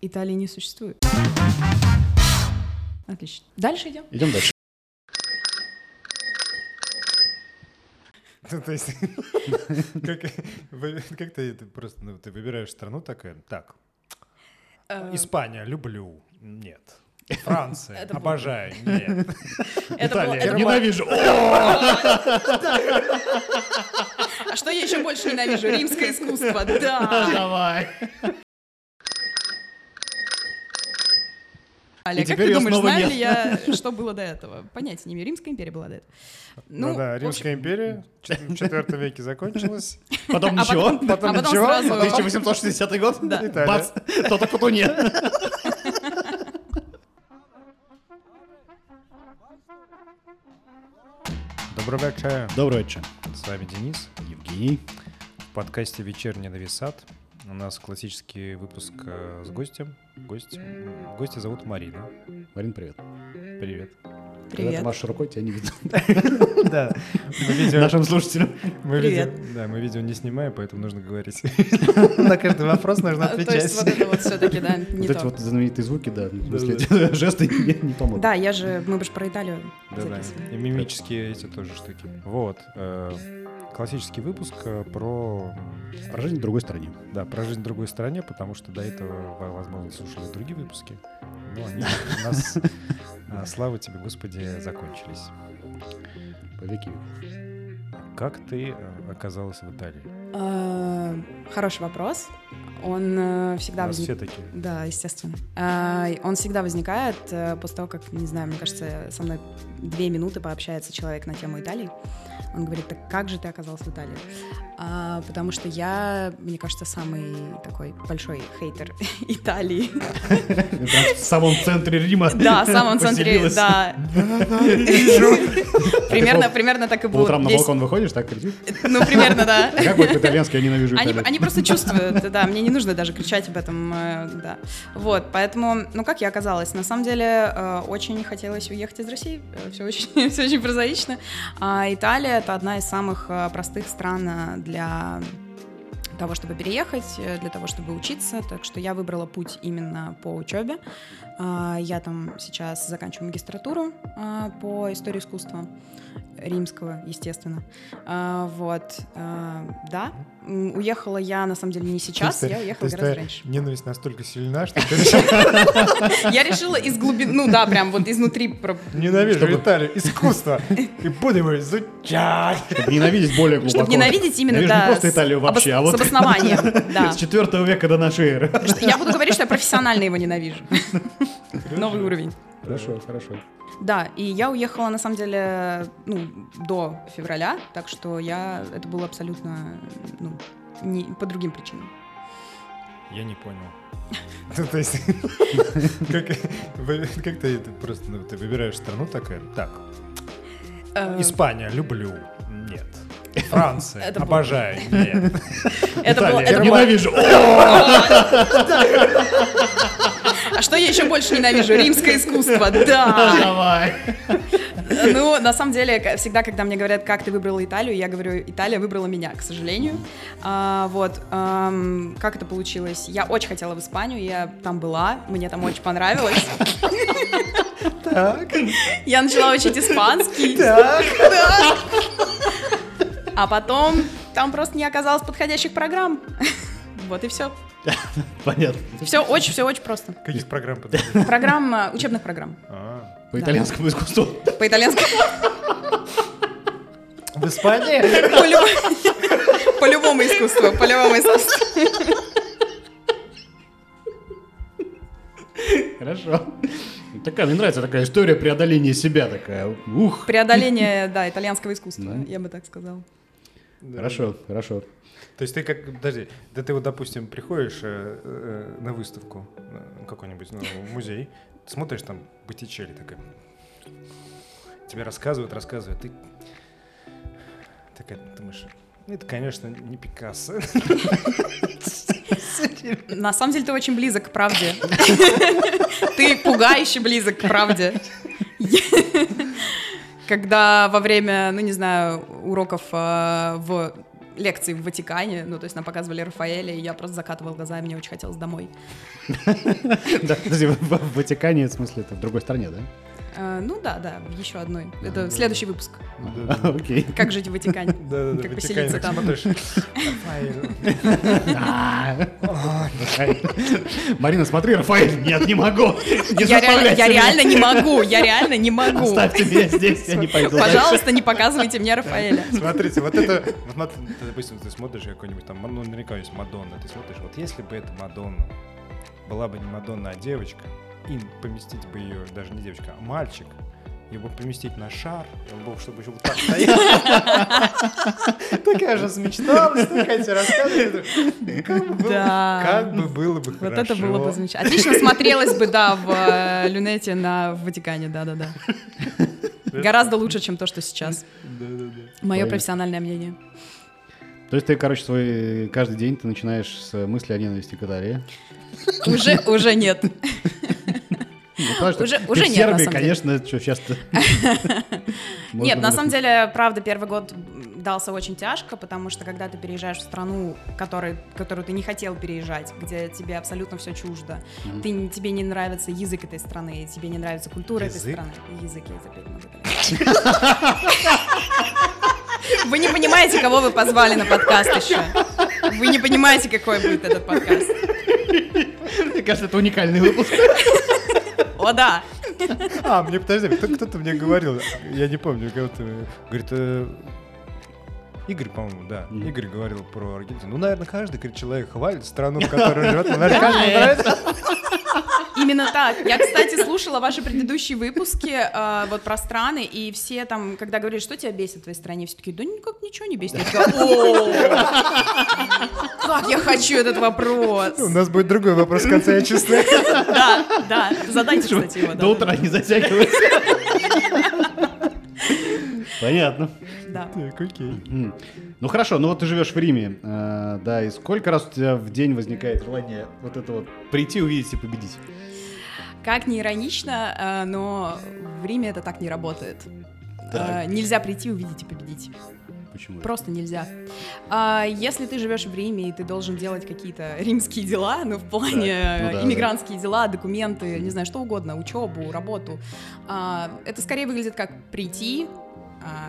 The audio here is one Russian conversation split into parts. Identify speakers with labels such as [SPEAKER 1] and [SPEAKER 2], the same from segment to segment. [SPEAKER 1] Италии не существует. Отлично. Дальше идем.
[SPEAKER 2] Идем дальше.
[SPEAKER 3] Ну, То есть, как, вы- как ты это просто, ну, ты выбираешь страну такая, так,
[SPEAKER 1] Э,
[SPEAKER 3] Испания, люблю, нет. Франция,
[SPEAKER 1] Это было.
[SPEAKER 3] обожаю, нет.
[SPEAKER 1] это было-
[SPEAKER 3] Италия.
[SPEAKER 1] это было- Ну,
[SPEAKER 2] Ненавижу. О,
[SPEAKER 1] А что я еще больше ненавижу? Римское искусство. Да.
[SPEAKER 2] давай.
[SPEAKER 1] Олег, а
[SPEAKER 2] И
[SPEAKER 1] как
[SPEAKER 2] теперь
[SPEAKER 1] ты
[SPEAKER 2] её
[SPEAKER 1] думаешь,
[SPEAKER 2] снова
[SPEAKER 1] знаю
[SPEAKER 2] нет.
[SPEAKER 1] ли я, что было до этого? Понятия не имею. Римская империя была до этого.
[SPEAKER 3] Ну
[SPEAKER 1] в
[SPEAKER 3] да,
[SPEAKER 1] общем,
[SPEAKER 3] Римская империя в четвертом веке закончилась.
[SPEAKER 2] Потом
[SPEAKER 1] А
[SPEAKER 2] ничего.
[SPEAKER 1] потом- а потом
[SPEAKER 3] ничего?
[SPEAKER 1] сразу-
[SPEAKER 2] 1860 год.
[SPEAKER 1] Да.
[SPEAKER 3] Италия.
[SPEAKER 2] Бац. То-то кто нет.
[SPEAKER 3] Добрый вечер.
[SPEAKER 2] Добрый вечер.
[SPEAKER 3] С вами Денис.
[SPEAKER 2] Евгений.
[SPEAKER 3] В подкасте «Вечерний нависат». У нас классический выпуск э, с гостем. Гость, м, гостя зовут Марина.
[SPEAKER 2] Марин, привет.
[SPEAKER 3] Привет.
[SPEAKER 2] Когда ты
[SPEAKER 1] Привет.
[SPEAKER 2] машешь рукой, тебя не видно.
[SPEAKER 3] Да.
[SPEAKER 2] Ну,
[SPEAKER 3] Мы видео,
[SPEAKER 2] Нашим слушателям.
[SPEAKER 3] мы
[SPEAKER 1] Привет.
[SPEAKER 3] видео- да, мы видео не снимаем, поэтому нужно говорить. На каждый вопрос нужно
[SPEAKER 1] А, То есть вот это вот все-таки, да, не
[SPEAKER 2] Вот эти
[SPEAKER 1] то.
[SPEAKER 2] вот знаменитые звуки, да. в смысле, Жесты не не помогут.
[SPEAKER 1] Да, я же, мы бы же про Италию
[SPEAKER 3] Да, да.
[SPEAKER 1] записывали.
[SPEAKER 3] И мимические эти тоже штуки. Вот. э, Классический выпуск э, про,
[SPEAKER 2] Про жизнь в другой стране.
[SPEAKER 3] да, про жизнь в другой стране, потому что до этого, вы, возможно, слушали другие выпуски. Но они у нас, э, слава тебе, Господи, закончились.
[SPEAKER 2] По веки.
[SPEAKER 3] Как ты э, оказалась в Италии?
[SPEAKER 1] Э, Хороший вопрос. Он э, всегда
[SPEAKER 3] у нас
[SPEAKER 1] возникает.
[SPEAKER 3] все такие.
[SPEAKER 1] Да, естественно. А, и Он всегда возникает э, после того, как, не знаю, мне кажется, со мной две минуты пообщается человек на тему Италии. Он говорит, так как же ты оказался в Италии? А, Потому что я, мне кажется, самый такой большой хейтер Италии.
[SPEAKER 2] Прям В самом центре Рима.
[SPEAKER 1] Да, в самом центре,
[SPEAKER 2] поселилась.
[SPEAKER 1] да. Примерно, примерно так и
[SPEAKER 2] По
[SPEAKER 1] было.
[SPEAKER 2] утрам на
[SPEAKER 1] Весь-
[SPEAKER 2] балкон выходишь, так кричишь.
[SPEAKER 1] Ну, примерно, да.
[SPEAKER 2] А Как будет по-итальянски, я ненавижу
[SPEAKER 1] Они,
[SPEAKER 2] Италию.
[SPEAKER 1] они просто чувствуют, да, мне не нужно даже кричать об этом, э, да. Вот, поэтому, ну, как я оказалась, на самом деле э, очень хотелось уехать из России, все очень, все очень прозаично. А Италия — это одна из самых э, простых стран э, для того, чтобы переехать, э, для того, чтобы учиться. Так что я выбрала путь именно по учебе. А, Я там сейчас заканчиваю магистратуру а, по истории искусства римского, естественно. А, Вот, а, да. М, Уехала я, на самом деле, не сейчас,
[SPEAKER 3] То есть
[SPEAKER 1] я
[SPEAKER 3] ты- то
[SPEAKER 1] уехала
[SPEAKER 3] есть
[SPEAKER 1] гораздо
[SPEAKER 3] твоя
[SPEAKER 1] раньше.
[SPEAKER 3] Ненависть настолько сильна, что ты решил
[SPEAKER 1] Я решила из глубины, ну да, прям вот изнутри. про-
[SPEAKER 3] ненавижу
[SPEAKER 2] Чтобы-
[SPEAKER 3] Италию, искусство, и будем его изучать.
[SPEAKER 2] Чтобы ненавидеть более глубоко.
[SPEAKER 1] Чтобы ненавидеть именно,
[SPEAKER 2] Ненавижу
[SPEAKER 1] да,
[SPEAKER 2] не просто
[SPEAKER 1] с-
[SPEAKER 2] Италию вообще,
[SPEAKER 1] обос-
[SPEAKER 2] а вот
[SPEAKER 1] с обоснованием, да.
[SPEAKER 2] с 4 века до нашей эры.
[SPEAKER 1] Что- Я буду говорить, что я профессионально его ненавижу. Новый уровень.
[SPEAKER 2] Хорошо, хорошо.
[SPEAKER 1] Да, и я уехала, на самом деле, ну, до февраля, так что я... Это было абсолютно, ну, не, по другим причинам.
[SPEAKER 3] Я не понял. Ну, то есть, как, вы- как ты это просто, ну, ты выбираешь страну такая, так,
[SPEAKER 1] Э,
[SPEAKER 3] Испания, люблю, нет. Франция,
[SPEAKER 1] Это было.
[SPEAKER 3] обожаю, нет.
[SPEAKER 1] Это было...
[SPEAKER 3] Италия.
[SPEAKER 1] это было-
[SPEAKER 2] Ненавижу. О,
[SPEAKER 1] А что я еще больше ненавижу? Римское искусство, да!
[SPEAKER 2] давай.
[SPEAKER 1] Ну, на самом деле, к- всегда, когда мне говорят, как ты выбрала Италию, я говорю, Италия выбрала меня, к сожалению. А, вот, эм, как это получилось? Я очень хотела в Испанию, я там была, мне там очень понравилось.
[SPEAKER 3] Так,
[SPEAKER 1] Я начала учить испанский.
[SPEAKER 3] так.
[SPEAKER 1] А потом там просто не оказалось подходящих программ. Вот и все.
[SPEAKER 2] Понятно.
[SPEAKER 1] Все очень, все очень просто.
[SPEAKER 3] Каких программ подожди?
[SPEAKER 1] Программа, учебных программ.
[SPEAKER 3] А,
[SPEAKER 2] По итальянскому искусству.
[SPEAKER 1] По итальянскому.
[SPEAKER 3] В Испании?
[SPEAKER 1] По любо- по любому искусству. По любому искусству.
[SPEAKER 2] Хорошо. Такая, мне нравится такая история преодоления себя такая. Ух.
[SPEAKER 1] Преодоление, да, итальянского искусства,
[SPEAKER 2] Да.
[SPEAKER 1] я бы так сказала.
[SPEAKER 2] Хорошо, хорошо.
[SPEAKER 3] То есть ты как, подожди, да ты вот, допустим, приходишь э, э, на выставку э, какой-нибудь, ну, в музей, смотришь там Боттичелли такая, тебе рассказывают, рассказывают, ты такая думаешь, «Ну, это, конечно, не Пикассо.
[SPEAKER 1] На самом деле ты очень близок к правде. Ты пугающе близок к правде. Когда во время, ну не знаю, уроков э, в лекции в Ватикане, ну, то есть нам показывали Рафаэля, и я просто закатывала глаза, и мне очень хотелось домой.
[SPEAKER 2] Да, подожди, в- в Ватикане, в смысле, это в другой стране, да?
[SPEAKER 1] Э, ну да, да, еще одной. Это следующий выпуск.
[SPEAKER 2] А, Окей.
[SPEAKER 1] Как жить в Ватикане.
[SPEAKER 3] Да, да, да.
[SPEAKER 1] Как поселиться там.
[SPEAKER 2] А, Рафаэль. Марина, смотри, Рафаэль, нет, не могу. Не
[SPEAKER 1] Я реально-
[SPEAKER 2] заставляйте
[SPEAKER 1] я
[SPEAKER 2] меня.
[SPEAKER 1] реально не могу, я реально не могу.
[SPEAKER 2] Оставьте меня здесь, я не пойду дальше.
[SPEAKER 1] Пожалуйста, не показывайте мне Рафаэля.
[SPEAKER 3] Смотрите, вот это, вот мат- ты, допустим, ты смотришь какой-нибудь там, ну, наверняка есть Мадонна, ты смотришь, вот если бы это Мадонна, была бы не Мадонна, а девочка, и поместить бы ее, даже не девочка, а мальчик, ее бы поместить на шар, и он был, чтобы еще вот так стоял. Такая же смечталась, такая тебе рассказывает. Как бы было-
[SPEAKER 1] Да.
[SPEAKER 3] Как бы было бы
[SPEAKER 1] Вот
[SPEAKER 3] хорошо.
[SPEAKER 1] это было бы замечательно. Отлично смотрелось бы, да, в э, люнете на в Ватикане, да-да-да. Гораздо лучше, чем то, что сейчас.
[SPEAKER 3] Да-да-да.
[SPEAKER 1] Мое
[SPEAKER 2] Правильно.
[SPEAKER 1] профессиональное мнение.
[SPEAKER 2] То есть ты, короче, свой каждый день ты начинаешь с мысли о ненависти к Атаре.
[SPEAKER 1] Уже, уже нет.
[SPEAKER 2] Ну, потому что
[SPEAKER 1] Уже-
[SPEAKER 2] ты
[SPEAKER 1] уже
[SPEAKER 2] в
[SPEAKER 1] нет,
[SPEAKER 2] Сербии,
[SPEAKER 1] на самом деле.
[SPEAKER 2] конечно, что сейчас-то...
[SPEAKER 1] Нет, на самом деле, правда, первый год дался очень тяжко, потому что когда ты переезжаешь в страну, который, которую ты не хотел переезжать, где тебе абсолютно все чуждо,
[SPEAKER 2] Мгм.
[SPEAKER 1] ты, не- тебе не нравится язык этой страны, тебе не нравится культура этой
[SPEAKER 3] Язык?
[SPEAKER 1] страны. Язык я забыла, надо говорить. Вы не понимаете, кого вы позвали на подкаст еще. Вы не понимаете, какой будет этот подкаст.
[SPEAKER 2] Мне кажется, это уникальный выпуск.
[SPEAKER 1] О, да.
[SPEAKER 3] А, мне подожди, кто- кто-то мне говорил, я не помню, кого-то, говорит, э, Игорь, по-моему, да.
[SPEAKER 2] Мгм.
[SPEAKER 3] Игорь говорил про Аргентину. Ну, наверное, каждый говорит, человек хвалит страну, в которой живет. Ну, Наверное, каждому нравится.
[SPEAKER 1] Именно так. Я, кстати, слушала ваши предыдущие выпуски э, вот про страны, и все там, когда говорили, что тебя бесит в твоей стране, все такие, да никак ничего не бесит. Я такая, «О, Как я хочу этот вопрос.
[SPEAKER 3] У
[SPEAKER 2] Ну,
[SPEAKER 3] нас будет другой вопрос в конце, я честно.
[SPEAKER 1] Да, да. Задайте, кстати, его. да.
[SPEAKER 2] До утра не затягивайся. Понятно.
[SPEAKER 1] Да.
[SPEAKER 3] Так, окей.
[SPEAKER 2] М. Ну хорошо, ну вот ты живешь в Риме, э, да, и сколько раз у тебя в день возникает желание вот это вот прийти, увидеть и победить?
[SPEAKER 1] Как не иронично, э, но в Риме это так не работает. Э,
[SPEAKER 2] Так.
[SPEAKER 1] Нельзя прийти, увидеть и победить.
[SPEAKER 2] Почему?
[SPEAKER 1] Просто нельзя. А, если ты живешь в Риме и ты должен делать какие-то римские дела, ну в плане
[SPEAKER 2] Да, ну
[SPEAKER 1] э,
[SPEAKER 2] да,
[SPEAKER 1] иммигрантские дела, документы, не знаю, что угодно, учебу, работу, а, это скорее выглядит как прийти, а,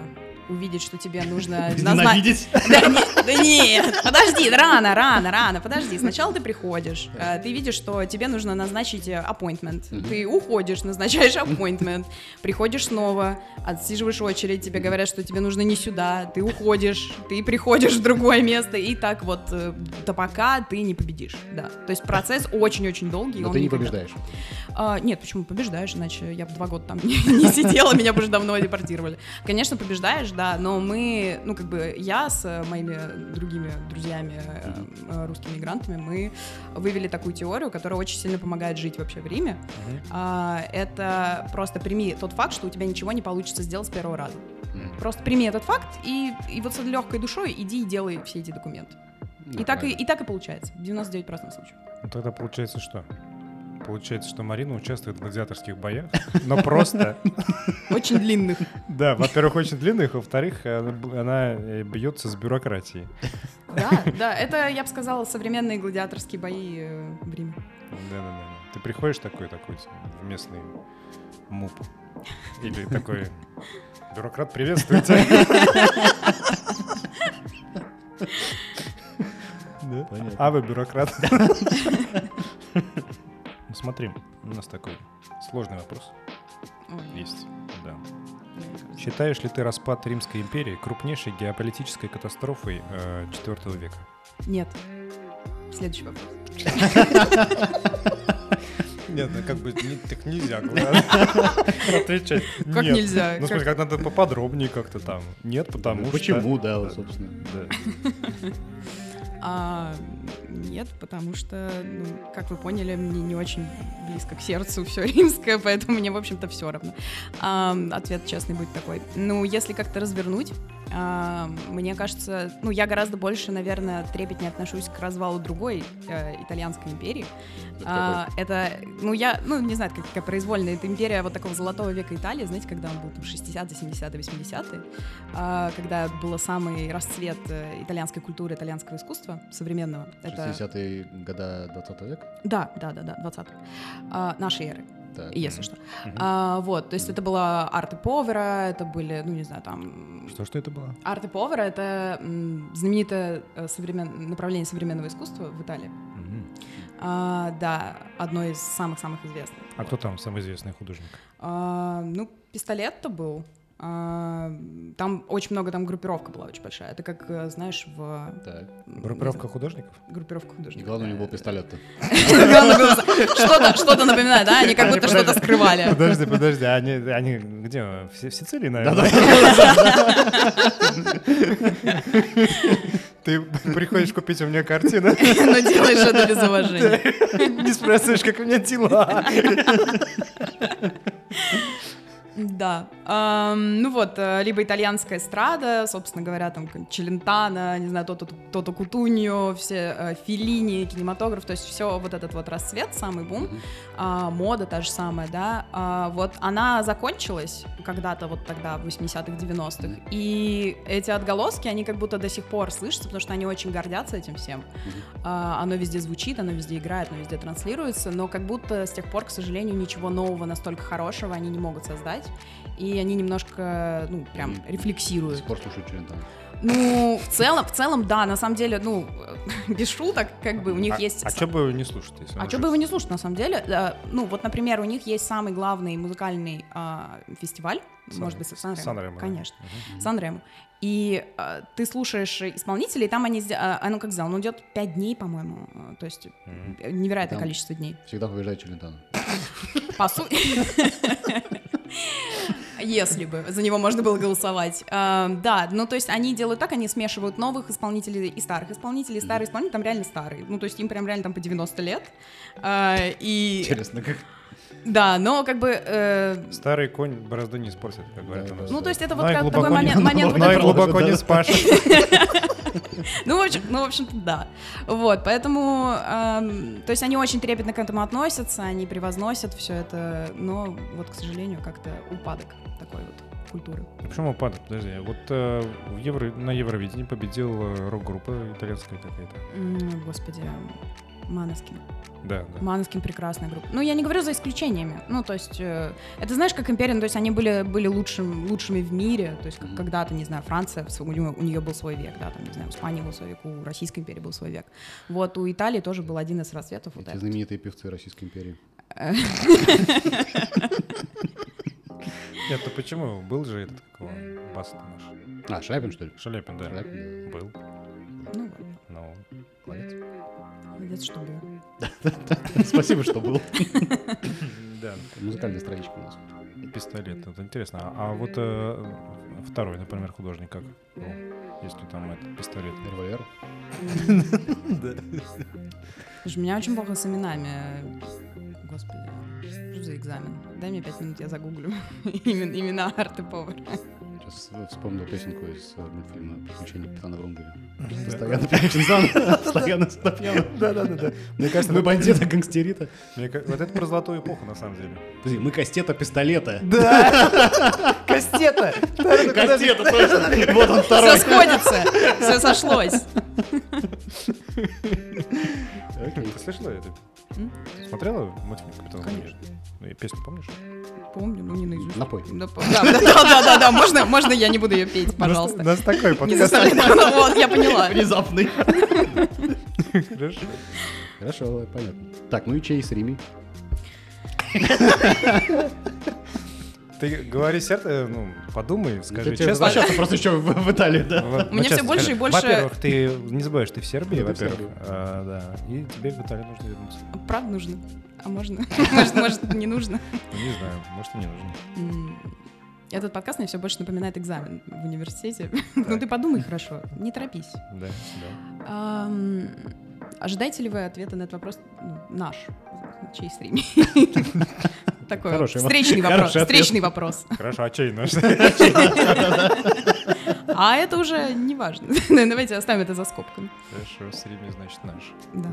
[SPEAKER 1] увидеть, что тебе нужно назначить.
[SPEAKER 2] Ненавидеть?
[SPEAKER 1] Да, не- да нет, подожди, рано, рано, рано, подожди. Сначала ты приходишь, э, ты видишь, что тебе нужно назначить э, appointment. Ты уходишь, назначаешь appointment, приходишь снова, отсиживаешь очередь, тебе говорят, что тебе нужно не сюда, ты уходишь, ты приходишь в другое место, и так вот, э, да пока ты не победишь, да. То есть процесс очень-очень долгий. и
[SPEAKER 2] Но
[SPEAKER 1] он
[SPEAKER 2] ты не
[SPEAKER 1] никогда-
[SPEAKER 2] побеждаешь.
[SPEAKER 1] а, нет, почему побеждаешь, иначе я бы два года там не, не сидела, меня бы уже давно депортировали. Конечно, побеждаешь, да, но мы, ну как бы я с э, моими другими друзьями, э, э, русскими мигрантами, мы вывели такую теорию, которая очень сильно помогает жить вообще в Риме. А, это просто прими тот факт, что у тебя ничего не получится сделать с первого раза.
[SPEAKER 2] Мгм.
[SPEAKER 1] Просто прими этот факт и, и вот с легкой душой иди и делай все эти документы. И так и, и так и получается, в 99% случаев.
[SPEAKER 3] Ну, тогда получается что? Получается, что Марина участвует в гладиаторских боях, но просто
[SPEAKER 1] Очень длинных.
[SPEAKER 3] Да, во-первых, очень длинных, во-вторых, она б- она э, бьется с бюрократией.
[SPEAKER 1] Да, да, это, я бы сказала, современные гладиаторские бои э, в Риме.
[SPEAKER 3] Да-да-да. Ты приходишь такой, такой, в местный муп. Или такой, бюрократ, приветствую тебя. Да?
[SPEAKER 2] Понятно.
[SPEAKER 3] А вы бюрократ. Ну, Смотри, у нас такой сложный вопрос
[SPEAKER 1] Ой,
[SPEAKER 3] есть. Да. Считаешь ли ты распад Римской империи крупнейшей геополитической катастрофой э, IV века?
[SPEAKER 1] Нет. Следующий вопрос.
[SPEAKER 3] Нет, ну как бы не- так нельзя говоря, отвечать.
[SPEAKER 1] Как
[SPEAKER 3] Нет.
[SPEAKER 1] нельзя?
[SPEAKER 3] Ну, смотри,
[SPEAKER 1] Как-
[SPEAKER 3] как надо поподробнее как-то там.
[SPEAKER 2] Ну,
[SPEAKER 3] Ну, Нет, потому что...
[SPEAKER 2] Почему, да, вот, собственно.
[SPEAKER 3] Да.
[SPEAKER 1] А, нет, потому что, ну, как вы поняли, мне не очень близко к сердцу все римское, поэтому мне, в общем-то, все равно. А, ответ честный будет такой. Ну, если как-то развернуть, а, мне кажется, ну, я гораздо больше, наверное, трепетнее отношусь к развалу другой э, итальянской империи. А, это, ну, я, ну, не знаю, это какая произвольная, это империя вот такого золотого века Италии, знаете, когда он был там 60-е, 70-е, 80-е, а, когда был самый расцвет э, итальянской культуры, итальянского искусства современного. Это,
[SPEAKER 2] 60-е года 20 века?
[SPEAKER 1] да, да, да, да, 20 нашей эры,
[SPEAKER 2] Так.
[SPEAKER 1] если что. А, вот, то есть это было арты повара, это были, ну, не знаю, там...
[SPEAKER 3] Что, что это было?
[SPEAKER 1] Арты повара — это м, знаменитое э, современ... направление современного искусства в Италии.
[SPEAKER 3] Мгм.
[SPEAKER 1] А, да, одно из самых-самых известных.
[SPEAKER 3] А кто там самый известный художник?
[SPEAKER 1] А, ну, пистолет-то был. А, там очень много, там группировка была очень большая. Это как, э, знаешь, в...
[SPEAKER 2] Так.
[SPEAKER 1] м,
[SPEAKER 3] Группировка художников?
[SPEAKER 1] Группировка
[SPEAKER 2] И
[SPEAKER 1] художников.
[SPEAKER 2] главное, у
[SPEAKER 1] да.
[SPEAKER 2] него
[SPEAKER 3] э,
[SPEAKER 2] был пистолет-то.
[SPEAKER 1] Главное было за- Что-то что-то напоминает, да? Они как будто
[SPEAKER 3] Подожди,
[SPEAKER 1] что-то скрывали.
[SPEAKER 3] Подожди, подожди, они, они где? В, Си- в Сицилии, наверное? Ты приходишь купить у меня картину,
[SPEAKER 1] Но делаешь это без уважения.
[SPEAKER 3] не спрашиваешь, как у меня дела.
[SPEAKER 1] Да. Ам, Ну вот, э, либо итальянская эстрада, собственно говоря, там какой-нибудь Челентано, не знаю, Тото Тото Кутуньо, все э, Феллини, кинематограф, то есть все вот этот вот расцвет, самый бум, А, мода та же самая, да, А, вот она закончилась когда-то вот тогда, в 80-х, 90-х, и эти отголоски, они как будто до сих пор слышатся, потому что они очень гордятся этим всем. А, Оно везде звучит, оно везде играет, оно везде транслируется, но как будто с тех пор, к сожалению, ничего нового настолько хорошего они не могут создать, и они немножко, ну, прям
[SPEAKER 2] Мгм. До
[SPEAKER 1] рефлексируют.
[SPEAKER 2] сих пор слушаю Челентано.
[SPEAKER 1] Ну, в целом, в целом, да, на самом деле, ну, без шуток, как бы у них
[SPEAKER 3] А-
[SPEAKER 1] есть...
[SPEAKER 3] А
[SPEAKER 1] с-
[SPEAKER 3] что бы вы не слушать, если
[SPEAKER 1] а что бы его не слушать, на самом деле? Э, Ну, вот, например, у них есть самый главный музыкальный а, фестиваль, может быть, Сан Ремо. Конечно. Сан Ремо. И э, ты слушаешь исполнителей, там они, сде- э, оно как зал, он идет 5 дней, по-моему, э, то есть
[SPEAKER 3] Мгм.
[SPEAKER 1] э, невероятное
[SPEAKER 2] Там-
[SPEAKER 1] количество дней.
[SPEAKER 2] Всегда побеждает Челентано.
[SPEAKER 1] По сути. Если бы за него можно было голосовать. А, Да, ну то есть они делают так, они смешивают новых исполнителей и старых исполнителей. Старые исполнители там реально старые. Ну то есть им прям реально там по 90 лет. А, И
[SPEAKER 2] Интересно, как...
[SPEAKER 1] да, но как бы... э,
[SPEAKER 3] Старый конь борозду не испортит, как говорят у нас.
[SPEAKER 1] ну, то есть это
[SPEAKER 3] Но
[SPEAKER 1] вот
[SPEAKER 3] и
[SPEAKER 1] как
[SPEAKER 3] глубоко
[SPEAKER 1] такой
[SPEAKER 3] не-
[SPEAKER 1] момент... момент вот
[SPEAKER 3] Но и
[SPEAKER 1] этого-
[SPEAKER 3] глубоко не
[SPEAKER 2] Да-да-да.
[SPEAKER 3] спашет.
[SPEAKER 1] Ну, в общем, ну, в общем-то, да. Вот, поэтому, эм, то есть они очень трепетно к этому относятся, они превозносят все это, но вот, к сожалению, как-то упадок такой вот культуры.
[SPEAKER 3] Почему падает? Подожди, вот э, в Евро- на Евровидении победил э, рок-группа итальянская какая-то.
[SPEAKER 1] М, Господи, Маноскин.
[SPEAKER 3] Да, да.
[SPEAKER 1] Маноскин прекрасная группа. Ну, я не говорю за исключениями. Ну, то есть, э, это знаешь, как Империя, ну, то есть они были, были лучшим, лучшими в мире. То есть, как
[SPEAKER 2] Мгм.
[SPEAKER 1] когда-то, не знаю, Франция, в сво- у, нее, у нее был свой век, да, там, не знаю, у Испании был свой век, у Российской империи был свой век. Вот у Италии тоже был один из расцветов. Вот
[SPEAKER 2] Эти
[SPEAKER 1] этот.
[SPEAKER 2] знаменитые певцы Российской империи.
[SPEAKER 3] Нет, ну почему? Был же этот, как его, бас наш.
[SPEAKER 2] А, Шляпин, что ли?
[SPEAKER 3] Шаляпин, да.
[SPEAKER 2] Шаляпин,
[SPEAKER 3] Был.
[SPEAKER 1] Ну, вот.
[SPEAKER 3] Но
[SPEAKER 2] Молодец.
[SPEAKER 1] Молодец, что было.
[SPEAKER 2] Спасибо, что был.
[SPEAKER 3] Да.
[SPEAKER 2] Музыкальная страничка у нас.
[SPEAKER 3] Пистолет, это интересно. А, а вот э, второй, например, художник как? Ну, если там этот пистолет.
[SPEAKER 2] РВР.
[SPEAKER 1] Слушай, у меня очень плохо с именами. Господи, что за экзамен? Дай мне пять минут, я загуглю Имен- имена арты повара.
[SPEAKER 2] Сейчас вспомнил песенку из э, мультфильма «Приключения Капитана Врунгеля».
[SPEAKER 3] Да.
[SPEAKER 2] Постоянно переключен постоянно стопьяно.
[SPEAKER 3] Да-да-да. Мне кажется,
[SPEAKER 2] Мы бандита гангстерита.
[SPEAKER 3] мне ка- вот это про золотую эпоху, на самом деле.
[SPEAKER 2] Подожди, мы кастета пистолета.
[SPEAKER 3] Да! Кастета!
[SPEAKER 2] Кастета, точно. Вот
[SPEAKER 1] Все
[SPEAKER 2] он второй.
[SPEAKER 1] сходится, все сошлось.
[SPEAKER 2] Окей.
[SPEAKER 3] Ты слышала это?
[SPEAKER 1] М?
[SPEAKER 3] Смотрела мультфильм «Капитан Конечно. Песню помнишь?
[SPEAKER 1] Помню, ну не наизусть.
[SPEAKER 2] Напой.
[SPEAKER 1] Да, по- да, да, да, да, да, можно, можно я не буду ее петь,
[SPEAKER 3] У
[SPEAKER 1] пожалуйста.
[SPEAKER 3] нас такой
[SPEAKER 1] Не
[SPEAKER 3] подкаст.
[SPEAKER 1] заставляй, ну вот, я поняла.
[SPEAKER 2] Внезапный.
[SPEAKER 3] Хорошо.
[SPEAKER 2] Хорошо, понятно. Так, ну и чей с Рими?
[SPEAKER 3] Ты говори сердце, ну, подумай, скажи
[SPEAKER 2] Зачем
[SPEAKER 3] честно.
[SPEAKER 2] возвращаться просто еще в в Италию, да?
[SPEAKER 3] Во-
[SPEAKER 1] Мне
[SPEAKER 3] ну,
[SPEAKER 1] всё
[SPEAKER 3] честно
[SPEAKER 1] больше и
[SPEAKER 3] скажи.
[SPEAKER 1] больше-
[SPEAKER 3] Во-первых, ты не забываешь, ты в Сербии,
[SPEAKER 2] Ну, ты в
[SPEAKER 3] во-первых.
[SPEAKER 2] Сербии.
[SPEAKER 3] А, да. И тебе в Италию нужно вернуться.
[SPEAKER 1] Правда нужно? А можно? Может, может, не нужно?
[SPEAKER 3] Ну, не знаю, может и не нужно.
[SPEAKER 1] М, Этот подкаст мне все больше напоминает экзамен в университете. Ну ты подумай хорошо, не торопись.
[SPEAKER 3] Да, да.
[SPEAKER 1] Ам, Ожидаете ли вы ответа на этот вопрос? Ну, Наш. Чей стрим? Такой вот
[SPEAKER 2] Хороший во-
[SPEAKER 1] встречный вопрос.
[SPEAKER 2] хороший ответ.
[SPEAKER 1] Встречный вопрос.
[SPEAKER 3] Хорошо, а чей наш?
[SPEAKER 1] А это уже не важно. Давайте оставим это за скобками.
[SPEAKER 3] Хорошо, средний, значит, наш.
[SPEAKER 1] Да.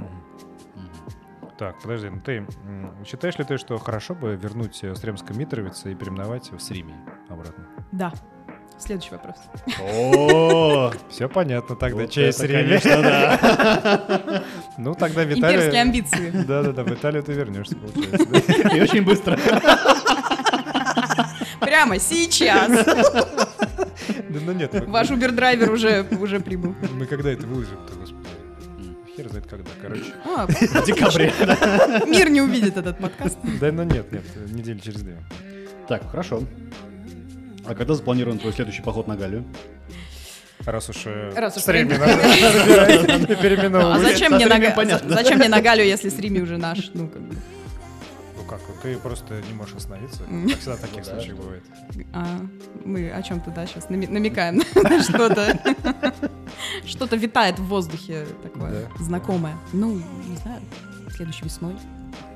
[SPEAKER 3] Так, подожди, ну ты м, считаешь ли ты, что хорошо бы вернуть э, Сремскую Митровицу и переименовать в Сремий обратно?
[SPEAKER 1] Да. Следующий вопрос.
[SPEAKER 2] О,
[SPEAKER 3] Все понятно тогда,
[SPEAKER 2] вот
[SPEAKER 3] чей
[SPEAKER 2] это,
[SPEAKER 3] Сремий.
[SPEAKER 2] конечно, да.
[SPEAKER 3] Ну тогда
[SPEAKER 1] Имперские
[SPEAKER 3] Виталий...
[SPEAKER 1] амбиции.
[SPEAKER 3] Да-да-да, в Италию ты вернешься, получается. да?
[SPEAKER 2] И очень быстро.
[SPEAKER 1] Прямо сейчас.
[SPEAKER 3] Да ну нет, мы-
[SPEAKER 1] Ваш Uber-драйвер уже, уже прибыл.
[SPEAKER 3] мы когда это выложим-то, господи? Хер знает когда, короче.
[SPEAKER 1] О,
[SPEAKER 2] В декабре. да.
[SPEAKER 1] мир не увидит этот подкаст.
[SPEAKER 3] Да ну нет, нет, недели через две.
[SPEAKER 2] Так, хорошо. А когда запланирован твой следующий поход на Галю?
[SPEAKER 3] Раз уж... э,
[SPEAKER 1] Раз уж
[SPEAKER 3] Сремий
[SPEAKER 1] Сремий.
[SPEAKER 3] надо разбирать,
[SPEAKER 1] Ну, а
[SPEAKER 3] переименовывать.
[SPEAKER 1] зачем
[SPEAKER 2] со
[SPEAKER 1] мне, на,
[SPEAKER 2] Сремием
[SPEAKER 1] Га-
[SPEAKER 2] понятно.
[SPEAKER 1] зачем мне на Галю, если с Рими уже наш? Ну, как бы.
[SPEAKER 3] Ну как, вот ты просто не можешь остановиться.
[SPEAKER 1] М.
[SPEAKER 3] Как всегда в таких
[SPEAKER 2] Ну да,
[SPEAKER 3] случаях
[SPEAKER 2] что-
[SPEAKER 3] бывает.
[SPEAKER 1] А, мы о чем-то, да, сейчас намекаем на что-то. Что-то витает в воздухе такое
[SPEAKER 3] Да.
[SPEAKER 1] знакомое. Ну, не знаю, следующей весной.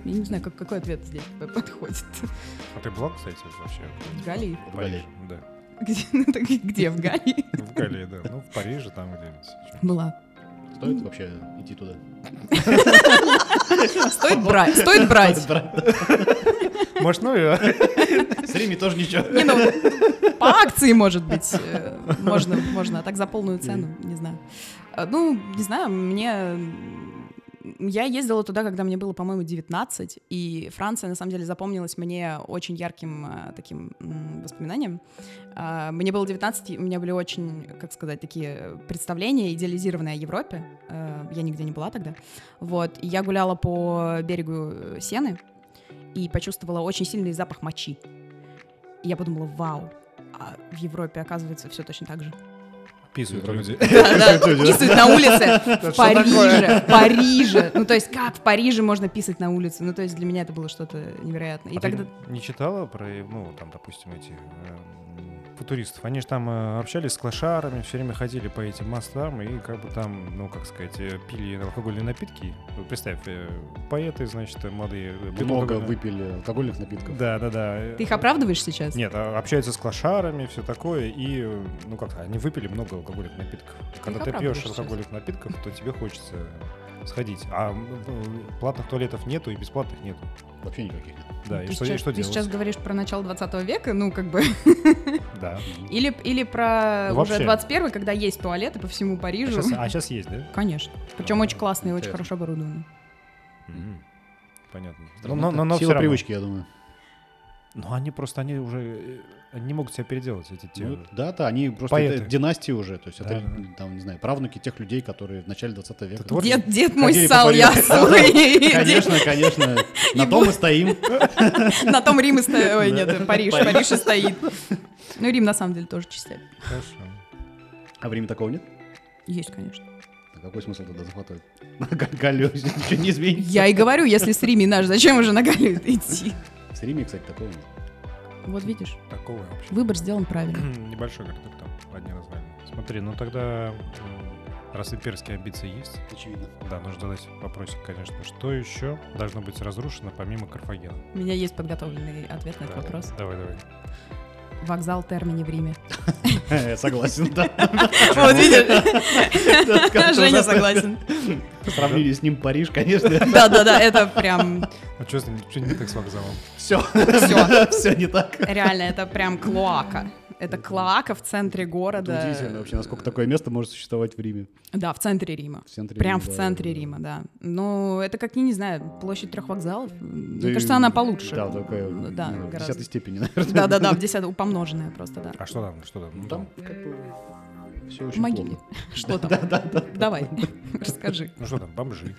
[SPEAKER 1] Я не знаю, как, какой ответ здесь подходит.
[SPEAKER 3] А ты была, кстати, вообще?
[SPEAKER 1] В Галии?
[SPEAKER 3] В Париже, да.
[SPEAKER 1] Где, ну, так где в Галии?
[SPEAKER 3] В Галле, да. Ну, в Париже там где-нибудь. Чё?
[SPEAKER 1] Была.
[SPEAKER 2] Стоит вообще идти туда?
[SPEAKER 1] Стоит брать. Стоит брать.
[SPEAKER 3] Может, ну и...
[SPEAKER 2] С Рими тоже ничего.
[SPEAKER 1] Не, ну, по акции, может быть, э, можно, можно, а так за полную цену, не знаю. А, Ну, не знаю, мне... м, Я ездила туда, когда мне было, по-моему, 19, и Франция, на самом деле, запомнилась мне очень ярким а, таким м, воспоминанием. А, Мне было 19, и у меня были очень, как сказать, такие представления, идеализированные о Европе. Э, Я нигде не была тогда. Вот, и я гуляла по берегу э, Сены и почувствовала очень сильный запах мочи. И я подумала, вау, а в Европе, оказывается, все точно так же.
[SPEAKER 3] Писают люди.
[SPEAKER 1] Да, писают на улице в
[SPEAKER 3] что
[SPEAKER 1] Париже, в Париже. Ну, то есть как в Париже можно писать на улице? Ну, то есть для меня это было что-то невероятное. И
[SPEAKER 3] А ты
[SPEAKER 1] тогда...
[SPEAKER 3] не читала про, ну, там, допустим, эти эм, футуристов? Они же там э, общались с клашарами, все время ходили по этим мостам и как бы там, ну, как сказать, э, пили алкогольные напитки. Вот Представь, э, поэты, значит, э, молодые... э, пьют
[SPEAKER 2] Много
[SPEAKER 3] алкогольные-
[SPEAKER 2] выпили алкогольных напитков.
[SPEAKER 3] Да, да, да.
[SPEAKER 1] Ты их оправдываешь сейчас?
[SPEAKER 3] Нет, а общаются с клашарами, все такое, и, э, ну как, они выпили много алкогольных напитков. Когда ты
[SPEAKER 1] оправдываешь
[SPEAKER 3] пьешь
[SPEAKER 1] сейчас.
[SPEAKER 3] алкогольных напитков, то тебе хочется сходить. А ну, платных туалетов нету и бесплатных нету.
[SPEAKER 2] Вообще никаких.
[SPEAKER 3] Да,
[SPEAKER 1] Ну, Ты
[SPEAKER 3] и что, и
[SPEAKER 1] сейчас-
[SPEAKER 3] что
[SPEAKER 1] Ты
[SPEAKER 3] делать?
[SPEAKER 1] сейчас говоришь про начало 20 века, ну, как бы...
[SPEAKER 3] Да.
[SPEAKER 1] Или, или про
[SPEAKER 3] Ну, Вообще.
[SPEAKER 1] уже 21 когда есть туалеты по всему
[SPEAKER 3] А
[SPEAKER 1] Парижу.
[SPEAKER 3] сейчас, а щас есть, да?
[SPEAKER 1] Конечно. Причем очень классные, очень
[SPEAKER 2] Интересно.
[SPEAKER 1] хорошо оборудованы.
[SPEAKER 3] Мгм. Понятно. Но,
[SPEAKER 2] Странно,
[SPEAKER 3] но- но-
[SPEAKER 2] Сила
[SPEAKER 3] но всё равно.
[SPEAKER 2] привычки, я думаю.
[SPEAKER 3] Но они просто, они уже, э, они не могут тебя переделать, эти те.
[SPEAKER 2] Ну, да, да, они просто
[SPEAKER 3] Поэты.
[SPEAKER 2] это династии уже, то есть это,
[SPEAKER 3] Да, да.
[SPEAKER 2] там, не знаю, правнуки тех людей, которые в начале 20 века.
[SPEAKER 3] Это вот-
[SPEAKER 1] Дед, дед мой
[SPEAKER 2] Ходили по
[SPEAKER 1] ссал
[SPEAKER 2] Парижу.
[SPEAKER 1] ясу. и дед-
[SPEAKER 2] Конечно, конечно. На
[SPEAKER 1] И
[SPEAKER 2] том
[SPEAKER 1] бу-
[SPEAKER 2] и стоим.
[SPEAKER 1] На том Рим и стоит. Ой, нет, Париж. Париж и стоит. Ну, Рим на самом деле тоже частями.
[SPEAKER 3] Хорошо.
[SPEAKER 2] А время такого нет?
[SPEAKER 1] Есть, конечно.
[SPEAKER 2] А какой смысл тогда захватывать? Галю, ничего не изменится.
[SPEAKER 1] Я и говорю, если с Рими наш, зачем уже на Галю идти?
[SPEAKER 2] С Риме, кстати, такого нет.
[SPEAKER 1] Вот видишь,
[SPEAKER 3] Такого вообще.
[SPEAKER 1] выбор сделан правильно.
[SPEAKER 3] Небольшой городок там, одни развалины. Смотри, ну тогда, м, раз имперские амбиции есть,
[SPEAKER 2] Очевидно.
[SPEAKER 3] Да, нужно задать вопросик, конечно. Что еще должно быть разрушено помимо Карфагена?
[SPEAKER 1] У меня есть подготовленный ответ на этот
[SPEAKER 3] Да.
[SPEAKER 1] вопрос.
[SPEAKER 3] Давай, давай.
[SPEAKER 1] Вокзал термини в Риме.
[SPEAKER 2] Согласен, да.
[SPEAKER 1] Вот видишь,
[SPEAKER 2] Как-то
[SPEAKER 1] Женя
[SPEAKER 2] ужасно.
[SPEAKER 1] согласен.
[SPEAKER 2] По сравнению с ним Париж, конечно,
[SPEAKER 1] Да-да-да, это прям
[SPEAKER 3] А что с ним? Что не так с вокзалом?
[SPEAKER 2] все,
[SPEAKER 1] все.
[SPEAKER 2] все не так.
[SPEAKER 1] Реально, это прям клоака. Это клоака в центре
[SPEAKER 2] Это
[SPEAKER 1] города.
[SPEAKER 2] Удивительно вообще, насколько такое место может существовать в Риме.
[SPEAKER 1] Да, в центре Рима.
[SPEAKER 2] В центре
[SPEAKER 1] Прям
[SPEAKER 2] Рима,
[SPEAKER 1] в
[SPEAKER 2] да,
[SPEAKER 1] центре
[SPEAKER 2] да, да.
[SPEAKER 1] Рима, да. Ну, это как, я не знаю, площадь трех вокзалов. Мне
[SPEAKER 2] Да и-
[SPEAKER 1] кажется, она получше.
[SPEAKER 2] Да, такая,
[SPEAKER 1] Ну,
[SPEAKER 2] ну,
[SPEAKER 1] да,
[SPEAKER 2] в
[SPEAKER 1] гораздо.
[SPEAKER 2] десятой степени, наверное.
[SPEAKER 1] Да-да-да, в десятую, помноженная просто, да.
[SPEAKER 3] А что там? Что там?
[SPEAKER 2] Ну,
[SPEAKER 3] Ну,
[SPEAKER 2] Там как бы все очень
[SPEAKER 1] Могили.
[SPEAKER 2] плотно.
[SPEAKER 1] Что там? Давай, расскажи.
[SPEAKER 3] Ну что там, бомжи?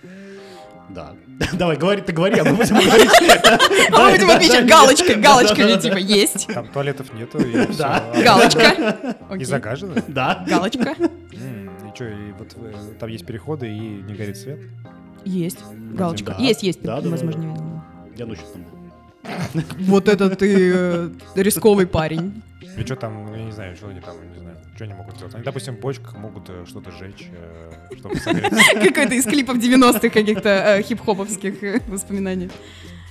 [SPEAKER 2] Да. Давай, говори, ты говори, а мы будем говорить.
[SPEAKER 1] А мы будем отмечать
[SPEAKER 2] да,
[SPEAKER 1] галочкой,
[SPEAKER 2] да,
[SPEAKER 1] галочкой,
[SPEAKER 2] да, да,
[SPEAKER 1] типа, есть.
[SPEAKER 3] Там туалетов нету и все.
[SPEAKER 1] Галочка.
[SPEAKER 3] И
[SPEAKER 1] Окей.
[SPEAKER 3] загажено?
[SPEAKER 2] Да.
[SPEAKER 1] Галочка.
[SPEAKER 3] М, И что, и вот э, там есть переходы и не горит свет?
[SPEAKER 1] Есть. Галочка.
[SPEAKER 2] да.
[SPEAKER 1] Есть, есть.
[SPEAKER 2] Да, да,
[SPEAKER 1] Возможно,
[SPEAKER 2] да.
[SPEAKER 1] не видела.
[SPEAKER 2] Я ночью там был.
[SPEAKER 1] Вот это ты э, рисковый парень.
[SPEAKER 3] И что там, ну, я не знаю, что они там, не знаю, что они могут делать. Они, допустим, в бочках могут э, что-то сжечь, э, чтобы согреться.
[SPEAKER 1] Какой-то из клипов 90-х каких-то э, хип-хоповских э, воспоминаний.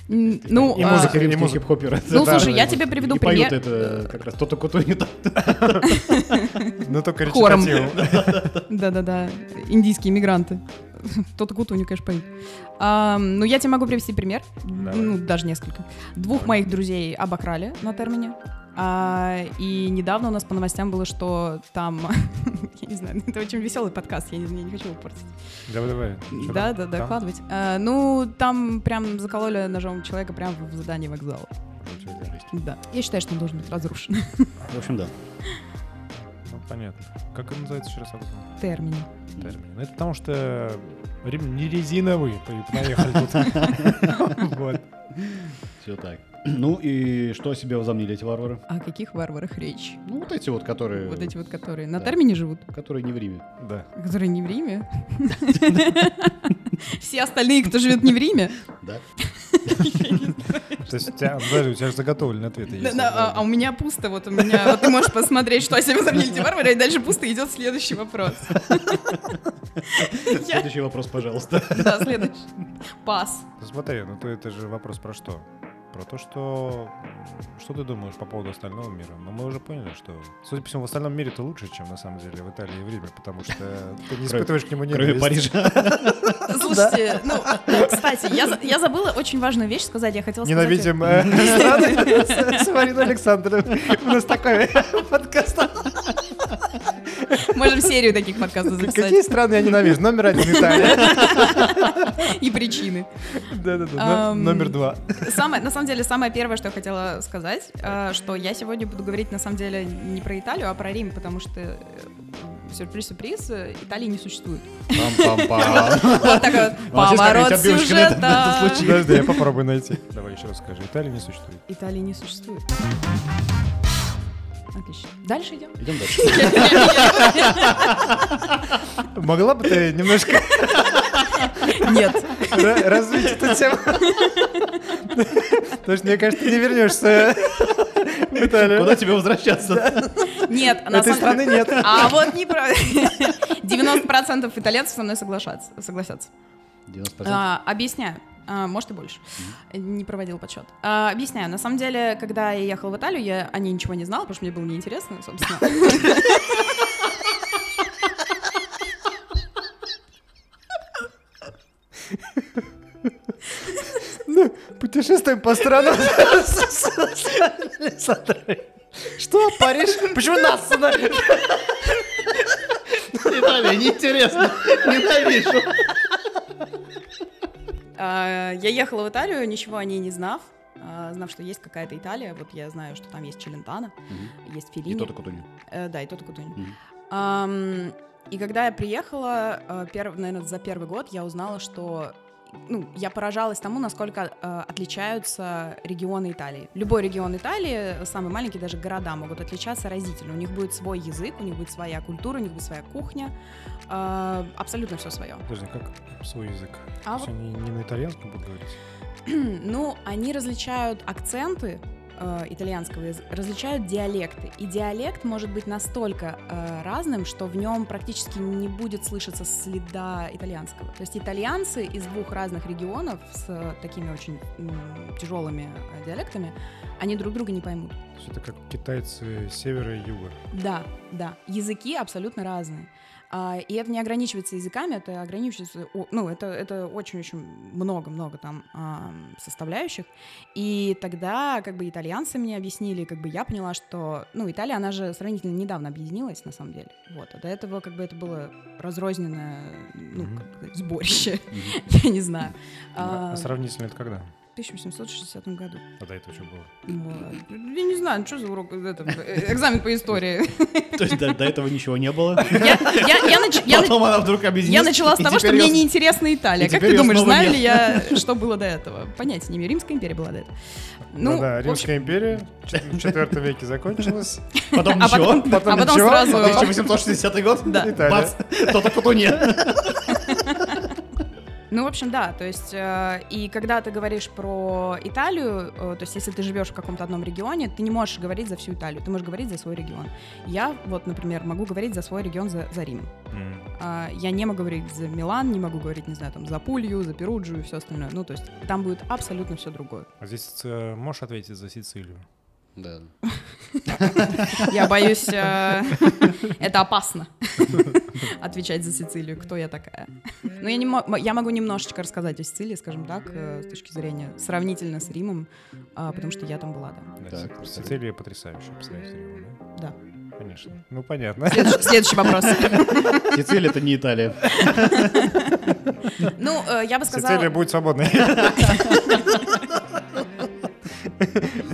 [SPEAKER 1] М, Ну,
[SPEAKER 2] И
[SPEAKER 1] а,
[SPEAKER 2] музыка римских
[SPEAKER 3] музыка.
[SPEAKER 2] хип-хоперов.
[SPEAKER 1] Ну,
[SPEAKER 2] Да,
[SPEAKER 1] слушай,
[SPEAKER 2] да,
[SPEAKER 1] я
[SPEAKER 2] да.
[SPEAKER 1] тебе приведу
[SPEAKER 2] И поют
[SPEAKER 1] пример.
[SPEAKER 2] это как раз то-то, кто не так.
[SPEAKER 3] Ну, только
[SPEAKER 1] Хором.
[SPEAKER 3] речитативом.
[SPEAKER 1] Да-да-да, индийские мигранты. Тот гуд у них, конечно, поют. А, ну, я тебе могу привести пример.
[SPEAKER 3] Давай.
[SPEAKER 1] Ну, даже несколько. Двух моих друзей обокрали на термине. А, и недавно у нас по новостям было, что там... я не знаю, это очень веселый подкаст, я не, я не хочу его портить.
[SPEAKER 3] Давай, давай. Чё
[SPEAKER 1] Да,
[SPEAKER 3] там?
[SPEAKER 1] да, да,
[SPEAKER 3] Там?
[SPEAKER 1] вкладывать. А, ну, там прям закололи ножом человека прямо в здании вокзала. Да. Я считаю, что он должен быть разрушен.
[SPEAKER 2] В общем, да.
[SPEAKER 3] Ну, понятно. Как он называется еще раз? обратно?
[SPEAKER 1] Термин.
[SPEAKER 3] термин. Ну, это потому что Рим не резиновый, по- поехали тут. Вот.
[SPEAKER 2] Все так. Ну и что о себе возомнили эти варвары?
[SPEAKER 1] О каких варварах речь?
[SPEAKER 2] Ну вот эти вот,
[SPEAKER 3] Э,
[SPEAKER 2] которые...
[SPEAKER 1] Вот эти вот, которые на
[SPEAKER 2] да.
[SPEAKER 1] термине живут,
[SPEAKER 2] Которые не в Риме.
[SPEAKER 3] Да.
[SPEAKER 1] которые не в Риме. Все остальные, кто живет не в Риме.
[SPEAKER 2] Да.
[SPEAKER 3] То есть у тебя, даже у тебя же заготовлены ответы
[SPEAKER 1] Да,
[SPEAKER 3] есть.
[SPEAKER 1] да, А а у меня пусто, вот у меня. Вот ты можешь посмотреть, что о себе возомнили эти варвары, и дальше пусто идет следующий вопрос. Я-
[SPEAKER 2] Следующий вопрос, пожалуйста.
[SPEAKER 1] Да, следующий. Пас.
[SPEAKER 3] Ну, Смотри, ну то это же вопрос про что? Про то, что... м, Что ты думаешь по поводу остального мира? Ну, мы уже поняли, что... Судя по всему, в остальном мире ты лучше, чем на самом деле в Италии и в Риме, потому что ты не испытываешь к нему
[SPEAKER 1] ну,
[SPEAKER 2] Кроме
[SPEAKER 3] ненависть.
[SPEAKER 2] Парижа.
[SPEAKER 1] Слушайте, ну, кстати, я за- я забыла очень важную вещь сказать. Я хотела сказать...
[SPEAKER 3] Ненавидим э, Александра- с- с Мариной Александровной. У нас такой подкаст.
[SPEAKER 1] Можем серию таких подкастов
[SPEAKER 3] Какие
[SPEAKER 1] записать.
[SPEAKER 3] страны я ненавижу? Номер один Италия.
[SPEAKER 1] И причины.
[SPEAKER 3] Да-да-да.
[SPEAKER 1] Ам.
[SPEAKER 3] но- Номер два.
[SPEAKER 1] Самое, на самом деле, самое первое, что я хотела сказать, э, что я сегодня буду говорить, на самом деле, не про Италию, а про Рим, потому что э, сюрприз-сюрприз, э, Италии не существует.
[SPEAKER 2] Пам-пам-пам.
[SPEAKER 1] Вот такой вот
[SPEAKER 2] Молодец, какая у тебя
[SPEAKER 1] поворот
[SPEAKER 2] объявочка на этом- на
[SPEAKER 1] сюжета.
[SPEAKER 2] этот случай.
[SPEAKER 3] Подожди, я попробую найти. Давай еще раз скажи. Италии не существует.
[SPEAKER 1] Италии не существует. Отлично. Дальше идем.
[SPEAKER 2] Идем дальше.
[SPEAKER 3] Могла бы ты немножко
[SPEAKER 1] Нет.
[SPEAKER 3] ра- развить эту тему? Потому что, мне кажется, ты не вернешься в
[SPEAKER 2] Куда
[SPEAKER 3] Италию.
[SPEAKER 2] тебе возвращаться?
[SPEAKER 1] Нет, на
[SPEAKER 3] Этой
[SPEAKER 1] самом-
[SPEAKER 3] страны нет.
[SPEAKER 1] А вот неправда. 90% итальянцев со мной соглашатся- согласятся.
[SPEAKER 2] 90%.
[SPEAKER 1] А, объясняю. А, может и больше. Не проводил подсчет. А, объясняю. На самом деле, когда я ехала в Италию, я о ней ничего не знала, потому что мне было неинтересно, собственно.
[SPEAKER 3] Путешествуем по странам с
[SPEAKER 1] А.
[SPEAKER 3] Александрой. Что, Париж? Почему нас сюда?
[SPEAKER 2] Италия, неинтересно. Ненавижу.
[SPEAKER 1] А, я ехала в Италию, ничего о ней не знав. а, Знав, что есть какая-то Италия. Вот я знаю, что там есть Челентано, есть
[SPEAKER 2] И
[SPEAKER 1] Феллини.
[SPEAKER 2] то-то Кутуни.
[SPEAKER 1] Э, Да, и тот Кутунь.
[SPEAKER 2] Мгм.
[SPEAKER 1] Ам, И когда я приехала, э, перв- наверное, за первый год я узнала, что ну, я поражалась тому, насколько э, отличаются регионы Италии. Любой регион Италии, самый маленький, даже города могут отличаться разительно. У них будет свой язык, у них будет своя культура, у них будет своя кухня, э, абсолютно все свое.
[SPEAKER 3] Подожди, как свой язык?
[SPEAKER 1] А вот,
[SPEAKER 3] они не на итальянском будут говорить?
[SPEAKER 1] ну, они различают акценты э, итальянского языка, различают диалекты. И диалект может быть настолько э, разным, что в нем практически не будет слышаться следа итальянского. То есть итальянцы из двух разных регионов с э, такими очень м, тяжелыми э, диалектами, они друг друга не поймут.
[SPEAKER 3] То есть это как китайцы севера и юга.
[SPEAKER 1] Да, да. Языки абсолютно разные. А, И это не ограничивается языками, это ограничивается, о- ну, это, это очень-очень много-много там ам, составляющих. И тогда как бы итальянцы мне объяснили, как бы я поняла, что, ну, Италия, она же сравнительно недавно объединилась, на самом деле. Вот, а до этого как бы это было разрозненное, ну,
[SPEAKER 3] Мгм.
[SPEAKER 1] как бы сборище,
[SPEAKER 2] Мгм.
[SPEAKER 1] я не знаю.
[SPEAKER 3] А
[SPEAKER 1] А,
[SPEAKER 3] сравнительно это когда?
[SPEAKER 1] В 1860 году.
[SPEAKER 3] А до этого что было?
[SPEAKER 1] Ну, Я не знаю, ну, что за урок, это, э, экзамен по истории.
[SPEAKER 2] То есть до до этого ничего не было?
[SPEAKER 1] Я- я- я нач- я нач-
[SPEAKER 2] Потом она вдруг
[SPEAKER 1] Я
[SPEAKER 2] объединилась.
[SPEAKER 1] начала с
[SPEAKER 2] и
[SPEAKER 1] того, что
[SPEAKER 2] теперь
[SPEAKER 1] мне
[SPEAKER 2] её-
[SPEAKER 1] неинтересна Италия.
[SPEAKER 2] и
[SPEAKER 1] Как
[SPEAKER 2] теперь
[SPEAKER 1] ты
[SPEAKER 2] её
[SPEAKER 1] думаешь,
[SPEAKER 2] снова
[SPEAKER 1] знаю
[SPEAKER 2] нет.
[SPEAKER 1] ли я, что было до этого? Понятия не имею. Римская империя была до этого.
[SPEAKER 3] Ну,
[SPEAKER 1] Ну,
[SPEAKER 3] да,
[SPEAKER 1] в общем,
[SPEAKER 3] Римская империя в четвертом веке закончилась.
[SPEAKER 2] Потом
[SPEAKER 1] а потом,
[SPEAKER 2] ничего.
[SPEAKER 1] а потом
[SPEAKER 3] ничего,
[SPEAKER 1] сразу...
[SPEAKER 2] 1860 год?
[SPEAKER 1] Да.
[SPEAKER 2] Бац! То-то Кутуни.
[SPEAKER 1] Ну, в общем, да, то есть, э, и когда ты говоришь про Италию, э, то есть, если ты живешь в каком-то одном регионе, ты не можешь говорить за всю Италию, ты можешь говорить за свой регион. Я, вот, например, могу говорить за свой регион, за, за Рим.
[SPEAKER 3] М.
[SPEAKER 1] А, Я не могу говорить за Милан, не могу говорить, не знаю, там, за Пулью, за Перуджу и все остальное. Ну, то есть, там будет абсолютно все другое.
[SPEAKER 3] А здесь э, можешь ответить за Сицилию?
[SPEAKER 2] Да.
[SPEAKER 1] Я боюсь, э, это опасно отвечать за Сицилию, кто я такая. Но я, не мо- м- я могу немножечко рассказать о Сицилии, скажем так, э, с точки зрения сравнительно с Римом, а, потому что я там была, да.
[SPEAKER 3] Да,
[SPEAKER 2] Так,
[SPEAKER 3] Си-
[SPEAKER 2] расскажи.
[SPEAKER 3] Сицилия потрясающая по сравнению с Римом,
[SPEAKER 1] Да.
[SPEAKER 3] да? Конечно. Ну, понятно.
[SPEAKER 1] Следующий, следующий вопрос.
[SPEAKER 2] Сицилия это не Италия.
[SPEAKER 1] Ну, э, я бы
[SPEAKER 3] Сицилия
[SPEAKER 1] сказала...
[SPEAKER 3] будет свободной.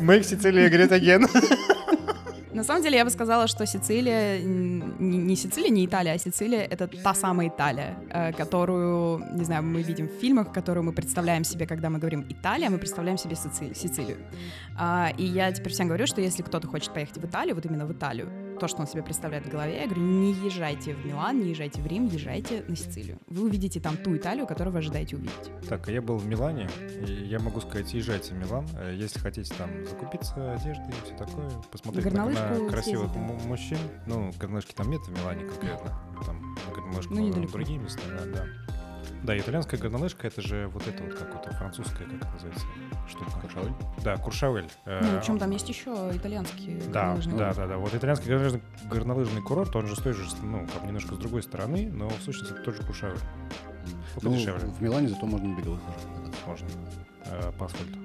[SPEAKER 3] Мы к Сицилии, говорит агент.
[SPEAKER 1] На самом деле, я бы сказала, что Сицилия... м, Не, не Сицилия, не Италия, а Сицилия — это та самая Италия, э, которую, не знаю, мы видим в фильмах, которую мы представляем себе, когда мы говорим «Италия», мы представляем себе Сици- Сицилию. А, и я теперь всем говорю, что если кто-то хочет поехать в Италию, вот именно в Италию, то, что он себе представляет в голове, я говорю, не езжайте в Милан, не езжайте в Рим, езжайте на Сицилию. Вы увидите там ту Италию, которую вы ожидаете увидеть.
[SPEAKER 3] Так, я был в Милане, и я могу сказать, езжайте в Милан, э, если хотите там закупиться одеждой и все такое, посмотреть на-
[SPEAKER 1] горнолыжку
[SPEAKER 3] на красивых
[SPEAKER 1] съездить,
[SPEAKER 3] му- мужчин. Ну, горнолыжки там нет в Милане конкретно, там на горнолыжку
[SPEAKER 1] Ну,
[SPEAKER 3] можно в
[SPEAKER 1] недалеко.
[SPEAKER 3] другие места, да, да. Да, и итальянская горнолыжка, это же вот это вот какая-то французская, как это называется, штука.
[SPEAKER 2] Куршавель?
[SPEAKER 3] Да, куршавель. Э,
[SPEAKER 1] Ну, причем там есть еще итальянские
[SPEAKER 3] Да,
[SPEAKER 1] горнолыжные
[SPEAKER 3] да, да, да. Вот итальянский горнолыжный, горнолыжный курорт, он же стоит же, ну, как бы немножко с другой стороны, но в сущности это тоже Куршавель.
[SPEAKER 2] Ну,
[SPEAKER 3] Подешевле.
[SPEAKER 2] в Милане зато можно бегать. даже.
[SPEAKER 3] Можно. Э, по асфальту.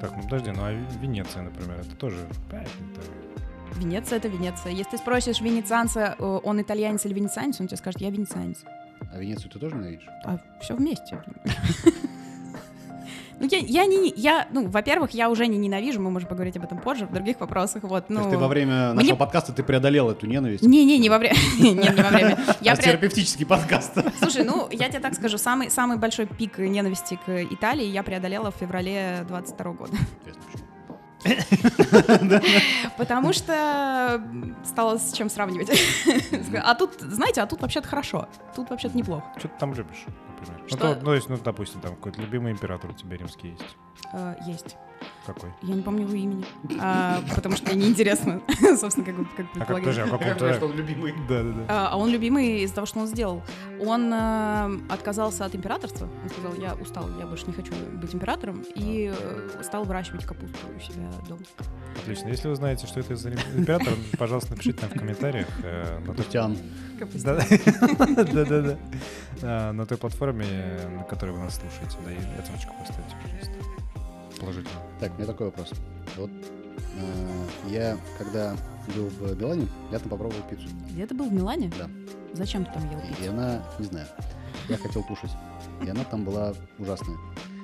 [SPEAKER 3] Так, ну подожди, ну а Ви- Венеция, например, это тоже... э, это-
[SPEAKER 1] Венеция — это Венеция. Если ты спросишь венецианца, э, он итальянец или венецианец, он тебе скажет, я венецианец.
[SPEAKER 2] А Венецию ты тоже ненавидишь?
[SPEAKER 1] А все вместе. Ну, я, я не... Я, ну, во-первых, я уже не ненавижу, мы можем поговорить об этом позже, в других вопросах, вот,
[SPEAKER 2] То
[SPEAKER 1] ну...
[SPEAKER 2] есть ты во время
[SPEAKER 1] мне-
[SPEAKER 2] нашего подкаста ты преодолел эту ненависть?
[SPEAKER 1] Не-не, не во время... Нет, не во время. Я
[SPEAKER 2] Я
[SPEAKER 1] пре-
[SPEAKER 2] терапевтический подкаст.
[SPEAKER 1] Слушай, ну, я тебе так скажу, самый, самый большой пик ненависти к Италии я преодолела в феврале 22 года. Потому что стало с чем сравнивать. А тут, знаете, а тут вообще-то хорошо. Тут вообще-то неплохо.
[SPEAKER 3] Что ты там любишь, например? Ну,
[SPEAKER 1] Что?
[SPEAKER 3] то- ну, есть, ну, допустим, там какой-то любимый император у тебя римский есть.
[SPEAKER 1] Э, Есть.
[SPEAKER 3] Какой?
[SPEAKER 1] Я не помню его имени. А, Потому что мне неинтересно, собственно, как, бы- как
[SPEAKER 3] А как,
[SPEAKER 1] предполагаю.
[SPEAKER 3] подожди, а каком-то...
[SPEAKER 2] любимый.
[SPEAKER 3] Да, да, да.
[SPEAKER 1] А а он любимый из-за того, что он сделал. Он э, отказался от императорства. Он сказал, я устал, я больше не хочу быть императором. И э, стал выращивать капусту у себя дома.
[SPEAKER 3] Отлично. Если вы знаете, что это за рим- император, пожалуйста, напишите нам в комментариях. э, на той-
[SPEAKER 2] Путян.
[SPEAKER 1] Капуста.
[SPEAKER 3] Да-да-да. А, На той платформе, э, на которой вы нас слушаете. Да, и оценочку поставьте, пожалуйста. Положительно.
[SPEAKER 2] Так, у меня такой вопрос. Вот э, я, когда был в Милане, я там попробовал пиццу.
[SPEAKER 1] Где ты был, в Милане?
[SPEAKER 2] Да.
[SPEAKER 1] Зачем ты там ел
[SPEAKER 2] И
[SPEAKER 1] пиццу?
[SPEAKER 2] она, не знаю, я хотел кушать. И она там была ужасная.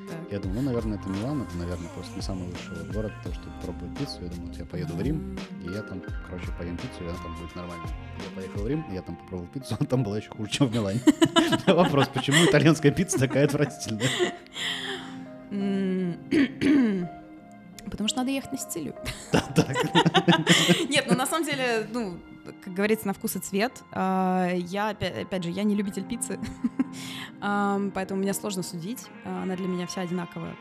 [SPEAKER 1] Так.
[SPEAKER 2] Я думал, ну, наверное, это Милан, это, наверное, просто не самый лучший вот город, потому что пробовать пиццу. Я думал, вот я поеду в Рим, и я там, короче, поем пиццу, и она там будет нормально. Я поехал в Рим, и я там попробовал пиццу, а там была еще хуже, чем в Милане. Вопрос, почему итальянская пицца такая отвратительная?
[SPEAKER 1] М, Потому что надо ехать на Сицилию. Нет, ну на самом деле, ну, как говорится, на вкус и цвет. А, Я, опя- опять же, я не любитель пиццы, Ам, поэтому меня сложно судить. А, Она для меня вся одинаково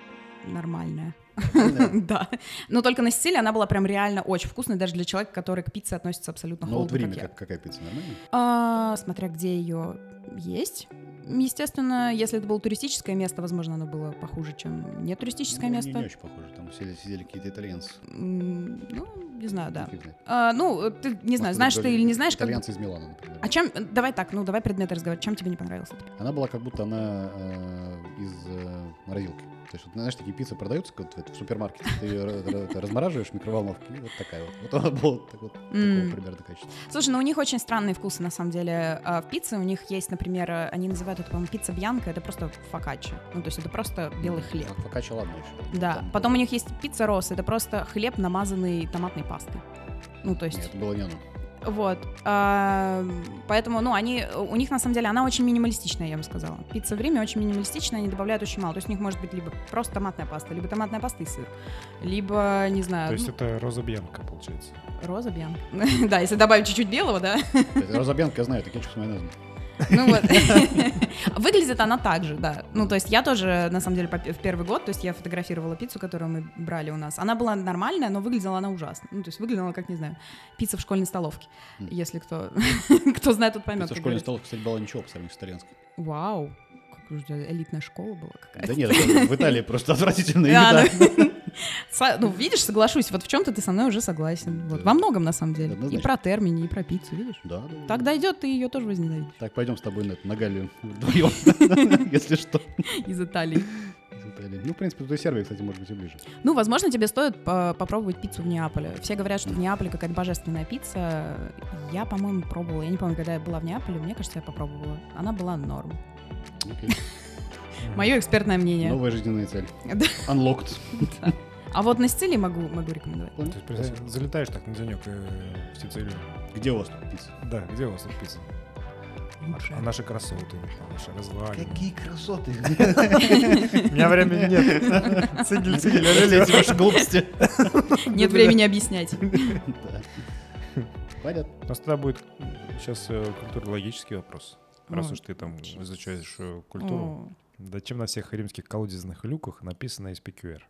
[SPEAKER 1] нормальная. Да. Но только на Сицилии она была прям реально очень вкусной, даже для человека, который к пицце относится абсолютно
[SPEAKER 2] Ну вот в
[SPEAKER 1] холодно,
[SPEAKER 2] Риме
[SPEAKER 1] как я.
[SPEAKER 2] как- какая пицца, нормально?
[SPEAKER 1] А, смотря где ее есть. Естественно, если это было туристическое место, возможно, оно было похуже, чем не туристическое
[SPEAKER 2] Ну, не-
[SPEAKER 1] место.
[SPEAKER 2] Не очень похоже, там сели- сидели какие-то итальянцы.
[SPEAKER 1] М, Ну, не знаю, да.
[SPEAKER 2] Фиг знает.
[SPEAKER 1] А, ну, ты не знаю,
[SPEAKER 2] Может,
[SPEAKER 1] знаешь ты
[SPEAKER 2] вдоль-
[SPEAKER 1] или не знаешь, как...
[SPEAKER 2] Итальянцы из Милана, например.
[SPEAKER 1] А чем... Давай так, ну, давай предметы разговаривать. Чем тебе не понравился?
[SPEAKER 2] Она была как будто она э, из э, морозилки. То есть, вот, знаешь, такие пиццы продаются как вот в- в супермаркете. Ты ее размораживаешь в микроволновке, и вот такая вот. Вот она была так вот, такого
[SPEAKER 1] М.
[SPEAKER 2] примерно качества.
[SPEAKER 1] Слушай, ну, у них очень странные вкусы, на самом деле, а, в пицце. У них есть, например, э, они называют это, по-моему, пицца бьянка. Это просто фокаччо. Ну, то есть это просто белый хлеб.
[SPEAKER 2] А Фокаччо ладно еще.
[SPEAKER 1] Да.
[SPEAKER 2] Там-
[SPEAKER 1] Потом у них есть пицца рос. Это просто хлеб, намазанный томатной пастой. Ну, то
[SPEAKER 2] Нет,
[SPEAKER 1] есть...
[SPEAKER 2] это было не оно.
[SPEAKER 1] Вот. А, Поэтому, ну, они, у них, на самом деле, она очень минималистичная, я бы сказала. Пицца в Риме очень минималистичная, они добавляют очень мало. То есть у них может быть либо просто томатная паста, либо томатная паста и сыр, либо, не знаю,
[SPEAKER 3] То есть
[SPEAKER 1] ну,
[SPEAKER 3] это роза бьянка, получается.
[SPEAKER 1] роза бьянка. Да, если добавить чуть-чуть белого, да.
[SPEAKER 2] Роза Бьянка, я знаю, это кетчуп с майонезом.
[SPEAKER 1] Ну вот. Выглядит она так же, да. Ну, то есть я тоже, на самом деле, попе- в первый год, то есть я фотографировала пиццу, которую мы брали у нас. Она была нормальная, но выглядела она ужасно. Ну, то есть выглядела, как, не знаю, пицца в школьной столовке.
[SPEAKER 2] Мгм.
[SPEAKER 1] Если кто кто знает, тот поймет.
[SPEAKER 2] Это школьный стол, кстати, было ничего по сравнению с итальянской.
[SPEAKER 1] Вау, как же элитная школа была
[SPEAKER 2] Да
[SPEAKER 1] какая-то.
[SPEAKER 2] нет, это в Италии просто отвратительная
[SPEAKER 1] Да,
[SPEAKER 2] еда.
[SPEAKER 1] Со- Ну, видишь, соглашусь. Вот в чем-то ты со мной уже согласен. Вот.
[SPEAKER 2] Да.
[SPEAKER 1] Во многом, на самом деле. И
[SPEAKER 2] Однозначно.
[SPEAKER 1] про термини, и про пиццу, видишь?
[SPEAKER 2] Да, да.
[SPEAKER 1] Так дойдет, ты ее тоже возненавидишь
[SPEAKER 2] Так, пойдем с тобой на, это, на Галлию вдвоем, если что.
[SPEAKER 1] из Италии.
[SPEAKER 2] Из Италии. Ну, в принципе, тут и Сербия, кстати, может быть и ближе.
[SPEAKER 1] Ну, возможно, тебе стоит по- попробовать пиццу в Неаполе. Все говорят, что в Неаполе какая-то божественная пицца. Я, по-моему, пробовала. Я не помню, когда я была в Неаполе, мне кажется, я попробовала. Она была норм.
[SPEAKER 2] Окей.
[SPEAKER 1] Мое экспертное мнение.
[SPEAKER 2] Новая жизненная цель.
[SPEAKER 1] Да.
[SPEAKER 2] Unlocked.
[SPEAKER 1] Да. А вот на Сицилии могу, могу рекомендовать.
[SPEAKER 3] То есть, представь, залетаешь так на денек э, в Сицилию.
[SPEAKER 2] Где у вас тут пицца?
[SPEAKER 3] Да, где у вас тут пицца?
[SPEAKER 1] Лучше.
[SPEAKER 3] А наши красоты, а наши развалины.
[SPEAKER 2] красоты.
[SPEAKER 3] У меня времени нет. Цигель, цигель, аллилуйя.
[SPEAKER 2] Эти ваши глупости.
[SPEAKER 1] Нет времени объяснять.
[SPEAKER 2] Да. Понятно.
[SPEAKER 3] У нас тогда будет сейчас культурологический вопрос. Раз
[SPEAKER 1] Ой,
[SPEAKER 3] уж ты там
[SPEAKER 1] Jesus.
[SPEAKER 3] изучаешь э, культуру.
[SPEAKER 1] О.
[SPEAKER 3] Да чем на всех римских колодезных люках написано SPQR?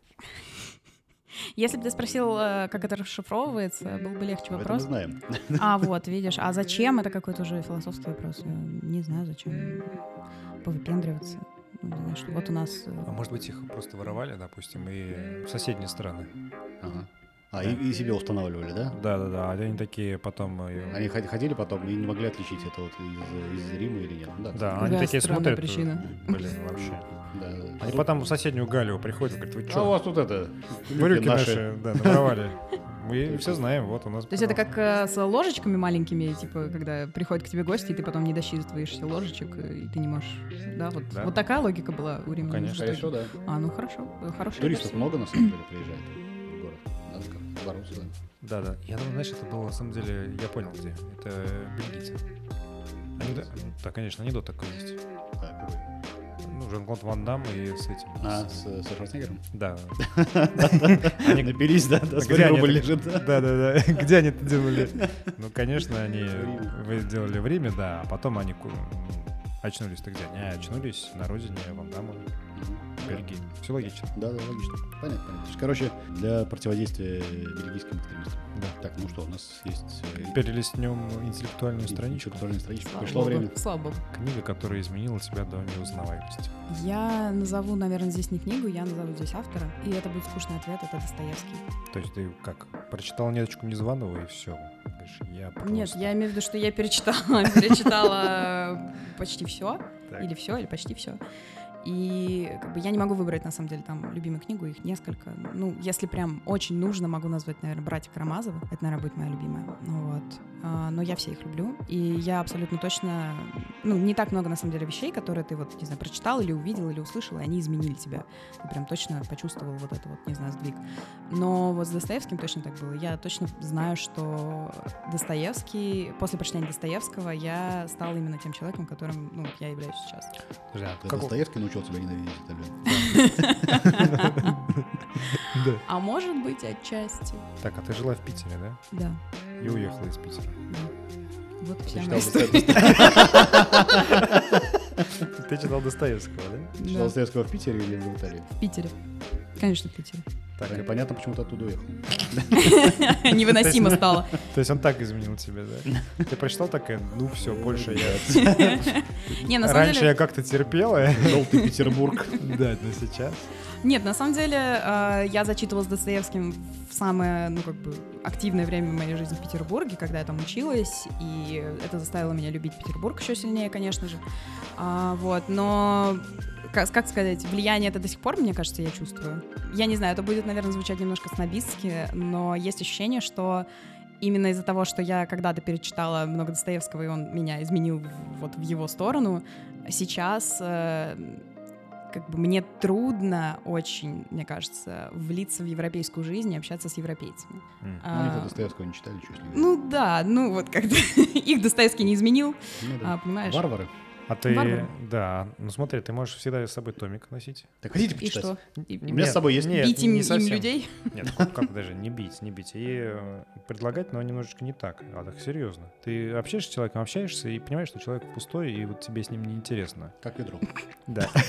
[SPEAKER 1] Если бы ты спросил, э, как это расшифровывается, был бы легче
[SPEAKER 2] Об этом мы
[SPEAKER 1] вопрос.
[SPEAKER 2] знаем.
[SPEAKER 1] А вот, видишь, а зачем? Это какой-то уже философский вопрос. Э, Не знаю, зачем повыпендриваться. Ну, знаешь, вот у нас... э,
[SPEAKER 3] А может быть их просто воровали, допустим, и в соседние страны?
[SPEAKER 2] Ага. А, и, и себе устанавливали, да?
[SPEAKER 3] Да-да-да, они такие потом... э,
[SPEAKER 2] Они ход- ходили потом и не могли отличить это вот из, из Рима или нет. Ну Да,
[SPEAKER 3] Да,
[SPEAKER 1] Да,
[SPEAKER 3] они такие
[SPEAKER 1] странная
[SPEAKER 3] смотрят. э,
[SPEAKER 1] причина.
[SPEAKER 3] Блин, вообще.
[SPEAKER 2] да, да.
[SPEAKER 3] Они потом в соседнюю Галию приходят и говорят, вы
[SPEAKER 2] А у
[SPEAKER 3] что?
[SPEAKER 2] вас тут это?
[SPEAKER 3] Брюки наши, да, наворовали. Мы все знаем, вот у нас...
[SPEAKER 1] То есть это как э, с ложечками маленькими, типа, когда приходят к тебе гости, и ты потом не досчитываешься ложечек, э, и ты не можешь... Да, вот,
[SPEAKER 3] Да.
[SPEAKER 1] вот такая логика была у Рима.
[SPEAKER 3] конечно.
[SPEAKER 2] Скорее всего, да.
[SPEAKER 1] А, ну хорошо, э, хорошая
[SPEAKER 2] Туристов
[SPEAKER 1] версия.
[SPEAKER 2] много, на самом деле, приезжает в город. Надо как-то бороться. да.
[SPEAKER 3] Да, да. Я думаю, знаешь, это было на самом деле, я понял где. Это бельгийцы. Анекдо- Да, конечно, анекдот такой есть.
[SPEAKER 2] Так, А, какой?
[SPEAKER 3] Ну, Жан-Клод Ван Дам и с этим.
[SPEAKER 2] А,
[SPEAKER 3] с-
[SPEAKER 2] с, э, со Шварценеггером?
[SPEAKER 3] Да.
[SPEAKER 2] Они напились, да, да,
[SPEAKER 3] А
[SPEAKER 2] смотри,
[SPEAKER 3] они
[SPEAKER 2] рубль
[SPEAKER 3] это-
[SPEAKER 2] лежит, да.
[SPEAKER 3] Да, да, да. Где они это делали? Ну, конечно, они вы- делали в Риме, да, а потом они ку- очнулись-то где? Они А, очнулись на родине Ван Дамма, в Бельгии. Все логично.
[SPEAKER 2] Да, да, логично. Понятно, понятно. То есть, Короче, для противодействия бельгийским экстремистам.
[SPEAKER 3] Да.
[SPEAKER 2] Так, ну что, у нас есть... э,
[SPEAKER 3] Перелистнем интеллектуальную
[SPEAKER 2] и-
[SPEAKER 3] страничку.
[SPEAKER 2] интеллектуальная страничка.
[SPEAKER 1] Слава
[SPEAKER 2] Пришло
[SPEAKER 1] богу,
[SPEAKER 2] время.
[SPEAKER 1] Слава богу.
[SPEAKER 3] Книга, которая изменила тебя до неузнаваемости.
[SPEAKER 1] Я назову, наверное, здесь не книгу, я назову здесь автора. И это будет скучный ответ, это Достоевский.
[SPEAKER 3] То есть ты как, прочитал ниточку Незваного и все? Я
[SPEAKER 1] Нет,
[SPEAKER 3] просто-
[SPEAKER 1] я имею в виду, что я перечитала, перечитала э, почти все,
[SPEAKER 3] Так.
[SPEAKER 1] или все, или почти все. И как бы я не могу выбрать, на самом деле, там любимую книгу, их несколько. Ну, если прям очень нужно, могу назвать, наверное, «Братья Карамазовы». Это, наверное, будет моя любимая. Ну вот. А, но я все их люблю. И я абсолютно точно... Ну, не так много, на самом деле, вещей, которые ты, вот, не знаю, прочитал или увидел, или услышал, и они изменили тебя. Ты прям точно почувствовал вот этот вот, не знаю, сдвиг. Но вот с Достоевским точно так было. Я точно знаю, что Достоевский... После прочтения Достоевского я стала именно тем человеком, которым, ну, вот я являюсь сейчас.
[SPEAKER 3] Подожди, а
[SPEAKER 2] Ты
[SPEAKER 3] какого-
[SPEAKER 2] Достоевский научил тебя ненавидеть Италию.
[SPEAKER 1] А может быть, отчасти.
[SPEAKER 3] Так, а ты жила в Питере, да?
[SPEAKER 1] Да.
[SPEAKER 3] И уехала из Питера.
[SPEAKER 1] Вот
[SPEAKER 2] Ты
[SPEAKER 1] вся
[SPEAKER 2] читал
[SPEAKER 1] моя история.
[SPEAKER 2] Достоевского-
[SPEAKER 3] Ты читал Достоевского, да?
[SPEAKER 2] читал
[SPEAKER 1] Да,
[SPEAKER 2] Достоевского в Питере или в Италии?
[SPEAKER 1] В Питере. Конечно, в Питере.
[SPEAKER 3] Так, и
[SPEAKER 2] Понятно, почему ты оттуда уехал.
[SPEAKER 1] Невыносимо стало.
[SPEAKER 3] То есть он так изменил тебя, да? Ты прочитал такая, ну все, больше я...
[SPEAKER 1] Не, на самом
[SPEAKER 3] Раньше
[SPEAKER 1] деле...
[SPEAKER 3] я как-то терпела.
[SPEAKER 2] Желтый Петербург. Ну,
[SPEAKER 3] Да, но сейчас.
[SPEAKER 1] Нет, на самом деле э, я зачитывалась Достоевским в самое, ну, как бы, активное время моей жизни в Петербурге, когда я там училась, и это заставило меня любить Петербург еще сильнее, конечно же. А, вот, но, как, как сказать, влияние это до сих пор, мне кажется, я чувствую. Я не знаю, это будет, наверное, звучать немножко снобистски, но есть ощущение, что именно из-за того, что я когда-то перечитала много Достоевского, и он меня изменил в- вот в его сторону, сейчас э, как бы мне трудно очень, мне кажется, влиться в европейскую жизнь и общаться с европейцами.
[SPEAKER 2] Ну, они
[SPEAKER 1] А,
[SPEAKER 2] тут Достоевского не читали, что с ним.
[SPEAKER 1] ну да, ну вот как-то их Достоевский не изменил,
[SPEAKER 2] Ну да.
[SPEAKER 1] а, понимаешь?
[SPEAKER 2] Варвары.
[SPEAKER 3] А ты,
[SPEAKER 1] Варвара.
[SPEAKER 3] да, ну смотри, ты можешь всегда с собой томик носить.
[SPEAKER 2] Так хотите
[SPEAKER 1] И
[SPEAKER 2] почитать?
[SPEAKER 1] что? И-
[SPEAKER 2] У меня с собой есть.
[SPEAKER 3] типа Нет,
[SPEAKER 1] Бить им,
[SPEAKER 3] не
[SPEAKER 1] им
[SPEAKER 3] совсем.
[SPEAKER 1] людей?
[SPEAKER 3] Нет, ну как- как даже не бить, не бить. И э, предлагать, но немножечко не так, а так серьезно. Ты общаешься с человеком, общаешься и понимаешь, что человек пустой, и вот тебе с ним неинтересно.
[SPEAKER 2] Как ведро.
[SPEAKER 3] Да.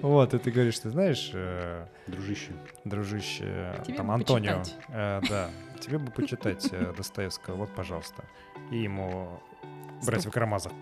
[SPEAKER 3] Вот, и ты говоришь, ты знаешь, э,
[SPEAKER 2] Дружище.
[SPEAKER 3] дружище,
[SPEAKER 1] А Тебе
[SPEAKER 3] там,
[SPEAKER 1] бы
[SPEAKER 3] Антонио,
[SPEAKER 1] почитать.
[SPEAKER 3] э, да, тебе бы почитать э, Достоевского, вот, пожалуйста. И ему брать в Карамазов.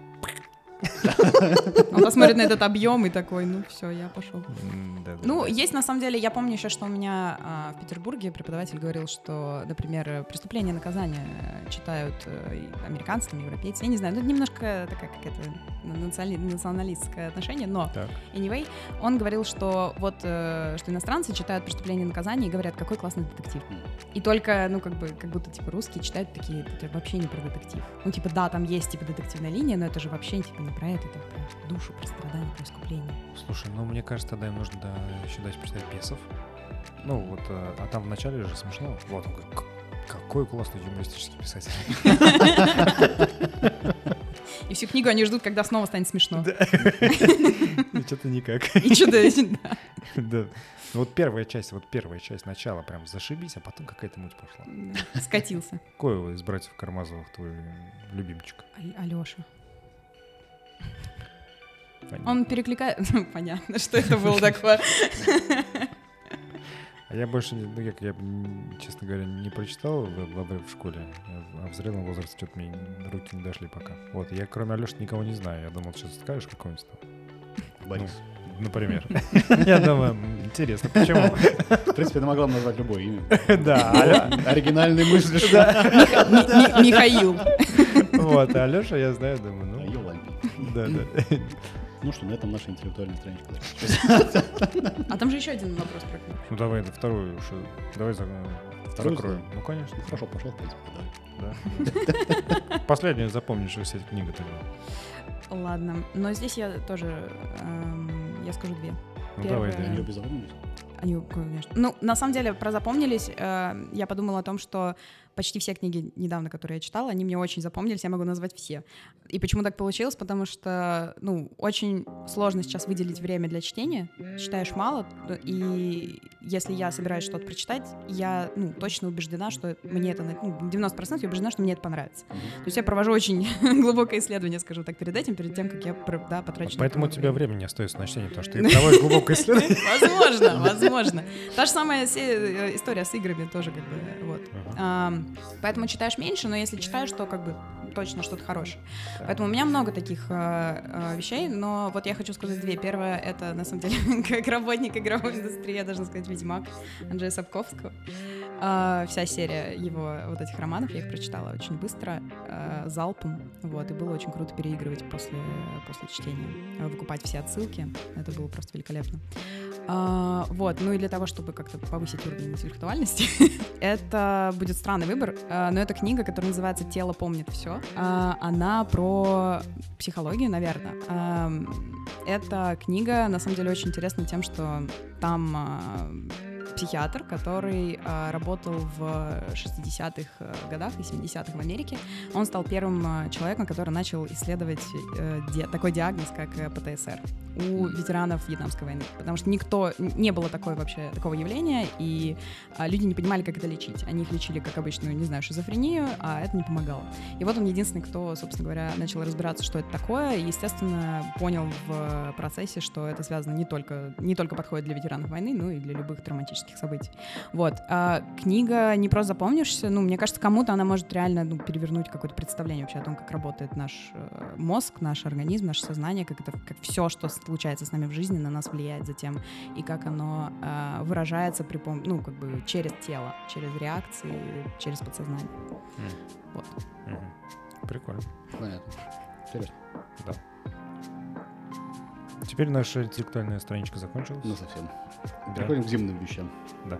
[SPEAKER 1] Он посмотрит на этот объем и такой, ну все, я пошел.
[SPEAKER 3] М, да, да,
[SPEAKER 1] Ну,
[SPEAKER 3] да.
[SPEAKER 1] есть на самом деле, я помню еще, что у меня а, в Петербурге преподаватель говорил, что, например, э, преступление и наказание э, читают э, и американцы, там, европейцы, я не знаю, ну, это немножко такая какая-то национали- националистское отношение, но,
[SPEAKER 3] Так.
[SPEAKER 1] anyway, он говорил, что вот, э, что иностранцы читают преступление и наказание и говорят, какой классный детектив.
[SPEAKER 3] Хм.
[SPEAKER 2] Мгм.
[SPEAKER 1] И только, ну, как бы, как будто, типа, русские читают такие, это вообще не про детектив. Ну, типа, да, там есть, типа, детективная линия, но это же вообще, типа, не про это, это про душу, про страдания, про искупление.
[SPEAKER 3] Слушай, ну мне кажется, тогда им нужно да, еще дать почитать бесов. Ну вот, э, а там вначале же смешно. Вот он как- какой классный юмористический писатель.
[SPEAKER 1] И всю книгу они ждут, когда снова станет смешно.
[SPEAKER 3] И что-то Ну, никак.
[SPEAKER 1] И чудо, да.
[SPEAKER 3] Да. Ну Вот первая часть, вот первая часть начала прям зашибись, а потом какая-то муть пошла.
[SPEAKER 1] Да, Скатился.
[SPEAKER 3] Какой из братьев Кармазовых твой любимчик?
[SPEAKER 1] Алеша.
[SPEAKER 3] Понятно.
[SPEAKER 1] Он перекликает... Ну, Понятно, что это было такое.
[SPEAKER 3] А я больше, не- ну, я, я, м, честно говоря, не прочитал в, во время- в школе, а в- а в зрелом возрасте что-то мне руки не дошли пока. Вот, я кроме Алеши никого не знаю. Я думал, сейчас скажешь какого-нибудь там.
[SPEAKER 2] Борис.
[SPEAKER 3] Например. Я думаю, м, интересно, почему?
[SPEAKER 2] В принципе, ты могла бы назвать любое имя.
[SPEAKER 3] Да, Аля-
[SPEAKER 2] Оригинальный мыслишь. Да.
[SPEAKER 1] Ми- Ми- Михаил.
[SPEAKER 3] вот, а Алёша, я знаю, думаю, ну,
[SPEAKER 2] ёлань.
[SPEAKER 3] да, да.
[SPEAKER 2] Ну что, на этом наша интеллектуальная страничка. закончилась.
[SPEAKER 1] А там же еще один вопрос про книгу.
[SPEAKER 3] Ну, давай да, вторую уж, э, давай за-
[SPEAKER 2] Вторую
[SPEAKER 3] закроем.
[SPEAKER 2] закроем?
[SPEAKER 3] Ну, конечно.
[SPEAKER 2] Ну Хорошо, пошел, в принципе, давай.
[SPEAKER 3] Да. Последнюю запомнившуюся книгу тогда.
[SPEAKER 1] Ладно, но здесь я тоже... эм, Я скажу две.
[SPEAKER 3] Ну, давай,
[SPEAKER 1] Первая.
[SPEAKER 2] Я не
[SPEAKER 3] да.
[SPEAKER 2] люблю запомнить.
[SPEAKER 1] Они, конечно. Ну, на самом деле, про запомнились. э, я подумала о том, что почти все книги недавно, которые я читала, они мне очень запомнились, я могу назвать все. И почему так получилось? Потому что, ну, очень сложно сейчас выделить время для чтения. Читаешь мало, т- и если я собираюсь что-то прочитать, я, ну, точно убеждена, что мне это, на- ну, 90% я убеждена, что мне это понравится. То есть я провожу очень глубокое исследование, скажу так, перед этим, перед тем, как я, про- да, потрачу... на
[SPEAKER 3] А Поэтому у
[SPEAKER 1] это
[SPEAKER 3] тебя
[SPEAKER 1] время.
[SPEAKER 3] времени не остается на чтение, потому что ты давай глубокое исследование.
[SPEAKER 1] Возможно, возможно. Та же самая се- э, история с играми тоже как бы вот.
[SPEAKER 3] Ага.
[SPEAKER 1] Ам, Поэтому читаешь меньше, но если читаешь, то как бы точно что-то хорошее. Поэтому у меня много таких а, а, вещей, но вот я хочу сказать две. Первое это на самом деле как работник игровой индустрии, я должна сказать Ведьмак Анджея Сапковского. А, вся серия его вот этих романов я их прочитала очень быстро а, залпом, вот и было очень круто переигрывать после после чтения, а, выкупать все отсылки, это было просто великолепно. А, вот, ну и для того, чтобы как-то повысить уровень интеллектуальности, это будет странный выбор, а, но это книга, которая называется «Тело помнит все». Она про психологию, наверное. Ам, Эта книга, на самом деле, очень интересна тем, что там а, психиатр, который а, работал в 60-х годах и 70-х в Америке, он стал первым а, человеком, который начал исследовать э, ди- такой диагноз, как э, ПТСР у ветеранов Вьетнамской войны, потому что никто не было такой вообще такого явления, и а, люди не понимали, как это лечить. Они их лечили как обычную, не знаю, шизофрению, а это не помогало. И вот он единственный, кто, собственно говоря, начал разбираться, что это такое, и, естественно, понял в процессе, что это связано не только, не только подходит для ветеранов войны, но и для любых травматических событий. Вот. А книга «Не просто запомнишься», ну, мне кажется, кому-то она может реально ну, перевернуть какое-то представление вообще о том, как работает наш э, мозг, наш организм, наше сознание, как это, как все, что случается с нами в жизни, на нас влияет затем и как оно а, выражается при пом- ну как бы через тело, через реакции, через подсознание.
[SPEAKER 3] Мгм. Прикольно.
[SPEAKER 2] Понятно. Интересно.
[SPEAKER 3] Теперь наша интеллектуальная страничка закончилась.
[SPEAKER 2] Ну, совсем.
[SPEAKER 3] Да.
[SPEAKER 2] Переходим к зимним вещам.
[SPEAKER 3] Да.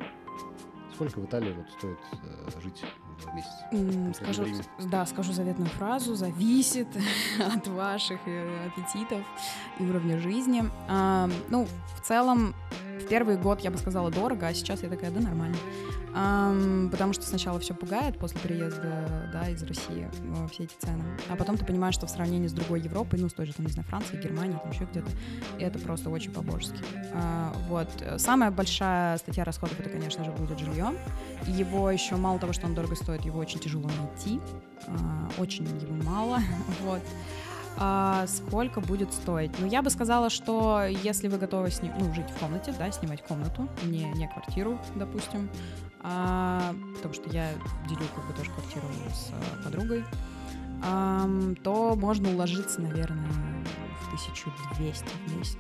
[SPEAKER 2] Сколько в Италии вот стоит э, жить в месяц? скажу-
[SPEAKER 1] Скажу,
[SPEAKER 2] время.
[SPEAKER 1] да, скажу заветную фразу: зависит от ваших э, аппетитов и уровня жизни. А, ну в целом в первый год я бы сказала дорого, а сейчас я такая, да, нормально. Ам, потому что сначала все пугает после приезда, да, из России, э, все эти цены. А потом ты понимаешь, что в сравнении с другой Европой, ну, с той же, там, не знаю, Франции, Германии, там еще где-то, это просто очень по-божески. А, вот. Самая большая статья расходов, это, конечно же, будет жилье. Его еще мало того, что он дорого стоит, его очень тяжело найти. А, очень его мало. Вот. А, сколько будет стоить? Ну, я бы сказала, что если вы готовы сни- ну, жить в комнате, да, снимать комнату, не, не квартиру, допустим, а, потому что я делю как бы тоже квартиру с э, подругой, ам, то можно уложиться, наверное, в 1200 в месяц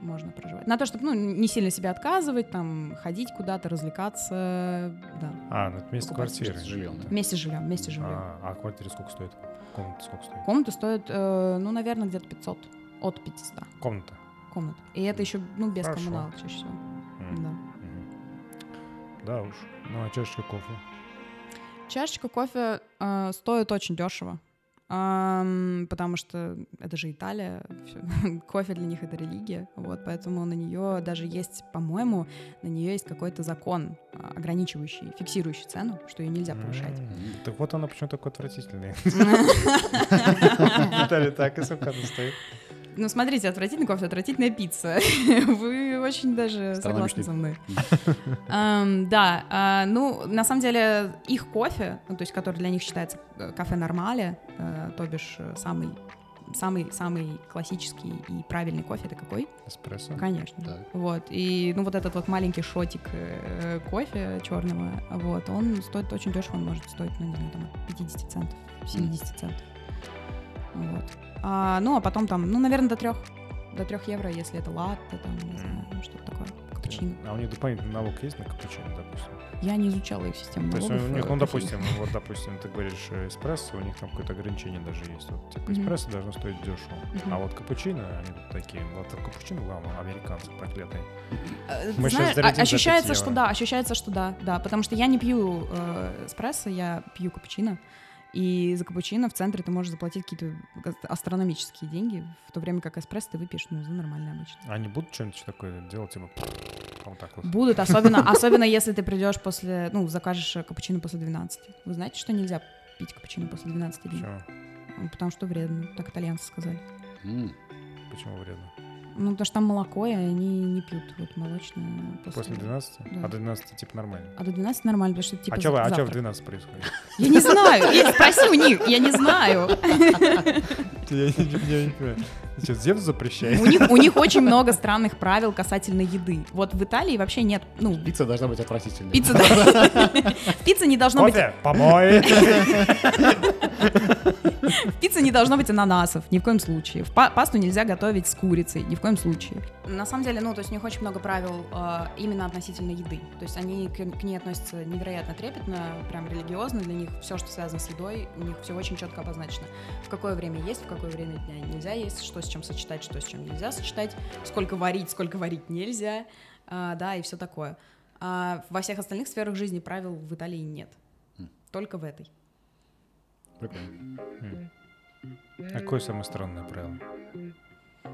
[SPEAKER 1] можно проживать. На то, чтобы ну, не сильно себя отказывать, там, ходить куда-то, развлекаться, да.
[SPEAKER 3] А, ну это вместо
[SPEAKER 1] Покупать
[SPEAKER 3] квартиры.
[SPEAKER 2] с жильем, да?
[SPEAKER 1] Вместе живем, вместе живем.
[SPEAKER 3] А, а квартира сколько стоит? Комната сколько стоит?
[SPEAKER 1] Комната стоит, э, ну, наверное, где-то 500, от 500
[SPEAKER 3] Комната.
[SPEAKER 1] комнат. И это еще, ну, без
[SPEAKER 3] Хорошо.
[SPEAKER 1] коммуналок чаще всего.
[SPEAKER 3] М,
[SPEAKER 1] Да.
[SPEAKER 3] мгм. Да уж. Ну а чашечка кофе?
[SPEAKER 1] Чашечка кофе э, стоит очень дешево. Ам, потому что это же Италия, всё. кофе для них это религия, вот, поэтому на нее даже есть, по-моему, на нее есть какой-то закон, а, ограничивающий, фиксирующий цену, что ее нельзя повышать.
[SPEAKER 3] М, Так вот она почему такой отвратительный. Италия так и сколько она стоит.
[SPEAKER 1] Ну, смотрите, отвратительный кофе, отвратительная пицца. Вы очень даже
[SPEAKER 2] Страна
[SPEAKER 1] согласны
[SPEAKER 2] мечты.
[SPEAKER 1] со мной. Эм, Да, а, ну, на самом деле, их кофе, ну, то есть, который для них считается э, кафе нормале, э, то бишь э, самый самый самый классический и правильный кофе это какой?
[SPEAKER 3] Эспрессо.
[SPEAKER 1] Конечно.
[SPEAKER 2] Да.
[SPEAKER 1] Вот и ну вот этот вот маленький шотик э, кофе черного, вот он стоит очень дешево, он может стоить ну не знаю там от 50 центов, 70 центов. Вот. А, ну а потом там, ну наверное до трех до трех евро, если это латте там не знаю ну, что-то такое капучино.
[SPEAKER 3] А у них дополнительный налог есть на капучино, допустим?
[SPEAKER 1] Я не изучала их систему
[SPEAKER 3] То есть, у
[SPEAKER 1] налогов, э,
[SPEAKER 3] них, ну,
[SPEAKER 1] кофейных.
[SPEAKER 3] допустим, вот, допустим, ты говоришь э, эспрессо, у них там какое-то ограничение даже есть. Вот, типа,
[SPEAKER 1] Мгм.
[SPEAKER 3] эспрессо должно стоить дешево.
[SPEAKER 1] Мгм.
[SPEAKER 3] А вот капучино, они тут такие, вот капучино, лама, американцы проклятые.
[SPEAKER 1] Э,
[SPEAKER 3] Мы
[SPEAKER 1] ты
[SPEAKER 3] щас
[SPEAKER 1] знаешь,
[SPEAKER 3] зарядим за
[SPEAKER 1] а- ощущается,
[SPEAKER 3] 5 евро.
[SPEAKER 1] что да, ощущается, что да, да, потому что я не пью э, эспрессо, я пью капучино, и за капучино в центре ты можешь заплатить какие-то астрономические деньги, в то время как эспрессо ты выпьешь, ну, за нормальное обычно.
[SPEAKER 3] Они будут что-нибудь такое делать, типа, вот так вот.
[SPEAKER 1] Будут, особенно, особенно если ты придешь после, ну, закажешь э, капучино после 12. Вы знаете, что нельзя пить капучино после 12 дня?
[SPEAKER 3] Почему?
[SPEAKER 1] Потому что вредно, так итальянцы сказали.
[SPEAKER 2] М,
[SPEAKER 3] Почему вредно?
[SPEAKER 1] Ну, потому что там молоко, и они не пьют вот молочное после...
[SPEAKER 3] После 12?
[SPEAKER 1] Да.
[SPEAKER 3] А до 12 типа нормально.
[SPEAKER 1] А до 12 нормально, потому что это, типа
[SPEAKER 3] а что
[SPEAKER 1] за-
[SPEAKER 3] в
[SPEAKER 1] завтрак.
[SPEAKER 3] 12 происходит?
[SPEAKER 1] Я не знаю. Я спроси у них, я не знаю.
[SPEAKER 3] Я не я не понимаю. Что, Зевс запрещает?
[SPEAKER 1] У них, у них очень много странных правил касательно еды. Вот в Италии вообще нет, ну,
[SPEAKER 2] Пицца должна быть отвратительной.
[SPEAKER 1] пицца, да. Пицца не должно быть,
[SPEAKER 3] Кофе, помой!
[SPEAKER 1] в пицце не должно быть ананасов, ни в коем случае. В па- пасту нельзя готовить с курицей, ни в коем случае. На самом деле, ну, то есть у них очень много правил э, именно относительно еды. То есть они к, к ней относятся невероятно трепетно, прям религиозно. Для них все, что связано с едой, у них все очень четко обозначено. В какое время есть, в какое время дня нельзя есть, что с чем сочетать, что с чем нельзя сочетать, сколько варить, сколько варить нельзя, а, да, и все такое. А во всех остальных сферах жизни правил в Италии нет.
[SPEAKER 2] М.
[SPEAKER 1] Только в этой.
[SPEAKER 2] Прикольно.
[SPEAKER 3] А Какое самое странное правило?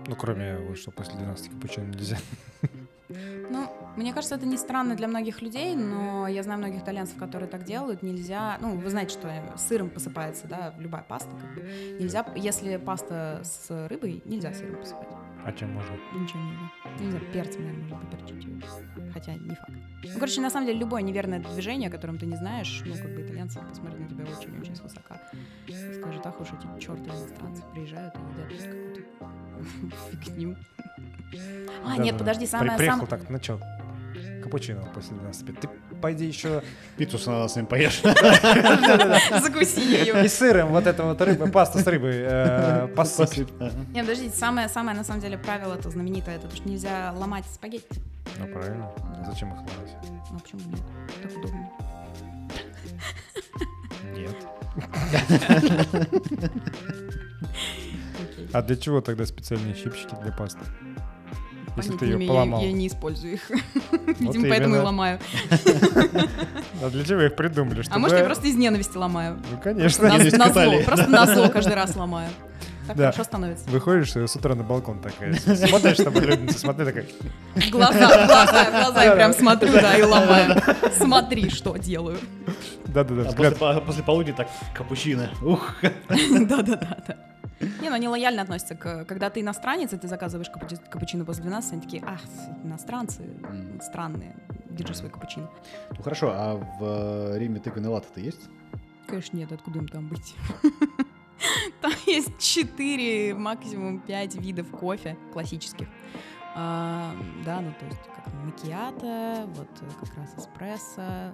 [SPEAKER 3] Ну, кроме, вот, что после 12 капучино нельзя.
[SPEAKER 1] Ну, мне кажется, это не странно для многих людей, но я знаю многих итальянцев, которые так делают. Нельзя, ну, вы знаете, что сыром посыпается, да, любая паста. как бы. Нельзя, если паста с рыбой, нельзя сыром посыпать.
[SPEAKER 3] А чем можно?
[SPEAKER 1] Ничего нельзя. Нельзя перцем, наверное, можно поперчить. её. Хотя не факт. Ну, короче, на самом деле, любое неверное движение, о котором ты не знаешь, ну, как бы итальянцы посмотрят на тебя очень-очень свысока. И скажут, ах уж эти чертовы иностранцы приезжают и едят тут какую-то фигню. А, нет,
[SPEAKER 3] Да-да-да.
[SPEAKER 1] подожди,
[SPEAKER 3] При-
[SPEAKER 1] самое...
[SPEAKER 3] Приехал
[SPEAKER 1] самое...
[SPEAKER 3] так, начал. Капучино после 12. Ты пойди еще
[SPEAKER 2] Пиццу с ананасами поешь.
[SPEAKER 1] Закуси ее.
[SPEAKER 3] и сыром вот это вот рыба, паста с рыбой э, посыпь.
[SPEAKER 2] Посыпь, ага. А
[SPEAKER 1] Не, подождите, самое, самое на самом деле правило это знаменитое, это то, что нельзя ломать спагетти.
[SPEAKER 3] Ну, правильно. Зачем их ломать?
[SPEAKER 1] Ну, а почему бы нет? Так удобно.
[SPEAKER 3] Нет.
[SPEAKER 1] Окей.
[SPEAKER 3] А для чего тогда специальные щипчики для пасты? Если ты
[SPEAKER 1] Понятия А не
[SPEAKER 3] ее
[SPEAKER 1] имею,
[SPEAKER 3] поломал.
[SPEAKER 1] Я, я не использую их.
[SPEAKER 3] Вот
[SPEAKER 1] Видимо, поэтому и
[SPEAKER 3] именно.
[SPEAKER 1] ломаю.
[SPEAKER 3] А для чего их придумали? Чтобы...
[SPEAKER 1] А может, я просто из ненависти ломаю.
[SPEAKER 3] Ну, конечно.
[SPEAKER 1] На,
[SPEAKER 2] Ненависть к
[SPEAKER 1] на зло.
[SPEAKER 2] Италии.
[SPEAKER 1] Просто на зло каждый раз ломаю. Так
[SPEAKER 3] Да.
[SPEAKER 1] хорошо становится.
[SPEAKER 3] Выходишь э, с утра на балкон такая, смотришь, там блюдница, смотри, такая,
[SPEAKER 1] В глаза, в глаза, в глаза я прям смотрю, да, и ломаю. Смотри, что делаю.
[SPEAKER 3] да-да-да,
[SPEAKER 2] А
[SPEAKER 3] взгляд.
[SPEAKER 2] после, по- после полудня так капучино. Ух.
[SPEAKER 1] Да-да-да. Не, ну они лояльно относятся к... Когда ты иностранец, и ты заказываешь капу- капучино после 12, они такие, ах, иностранцы,
[SPEAKER 2] Мгм.
[SPEAKER 1] странные, держи свой капучино.
[SPEAKER 2] Ну хорошо, а в э, Риме тыквенный латте-то есть?
[SPEAKER 1] Конечно, нет, откуда им там быть? Там есть 4, максимум 5 видов кофе классических. А, да, ну то есть как макиата, вот э, как раз эспрессо,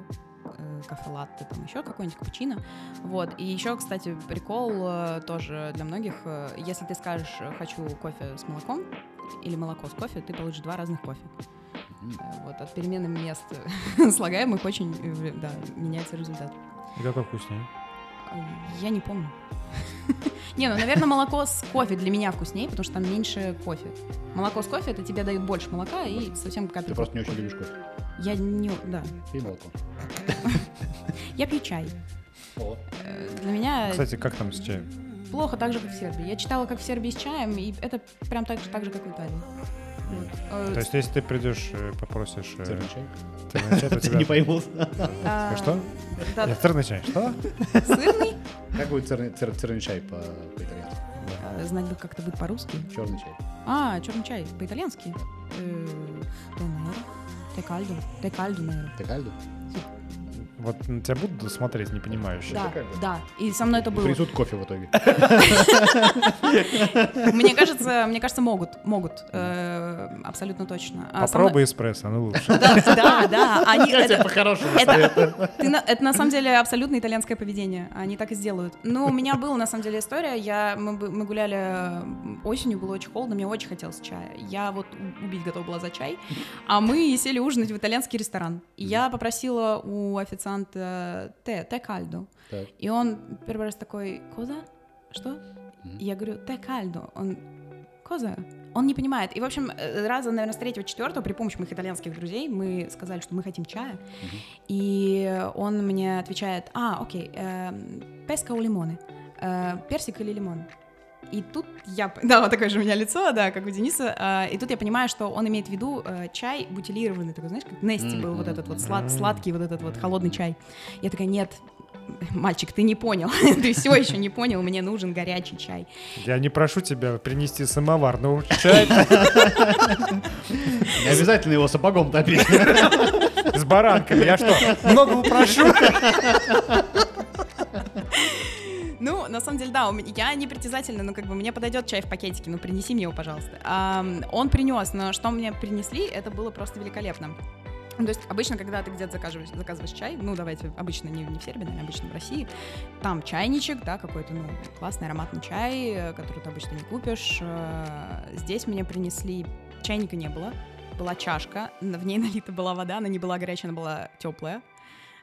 [SPEAKER 1] э, кафе-латте, там еще какой-нибудь капучино. Вот. И еще, кстати, прикол э, тоже для многих. э, Если ты скажешь э, «хочу кофе с молоком», или молоко с кофе, ты получишь два разных кофе.
[SPEAKER 2] Мгм.
[SPEAKER 1] Э, Вот, от перемены мест слагаемых очень э, в- да, меняется результат.
[SPEAKER 3] И какой вкуснее?
[SPEAKER 1] Я не помню. Не, ну, наверное, молоко с кофе для меня вкуснее, потому что там меньше кофе. Молоко с кофе, это тебе дают больше молока и совсем
[SPEAKER 2] Ты
[SPEAKER 1] капельку.
[SPEAKER 2] просто не очень любишь кофе.
[SPEAKER 1] Я не... Да.
[SPEAKER 2] Пей молоко.
[SPEAKER 1] Я пью чай.
[SPEAKER 2] О.
[SPEAKER 1] Э, Для меня
[SPEAKER 3] Кстати, как там с чаем?
[SPEAKER 1] плохо так же, как в Сербии. Я читала, как в Сербии с чаем, и это прям так же, так же как в Италии. Вот. Э,
[SPEAKER 3] То есть, если ты придешь, э, попросишь... э,
[SPEAKER 2] Цельный чай?
[SPEAKER 3] цельный чай, то
[SPEAKER 2] Ты
[SPEAKER 3] тебя-
[SPEAKER 2] не поймут.
[SPEAKER 1] а,
[SPEAKER 3] Что?
[SPEAKER 1] да,
[SPEAKER 3] Я цельный чай. Что?
[SPEAKER 1] Сырный?
[SPEAKER 2] Как будет церный- цер- церный чай по- по-итальянски?
[SPEAKER 1] Э, Знать бы, как это будет по-русски.
[SPEAKER 2] Черный чай.
[SPEAKER 1] А, черный чай, по-итальянски. Э, Тенеро. Текальдо. Текальдо, наверное.
[SPEAKER 2] Ты кальду?
[SPEAKER 3] Вот на тебя будут смотреть непонимающие?
[SPEAKER 1] Да,
[SPEAKER 2] Текальдо.
[SPEAKER 1] да. И со мной это было.
[SPEAKER 2] Принесут кофе в итоге.
[SPEAKER 1] Мне кажется, мне кажется, могут, могут, э, абсолютно точно. А со мной-
[SPEAKER 3] Попробуй эспрессо, оно лучше.
[SPEAKER 1] Да, да, да. Они, это,
[SPEAKER 2] по-хорошему.
[SPEAKER 1] это- ты на- это на самом деле абсолютно итальянское поведение. Они так и сделают. Ну, у меня была на самом деле история. Я, мы, бы- мы гуляли м, осенью, было очень холодно, мне очень хотелось чая. Я вот у- убить готова была за чай. А мы сели ужинать в итальянский ресторан. И я попросила у официанта те, те кальдо.
[SPEAKER 2] Так.
[SPEAKER 1] И он первый раз такой, коза? Что?
[SPEAKER 2] Мгм.
[SPEAKER 1] Я говорю, те кальдо. Он, коза? Он не понимает. И, в общем, э, раза, наверное, с третьего, четвертого, при помощи моих итальянских друзей, мы сказали, что мы хотим чая. И он мне отвечает, а, окей, песка у лимоны. Э, персик или лимон? И тут я... Да, вот такое же у меня лицо, да, как у Дениса. А, И тут я понимаю, что он имеет в виду э, чай бутилированный, такой, знаешь, как Нести был, вот этот вот слад-
[SPEAKER 3] Мгм.
[SPEAKER 1] сладкий, вот этот вот холодный чай. Я такая, нет, мальчик, ты не понял, ты все еще не понял, мне нужен горячий чай.
[SPEAKER 3] Я не прошу тебя принести самовар, но чай
[SPEAKER 2] Не обязательно его сапогом топить.
[SPEAKER 3] с баранками. Я что, много прошу?
[SPEAKER 1] Ну, на самом деле, да, у меня, я не притязательна, но как бы мне подойдет чай в пакетике, ну принеси мне его, пожалуйста. Ам, он принес, но что мне принесли, это было просто великолепно. Ну, То есть обычно, когда ты где-то заказываешь, заказываешь чай, ну давайте обычно не, не в Сербии, наверное, обычно в России, там чайничек, да, какой-то ну классный ароматный чай, э, который ты обычно не купишь. Э, Здесь мне принесли чайника не было, была чашка, н- в ней налита была вода, она не была горячая, она была теплая.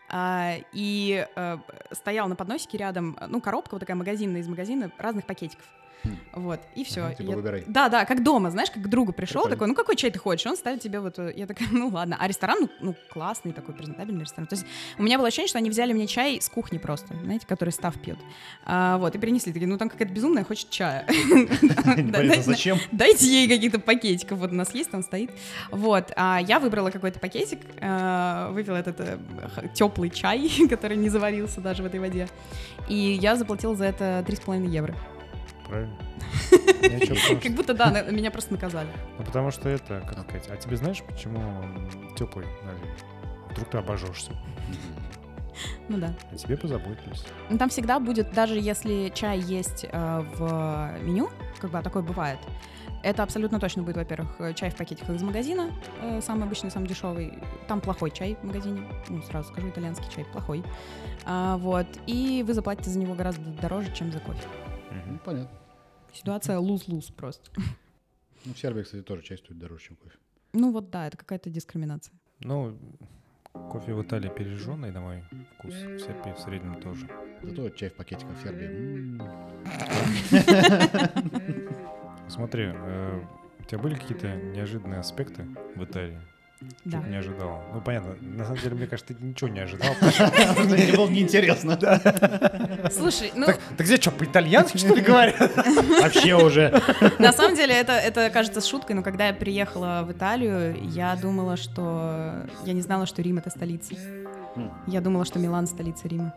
[SPEAKER 1] А, и э, стоял на подносике рядом, э, ну, коробка вот такая магазинная из магазина разных пакетиков.
[SPEAKER 2] Хм.
[SPEAKER 1] Вот, и все.
[SPEAKER 2] Ага, типа выбирай.
[SPEAKER 1] Да, да, как дома, знаешь, как к другу пришел,
[SPEAKER 2] Прикольно.
[SPEAKER 1] такой, ну какой чай ты хочешь? Он ставит тебе вот, э, я такая, ну ладно. А ресторан, ну, ну, классный такой, презентабельный ресторан. То есть у меня было ощущение, что они взяли мне чай с кухни просто, знаете, который став пьет. А, вот, и принесли, такие, ну там какая-то безумная хочет чая.
[SPEAKER 2] Непонятно зачем.
[SPEAKER 1] Дайте ей каких-то пакетиков, вот у нас есть, там стоит. Вот, а я выбрала какой-то пакетик, э, выпила этот теплый чай, который не заварился даже в этой воде. И я заплатила за это 3,5 евро.
[SPEAKER 3] Правильно. Я чё, потому
[SPEAKER 1] Как
[SPEAKER 3] что-
[SPEAKER 1] будто, да, на- меня просто наказали.
[SPEAKER 3] Ну, потому что это, как сказать, а тебе знаешь, почему он теплый налили? Вдруг ты обожжешься,
[SPEAKER 1] Ну да.
[SPEAKER 3] а тебе позаботились.
[SPEAKER 1] Ну, там всегда будет, даже если чай есть э, в меню, как бы а такое бывает, это абсолютно точно будет, во-первых, э, чай в пакетиках из магазина, э, самый обычный, самый дешевый. Там плохой чай в магазине, ну, сразу скажу, итальянский чай плохой. А, вот, и вы заплатите за него гораздо дороже, чем за кофе.
[SPEAKER 2] Ну,
[SPEAKER 3] Мгм.
[SPEAKER 2] понятно.
[SPEAKER 1] Ситуация луз-луз просто.
[SPEAKER 2] Ну, в Сербии, кстати, тоже чай стоит дороже, чем кофе.
[SPEAKER 1] Ну вот да, это какая-то дискриминация.
[SPEAKER 3] Ну, кофе в Италии пережженный, на мой вкус, в Сербии в среднем тоже.
[SPEAKER 2] Зато чай в пакетиках в Сербии. м,
[SPEAKER 3] Смотри, э, у тебя были какие-то неожиданные аспекты в Италии?
[SPEAKER 1] Да.
[SPEAKER 3] Не ожидал. Ну, понятно. На самом деле, мне кажется, ты ничего не ожидал.
[SPEAKER 2] Мне было неинтересно.
[SPEAKER 1] Слушай, ну,
[SPEAKER 3] Так так здесь что, по-итальянски, что ли, говорят?
[SPEAKER 2] Вообще уже.
[SPEAKER 1] на самом деле, это, это кажется шуткой, но когда я приехала в Италию, я думала, что... Я не знала, что Рим — это столица. Я думала, что Милан — столица Рима.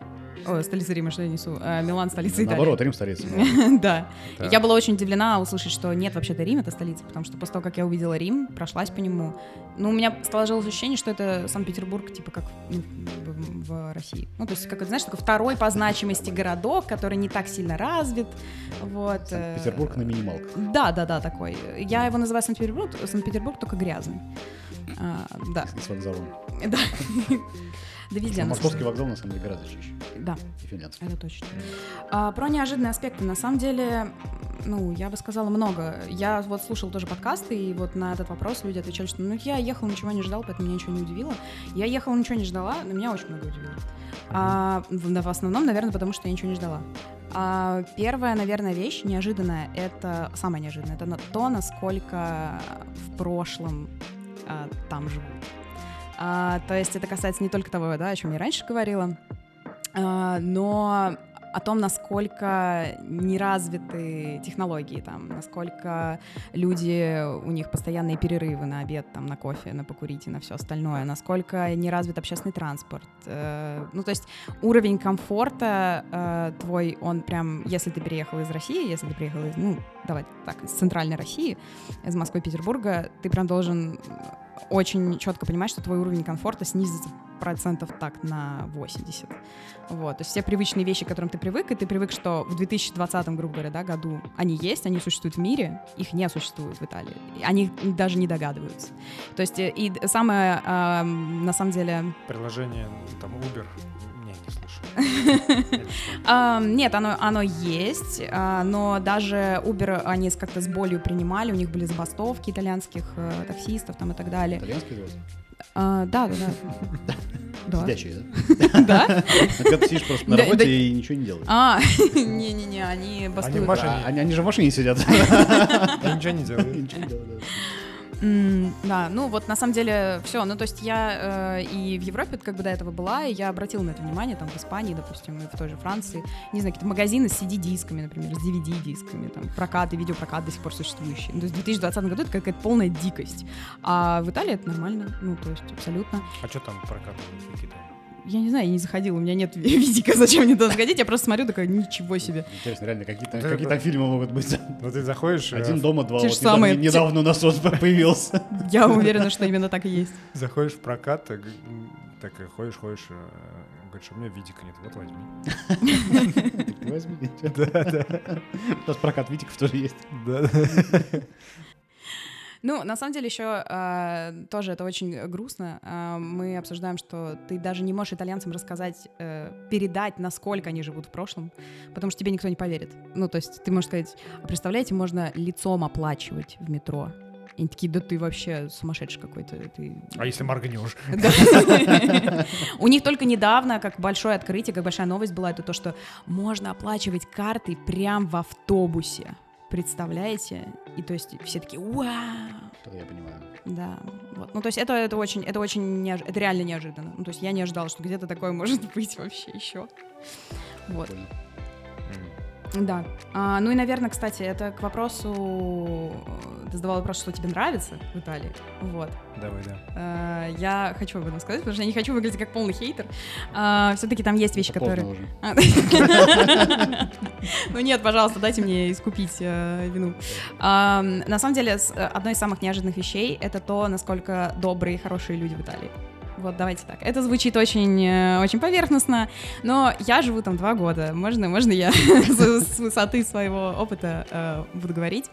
[SPEAKER 1] О, столица Рима, что я несу? А, Милан — столица Италии.
[SPEAKER 2] Наоборот, Рим столица.
[SPEAKER 1] Да. И
[SPEAKER 3] Так.
[SPEAKER 1] Я была очень удивлена услышать, что нет, вообще-то Рим — это столица, потому что после того, как я увидела Рим, прошлась по нему, ну, у меня сложилось ощущение, что это Санкт-Петербург, типа, как ну, в, в России. Ну, то есть, как, это, знаешь, такой второй по значимости городок, который не так сильно развит, вот. э,
[SPEAKER 2] Петербург на минималках.
[SPEAKER 1] Да, да, да, такой. Я его называю Санкт-Петербург, Санкт-Петербург только грязный. А, да,
[SPEAKER 2] С вокзалом.
[SPEAKER 1] да. Да везде. на самом
[SPEAKER 2] Московский
[SPEAKER 1] деле.
[SPEAKER 2] вокзал, на самом деле, гораздо чище.
[SPEAKER 1] Да.
[SPEAKER 2] И финляндский.
[SPEAKER 1] Это точно. А, про неожиданные аспекты. На самом деле, ну, я бы сказала много. Я вот слушала тоже подкасты, и вот на этот вопрос люди отвечали, что ну я ехала, ничего не ждала, поэтому меня ничего не удивило. Я ехала, ничего не ждала, но меня очень много удивило. А, в, да, в основном, наверное, потому что я ничего не ждала. А, первая, наверное, вещь неожиданная, это самое неожиданное, это на- то, насколько в прошлом а, там живут. А, то есть это касается не только того, да, о чем я раньше говорила, а, но о том, насколько неразвиты технологии там, насколько люди, у них постоянные перерывы на обед, там, на кофе, на покурить и на все остальное, насколько не развит общественный транспорт. Э, ну, то есть уровень комфорта э, твой, он прям, если ты переехал из России, если ты приехал из, ну, давай так, из центральной России, из Москвы и Петербурга, ты прям должен очень четко понимать, что твой уровень комфорта снизится процентов так на 80. Вот, то есть все привычные вещи, к которым ты привык, и ты привык, что в 2020, грубо говоря, да, году они есть, они существуют в мире, их не существует в Италии. И Они даже не догадываются. То есть э, и д- самое, эм, на самом деле,
[SPEAKER 3] Приложение, ну, там, Uber. Не, не слышу.
[SPEAKER 1] эм, нет, оно, оно есть, э, но даже Uber они с- как-то с болью принимали, у них были забастовки итальянских э, таксистов там и так далее.
[SPEAKER 2] Итальянский звезд.
[SPEAKER 1] А, да, да, да. Да.
[SPEAKER 2] Сидячий, да?
[SPEAKER 1] Да?
[SPEAKER 2] Когда ты сидишь просто на
[SPEAKER 1] Да, да.
[SPEAKER 2] работе и ничего не делаешь.
[SPEAKER 1] А, не-не-не, они бастуют.
[SPEAKER 3] маш-
[SPEAKER 2] А, Они они же в машине сидят.
[SPEAKER 3] Я ничего не делаю.
[SPEAKER 2] Ничего не делают, да.
[SPEAKER 1] М, Да, ну вот на самом деле все. Ну то есть я э, и в Европе как бы до этого была, и я обратила на это внимание, там в Испании, допустим, и в той же Франции, не знаю, какие-то магазины с CD-дисками, например, с DVD-дисками, там прокат и видеопрокат до сих пор существующие. Ну, то есть в 2020 году это какая-то полная дикость. А в Италии это нормально, ну то есть абсолютно.
[SPEAKER 3] А что там прокатывают какие-то?
[SPEAKER 1] Я не знаю, я не заходила, у меня нет видика, зачем мне туда заходить, я просто смотрю, такая, ничего себе.
[SPEAKER 2] Интересно, реально, какие там,
[SPEAKER 3] Да,
[SPEAKER 2] какие
[SPEAKER 3] да.
[SPEAKER 2] там фильмы могут быть?
[SPEAKER 3] Ну, ты заходишь, э,
[SPEAKER 2] Один
[SPEAKER 3] в-
[SPEAKER 2] дома, два.
[SPEAKER 1] Те
[SPEAKER 2] Вот
[SPEAKER 1] же самые-
[SPEAKER 2] недавно, недавно у нас он появился.
[SPEAKER 1] Я уверена, что именно так и есть.
[SPEAKER 3] заходишь в прокат, так, м, так и ходишь, ходишь, э, говоришь, у меня видика нет, вот возьми.
[SPEAKER 2] Так возьми. Да, да. У нас прокат Витиков тоже есть.
[SPEAKER 3] Да.
[SPEAKER 1] Ну, на самом деле еще э, тоже это очень грустно. Э, мы обсуждаем, что ты даже не можешь итальянцам рассказать, э, передать, насколько они живут в прошлом, потому что тебе никто не поверит. Ну, то есть ты можешь сказать, «А представляете, можно лицом оплачивать в метро. И они такие, да ты вообще сумасшедший какой-то. Ты...
[SPEAKER 3] А если моргнешь?
[SPEAKER 1] Да. У них только недавно, как большое открытие, как большая новость была, это то, что можно оплачивать карты прям в автобусе. Представляете? И то есть все такие, вау!
[SPEAKER 2] Что-то я понимаю.
[SPEAKER 1] Да, вот. Ну, то есть это, это очень, это очень, неож- это реально неожиданно. Ну, то есть я не ожидала, что где-то такое может быть вообще еще. Вот,
[SPEAKER 2] Прикольно.
[SPEAKER 1] да. А, ну и, наверное, кстати, это к вопросу... э, Ты задавала вопрос, что тебе нравится в Италии. Вот.
[SPEAKER 3] Давай, да.
[SPEAKER 1] Э, я хочу об этом сказать, потому что я не хочу выглядеть как полный хейтер. Все-таки там есть вещи,
[SPEAKER 2] Это
[SPEAKER 1] которые...
[SPEAKER 2] поздно уже.
[SPEAKER 1] А. Ну нет, пожалуйста, дайте мне искупить э, вину. А, На самом деле, с- э, одной из самых неожиданных вещей это то, насколько добрые и хорошие люди в Италии. Вот, давайте так. Это звучит очень, э, очень поверхностно, но я живу там два года. Можно, можно я с с высоты своего опыта э, буду говорить?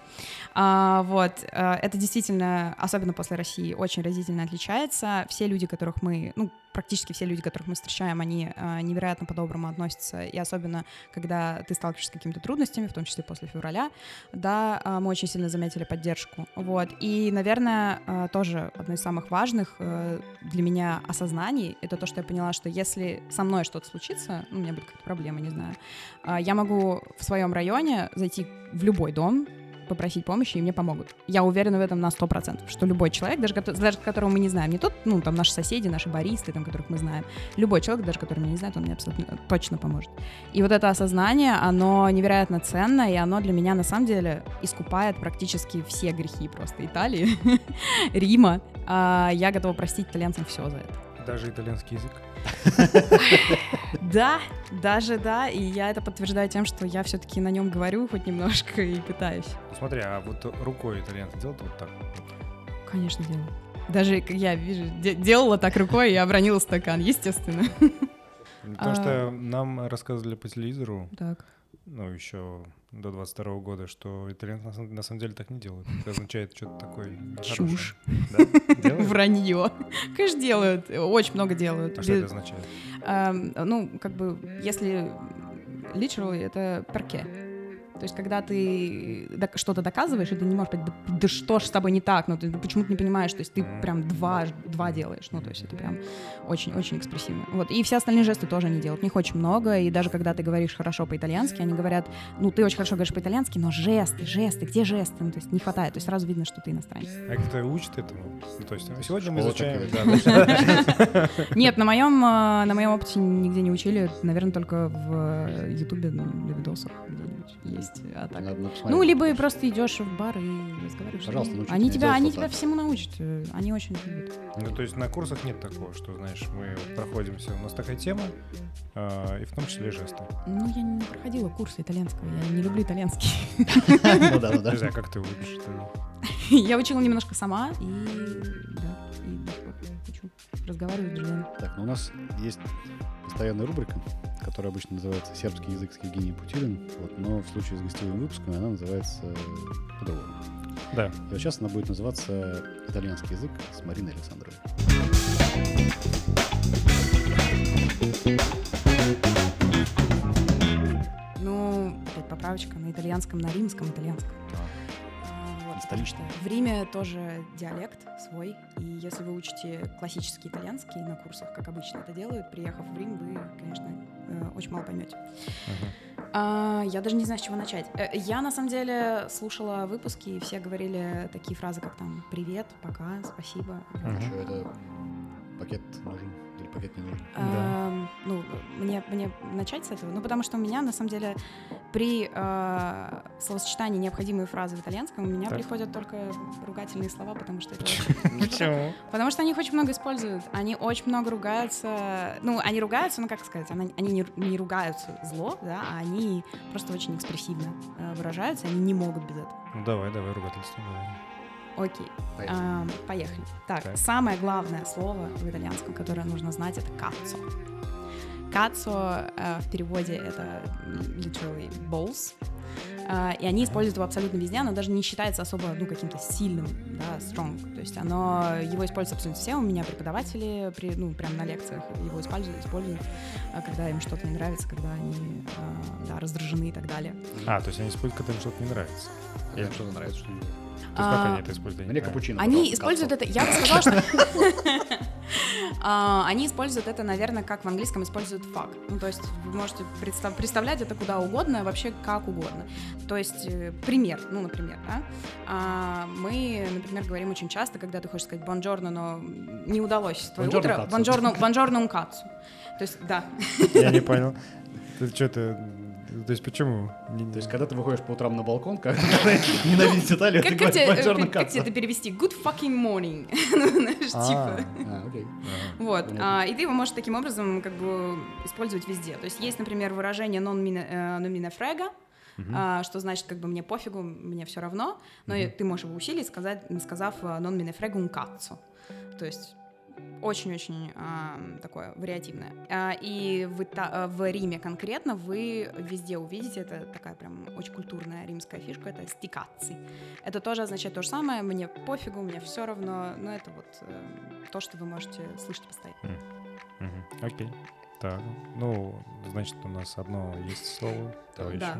[SPEAKER 1] А, вот, э, это действительно, особенно после России, очень разительно отличается. Все люди, которых мы, ну, практически все люди, которых мы встречаем, они э, невероятно по-доброму относятся, и особенно, когда ты сталкиваешься с какими-то трудностями, в том числе после февраля, да, э, мы очень сильно заметили поддержку, вот. И, наверное, э, тоже одно из самых важных э, для меня осознаний, это то, что я поняла, что если со мной что-то случится, ну, у э, меня будет какая-то проблема, не знаю, а, я могу в своем районе зайти в любой дом, попросить помощи, и мне помогут. Я уверена в этом на 100%, что любой человек, даже, кото- даже которого мы не знаем, не тот, ну, там, наши соседи, наши баристы, там, которых мы знаем, любой человек, даже который меня не знает, он мне абсолютно э, точно поможет. И вот это осознание, оно невероятно ценно, и оно для меня, на самом деле, искупает практически все грехи просто Италии, Рима. А, Я готова простить итальянцам все за это.
[SPEAKER 3] Даже итальянский язык.
[SPEAKER 1] Да, даже да, и я это подтверждаю тем, что я все-таки на нем говорю хоть немножко и пытаюсь.
[SPEAKER 3] Ну, смотри, а вот рукой итальянцы делают вот так.
[SPEAKER 1] Конечно, делаю. Даже к- я вижу, де- делала так рукой и обронила стакан, естественно.
[SPEAKER 3] Потому
[SPEAKER 1] А.
[SPEAKER 3] что нам рассказывали по телевизору,
[SPEAKER 1] Так.
[SPEAKER 3] ну, еще до 22 года, что итальянцы на самом- на самом деле так не делают. Это означает что-то такое нехорошее.
[SPEAKER 1] Чушь.
[SPEAKER 3] Да? Делают?
[SPEAKER 1] Вранье. Конечно, делают. Очень много делают.
[SPEAKER 3] А что это
[SPEAKER 1] Бе-
[SPEAKER 3] означает?
[SPEAKER 1] а, Ну, как бы, если literally, это перке. То есть, когда ты док- что-то доказываешь, и ты не можешь понять, да, да что ж с тобой не так, ну ты почему-то не понимаешь, то есть ты прям два, два делаешь, ну то есть это прям очень-очень экспрессивно. Вот, и все остальные жесты тоже они делают, них очень много, и даже когда ты говоришь хорошо по-итальянски, они говорят, ну ты очень хорошо говоришь по-итальянски, но жесты, жесты, где жесты, ну то есть не хватает, то есть сразу видно, что ты иностранец.
[SPEAKER 3] А кто учит этому? Ну, То есть ну, сегодня мы
[SPEAKER 2] Школа
[SPEAKER 3] изучаем...
[SPEAKER 2] такая.
[SPEAKER 3] да, да, да.
[SPEAKER 1] Нет, на моем, э, на моем опыте нигде не учили, наверное, только в Ютубе, ну, на видосах где-нибудь есть, а так...
[SPEAKER 2] Надо посмотреть.
[SPEAKER 1] Ну, либо и просто идешь в бар и разговариваешь. с
[SPEAKER 2] Пожалуйста,
[SPEAKER 1] людьми.
[SPEAKER 2] научите
[SPEAKER 1] Они
[SPEAKER 2] меня
[SPEAKER 1] тебя,
[SPEAKER 2] делать
[SPEAKER 1] они
[SPEAKER 2] вот
[SPEAKER 1] тебя
[SPEAKER 2] так.
[SPEAKER 1] всему научат. э, Они очень любят.
[SPEAKER 3] Ну, то есть на курсах нет такого, что, знаешь, мы вот проходимся, у нас такая тема, а, и в том числе жесты.
[SPEAKER 1] Ну, я не проходила курсы итальянского, я не люблю итальянский.
[SPEAKER 2] Ну да, ну да.
[SPEAKER 3] Не знаю, как ты учишь? ты-
[SPEAKER 1] Я учила немножко сама и да, и до сих пор учу разговаривать с друзьями.
[SPEAKER 2] Так, ну у нас есть постоянная рубрика, которая обычно называется «Сербский язык с Евгением Путилиным», вот, но в случае с гостевым выпуском она называется э, по-другому.
[SPEAKER 3] Да.
[SPEAKER 2] И вот сейчас она будет называться «Итальянский язык с Мариной Александровой».
[SPEAKER 1] Ну, опять поправочка на итальянском, на римском итальянском. А, вот, потому
[SPEAKER 2] На столичном.
[SPEAKER 1] что В Риме тоже диалект свой, и если вы учите классический итальянский на курсах, как обычно это делают, приехав в Рим, вы, конечно, э, очень мало поймете. А, я даже не знаю, с чего начать. Э, Я, на самом деле, слушала выпуски, и все говорили такие фразы, как там «привет», «пока», «спасибо».
[SPEAKER 3] Мгм.
[SPEAKER 2] Еще это пакет нужен или пакет не нужен.
[SPEAKER 1] Эм, ну, мне, мне начать с этого? Ну, потому что у меня, на самом деле, при э, словосочетании необходимые фразы в итальянском у меня
[SPEAKER 3] Так.
[SPEAKER 1] приходят только ругательные слова, потому что это очень-
[SPEAKER 3] Почему?
[SPEAKER 1] Потому что они их очень много используют, они очень много ругаются. Ну, они ругаются, ну, как сказать, она- они не, ру- не ругаются зло, да, а они просто очень экспрессивно э, выражаются, они не могут без этого.
[SPEAKER 3] Ну, давай, давай, ругательство. давай.
[SPEAKER 1] Окей,
[SPEAKER 2] Поехали.
[SPEAKER 1] эм, поехали. Так,
[SPEAKER 3] Так.
[SPEAKER 1] самое главное слово в итальянском, которое нужно знать, это «каццо». «Каццо» э, в переводе это literally balls, Э, и они используют его абсолютно везде, оно даже не считается особо, ну, каким-то сильным, да, strong, то есть оно, его используют абсолютно все, у меня преподаватели, при, ну, прям на лекциях его используют, используют, э, когда им что-то не нравится, когда они, э, да, раздражены и так далее.
[SPEAKER 3] А, то есть они используют, когда им что-то не нравится.
[SPEAKER 2] Или им что-то нравится, что не нравится.
[SPEAKER 3] То есть
[SPEAKER 1] А,
[SPEAKER 3] как они это используют? Я не
[SPEAKER 2] Мне
[SPEAKER 3] понимаю.
[SPEAKER 2] капучино.
[SPEAKER 1] Они
[SPEAKER 2] пожалуйста,
[SPEAKER 1] используют
[SPEAKER 2] кацо.
[SPEAKER 1] это, я бы сказала, что... А, Они используют это, наверное, как в английском используют фак. Ну, то есть вы можете представ- представлять это куда угодно, вообще как угодно. То есть э, пример, ну, например, да? А, Мы, например, говорим очень часто, когда ты хочешь сказать «бонжорно», но не удалось твое
[SPEAKER 2] «Бонжорно,
[SPEAKER 1] утро.
[SPEAKER 2] кацу».
[SPEAKER 1] «Бонжорно «бонжорно, un cazzo». То есть, да.
[SPEAKER 3] Я не понял. Ты что ты... То есть почему? Не-
[SPEAKER 2] То есть, когда ты выходишь по утрам на балкон, как ненавидеть Италию, ты
[SPEAKER 1] Как как тебе
[SPEAKER 2] говоришь
[SPEAKER 1] э,
[SPEAKER 2] «Бонжорно,
[SPEAKER 1] как- как
[SPEAKER 2] кацо».
[SPEAKER 1] тебе это перевести? «Good fucking morning». Ну, знаешь, типа.
[SPEAKER 2] А, окей.
[SPEAKER 3] Ага.
[SPEAKER 1] Вот,
[SPEAKER 2] Понятно.
[SPEAKER 1] а, и ты его можешь таким образом как бы использовать везде. То есть есть, например, выражение non mina, э, non mina frega, а, что значит как бы мне пофигу, мне все равно, но и ты можешь его усилить, сказать, сказав э, non mina frega un cazzo. То есть очень-очень ам, такое вариативное. А, и в, Ита- э, в Риме конкретно вы везде увидите, это такая прям очень культурная римская фишка, это стикаци. Это тоже означает то же самое, мне пофигу, мне все равно, но это вот э, то, что вы можете слышать постоянно.
[SPEAKER 3] Мгм. Окей. Так, ну, значит, у нас одно есть слово. Давай
[SPEAKER 1] Да.
[SPEAKER 3] еще.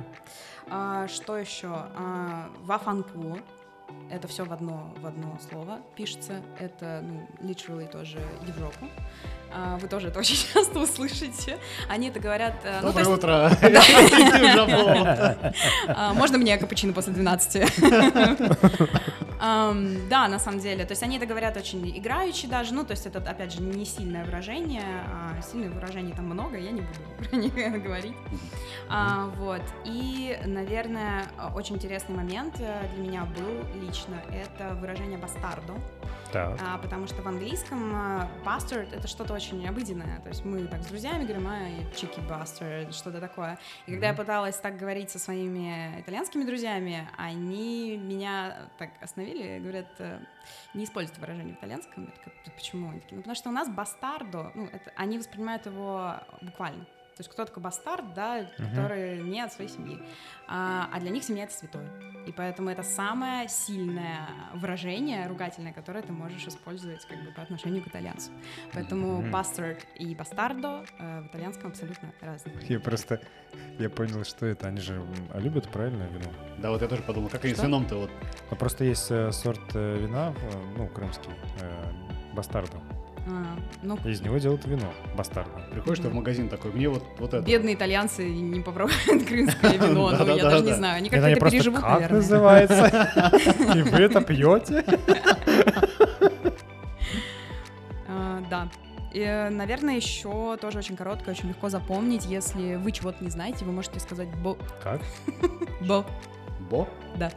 [SPEAKER 1] А, что еще? А, вафанкуо. это все в одно, в одно слово пишется. Это, ну, literally тоже Европа. А, Вы тоже это очень часто услышите. Они это говорят... э, ну, то
[SPEAKER 2] Доброе
[SPEAKER 1] есть,
[SPEAKER 2] утро! Жабо.
[SPEAKER 1] а, Можно мне капучино после 12? Ам, Да, на самом деле. То есть они это говорят очень играючи даже. Ну, то есть это, опять же, не сильное выражение. а Сильных выражений там много, я не буду про них говорить. А, Вот. И, наверное, очень интересный момент э, для меня был лично. Это выражение «бастардо».
[SPEAKER 3] Так.
[SPEAKER 1] А, потому что в английском а, bastard это что-то очень обыденное. То есть мы так с друзьями говорим, а, чики bastard, что-то такое. И когда я пыталась так говорить со своими итальянскими друзьями, они меня так остановили, и говорят, э, не используйте выражение в итальянском. Я такая, «Да почему? Они такие, ну, потому что у нас бастардо, ну, это, они воспринимают его буквально. То есть кто такой бастард, да, который не от своей семьи. А, а для них семья это святое. И поэтому это самое сильное выражение ругательное, которое ты можешь использовать как бы по отношению к итальянцу. Поэтому
[SPEAKER 3] Мгм.
[SPEAKER 1] бастард и бастардо э, в итальянском абсолютно разные.
[SPEAKER 3] Я просто, я понял, что это, они же м, любят правильное вино.
[SPEAKER 2] Да, вот я тоже подумал, как они с
[SPEAKER 1] Что?
[SPEAKER 2] вином-то вот.
[SPEAKER 3] Но просто есть э, сорт э, вина, э, ну, крымский, бастарду.
[SPEAKER 1] А, ну,
[SPEAKER 3] Из него делают вино, бастарду.
[SPEAKER 2] Приходишь ты в магазин такой, мне вот вот это.
[SPEAKER 1] бедные итальянцы не попробуют крымское вино, ну я
[SPEAKER 2] Да-да-да-да.
[SPEAKER 1] даже не знаю, они
[SPEAKER 3] Это
[SPEAKER 1] как-то
[SPEAKER 3] они
[SPEAKER 1] это
[SPEAKER 3] просто,
[SPEAKER 1] переживут,
[SPEAKER 3] как
[SPEAKER 1] наверное.
[SPEAKER 3] называется? И вы это пьете?
[SPEAKER 1] А, Да. И, э, наверное, еще тоже очень короткое, очень легко запомнить. Если вы чего-то не знаете, вы можете сказать бо.
[SPEAKER 3] Как?
[SPEAKER 1] бо.
[SPEAKER 2] Бо?
[SPEAKER 1] Да.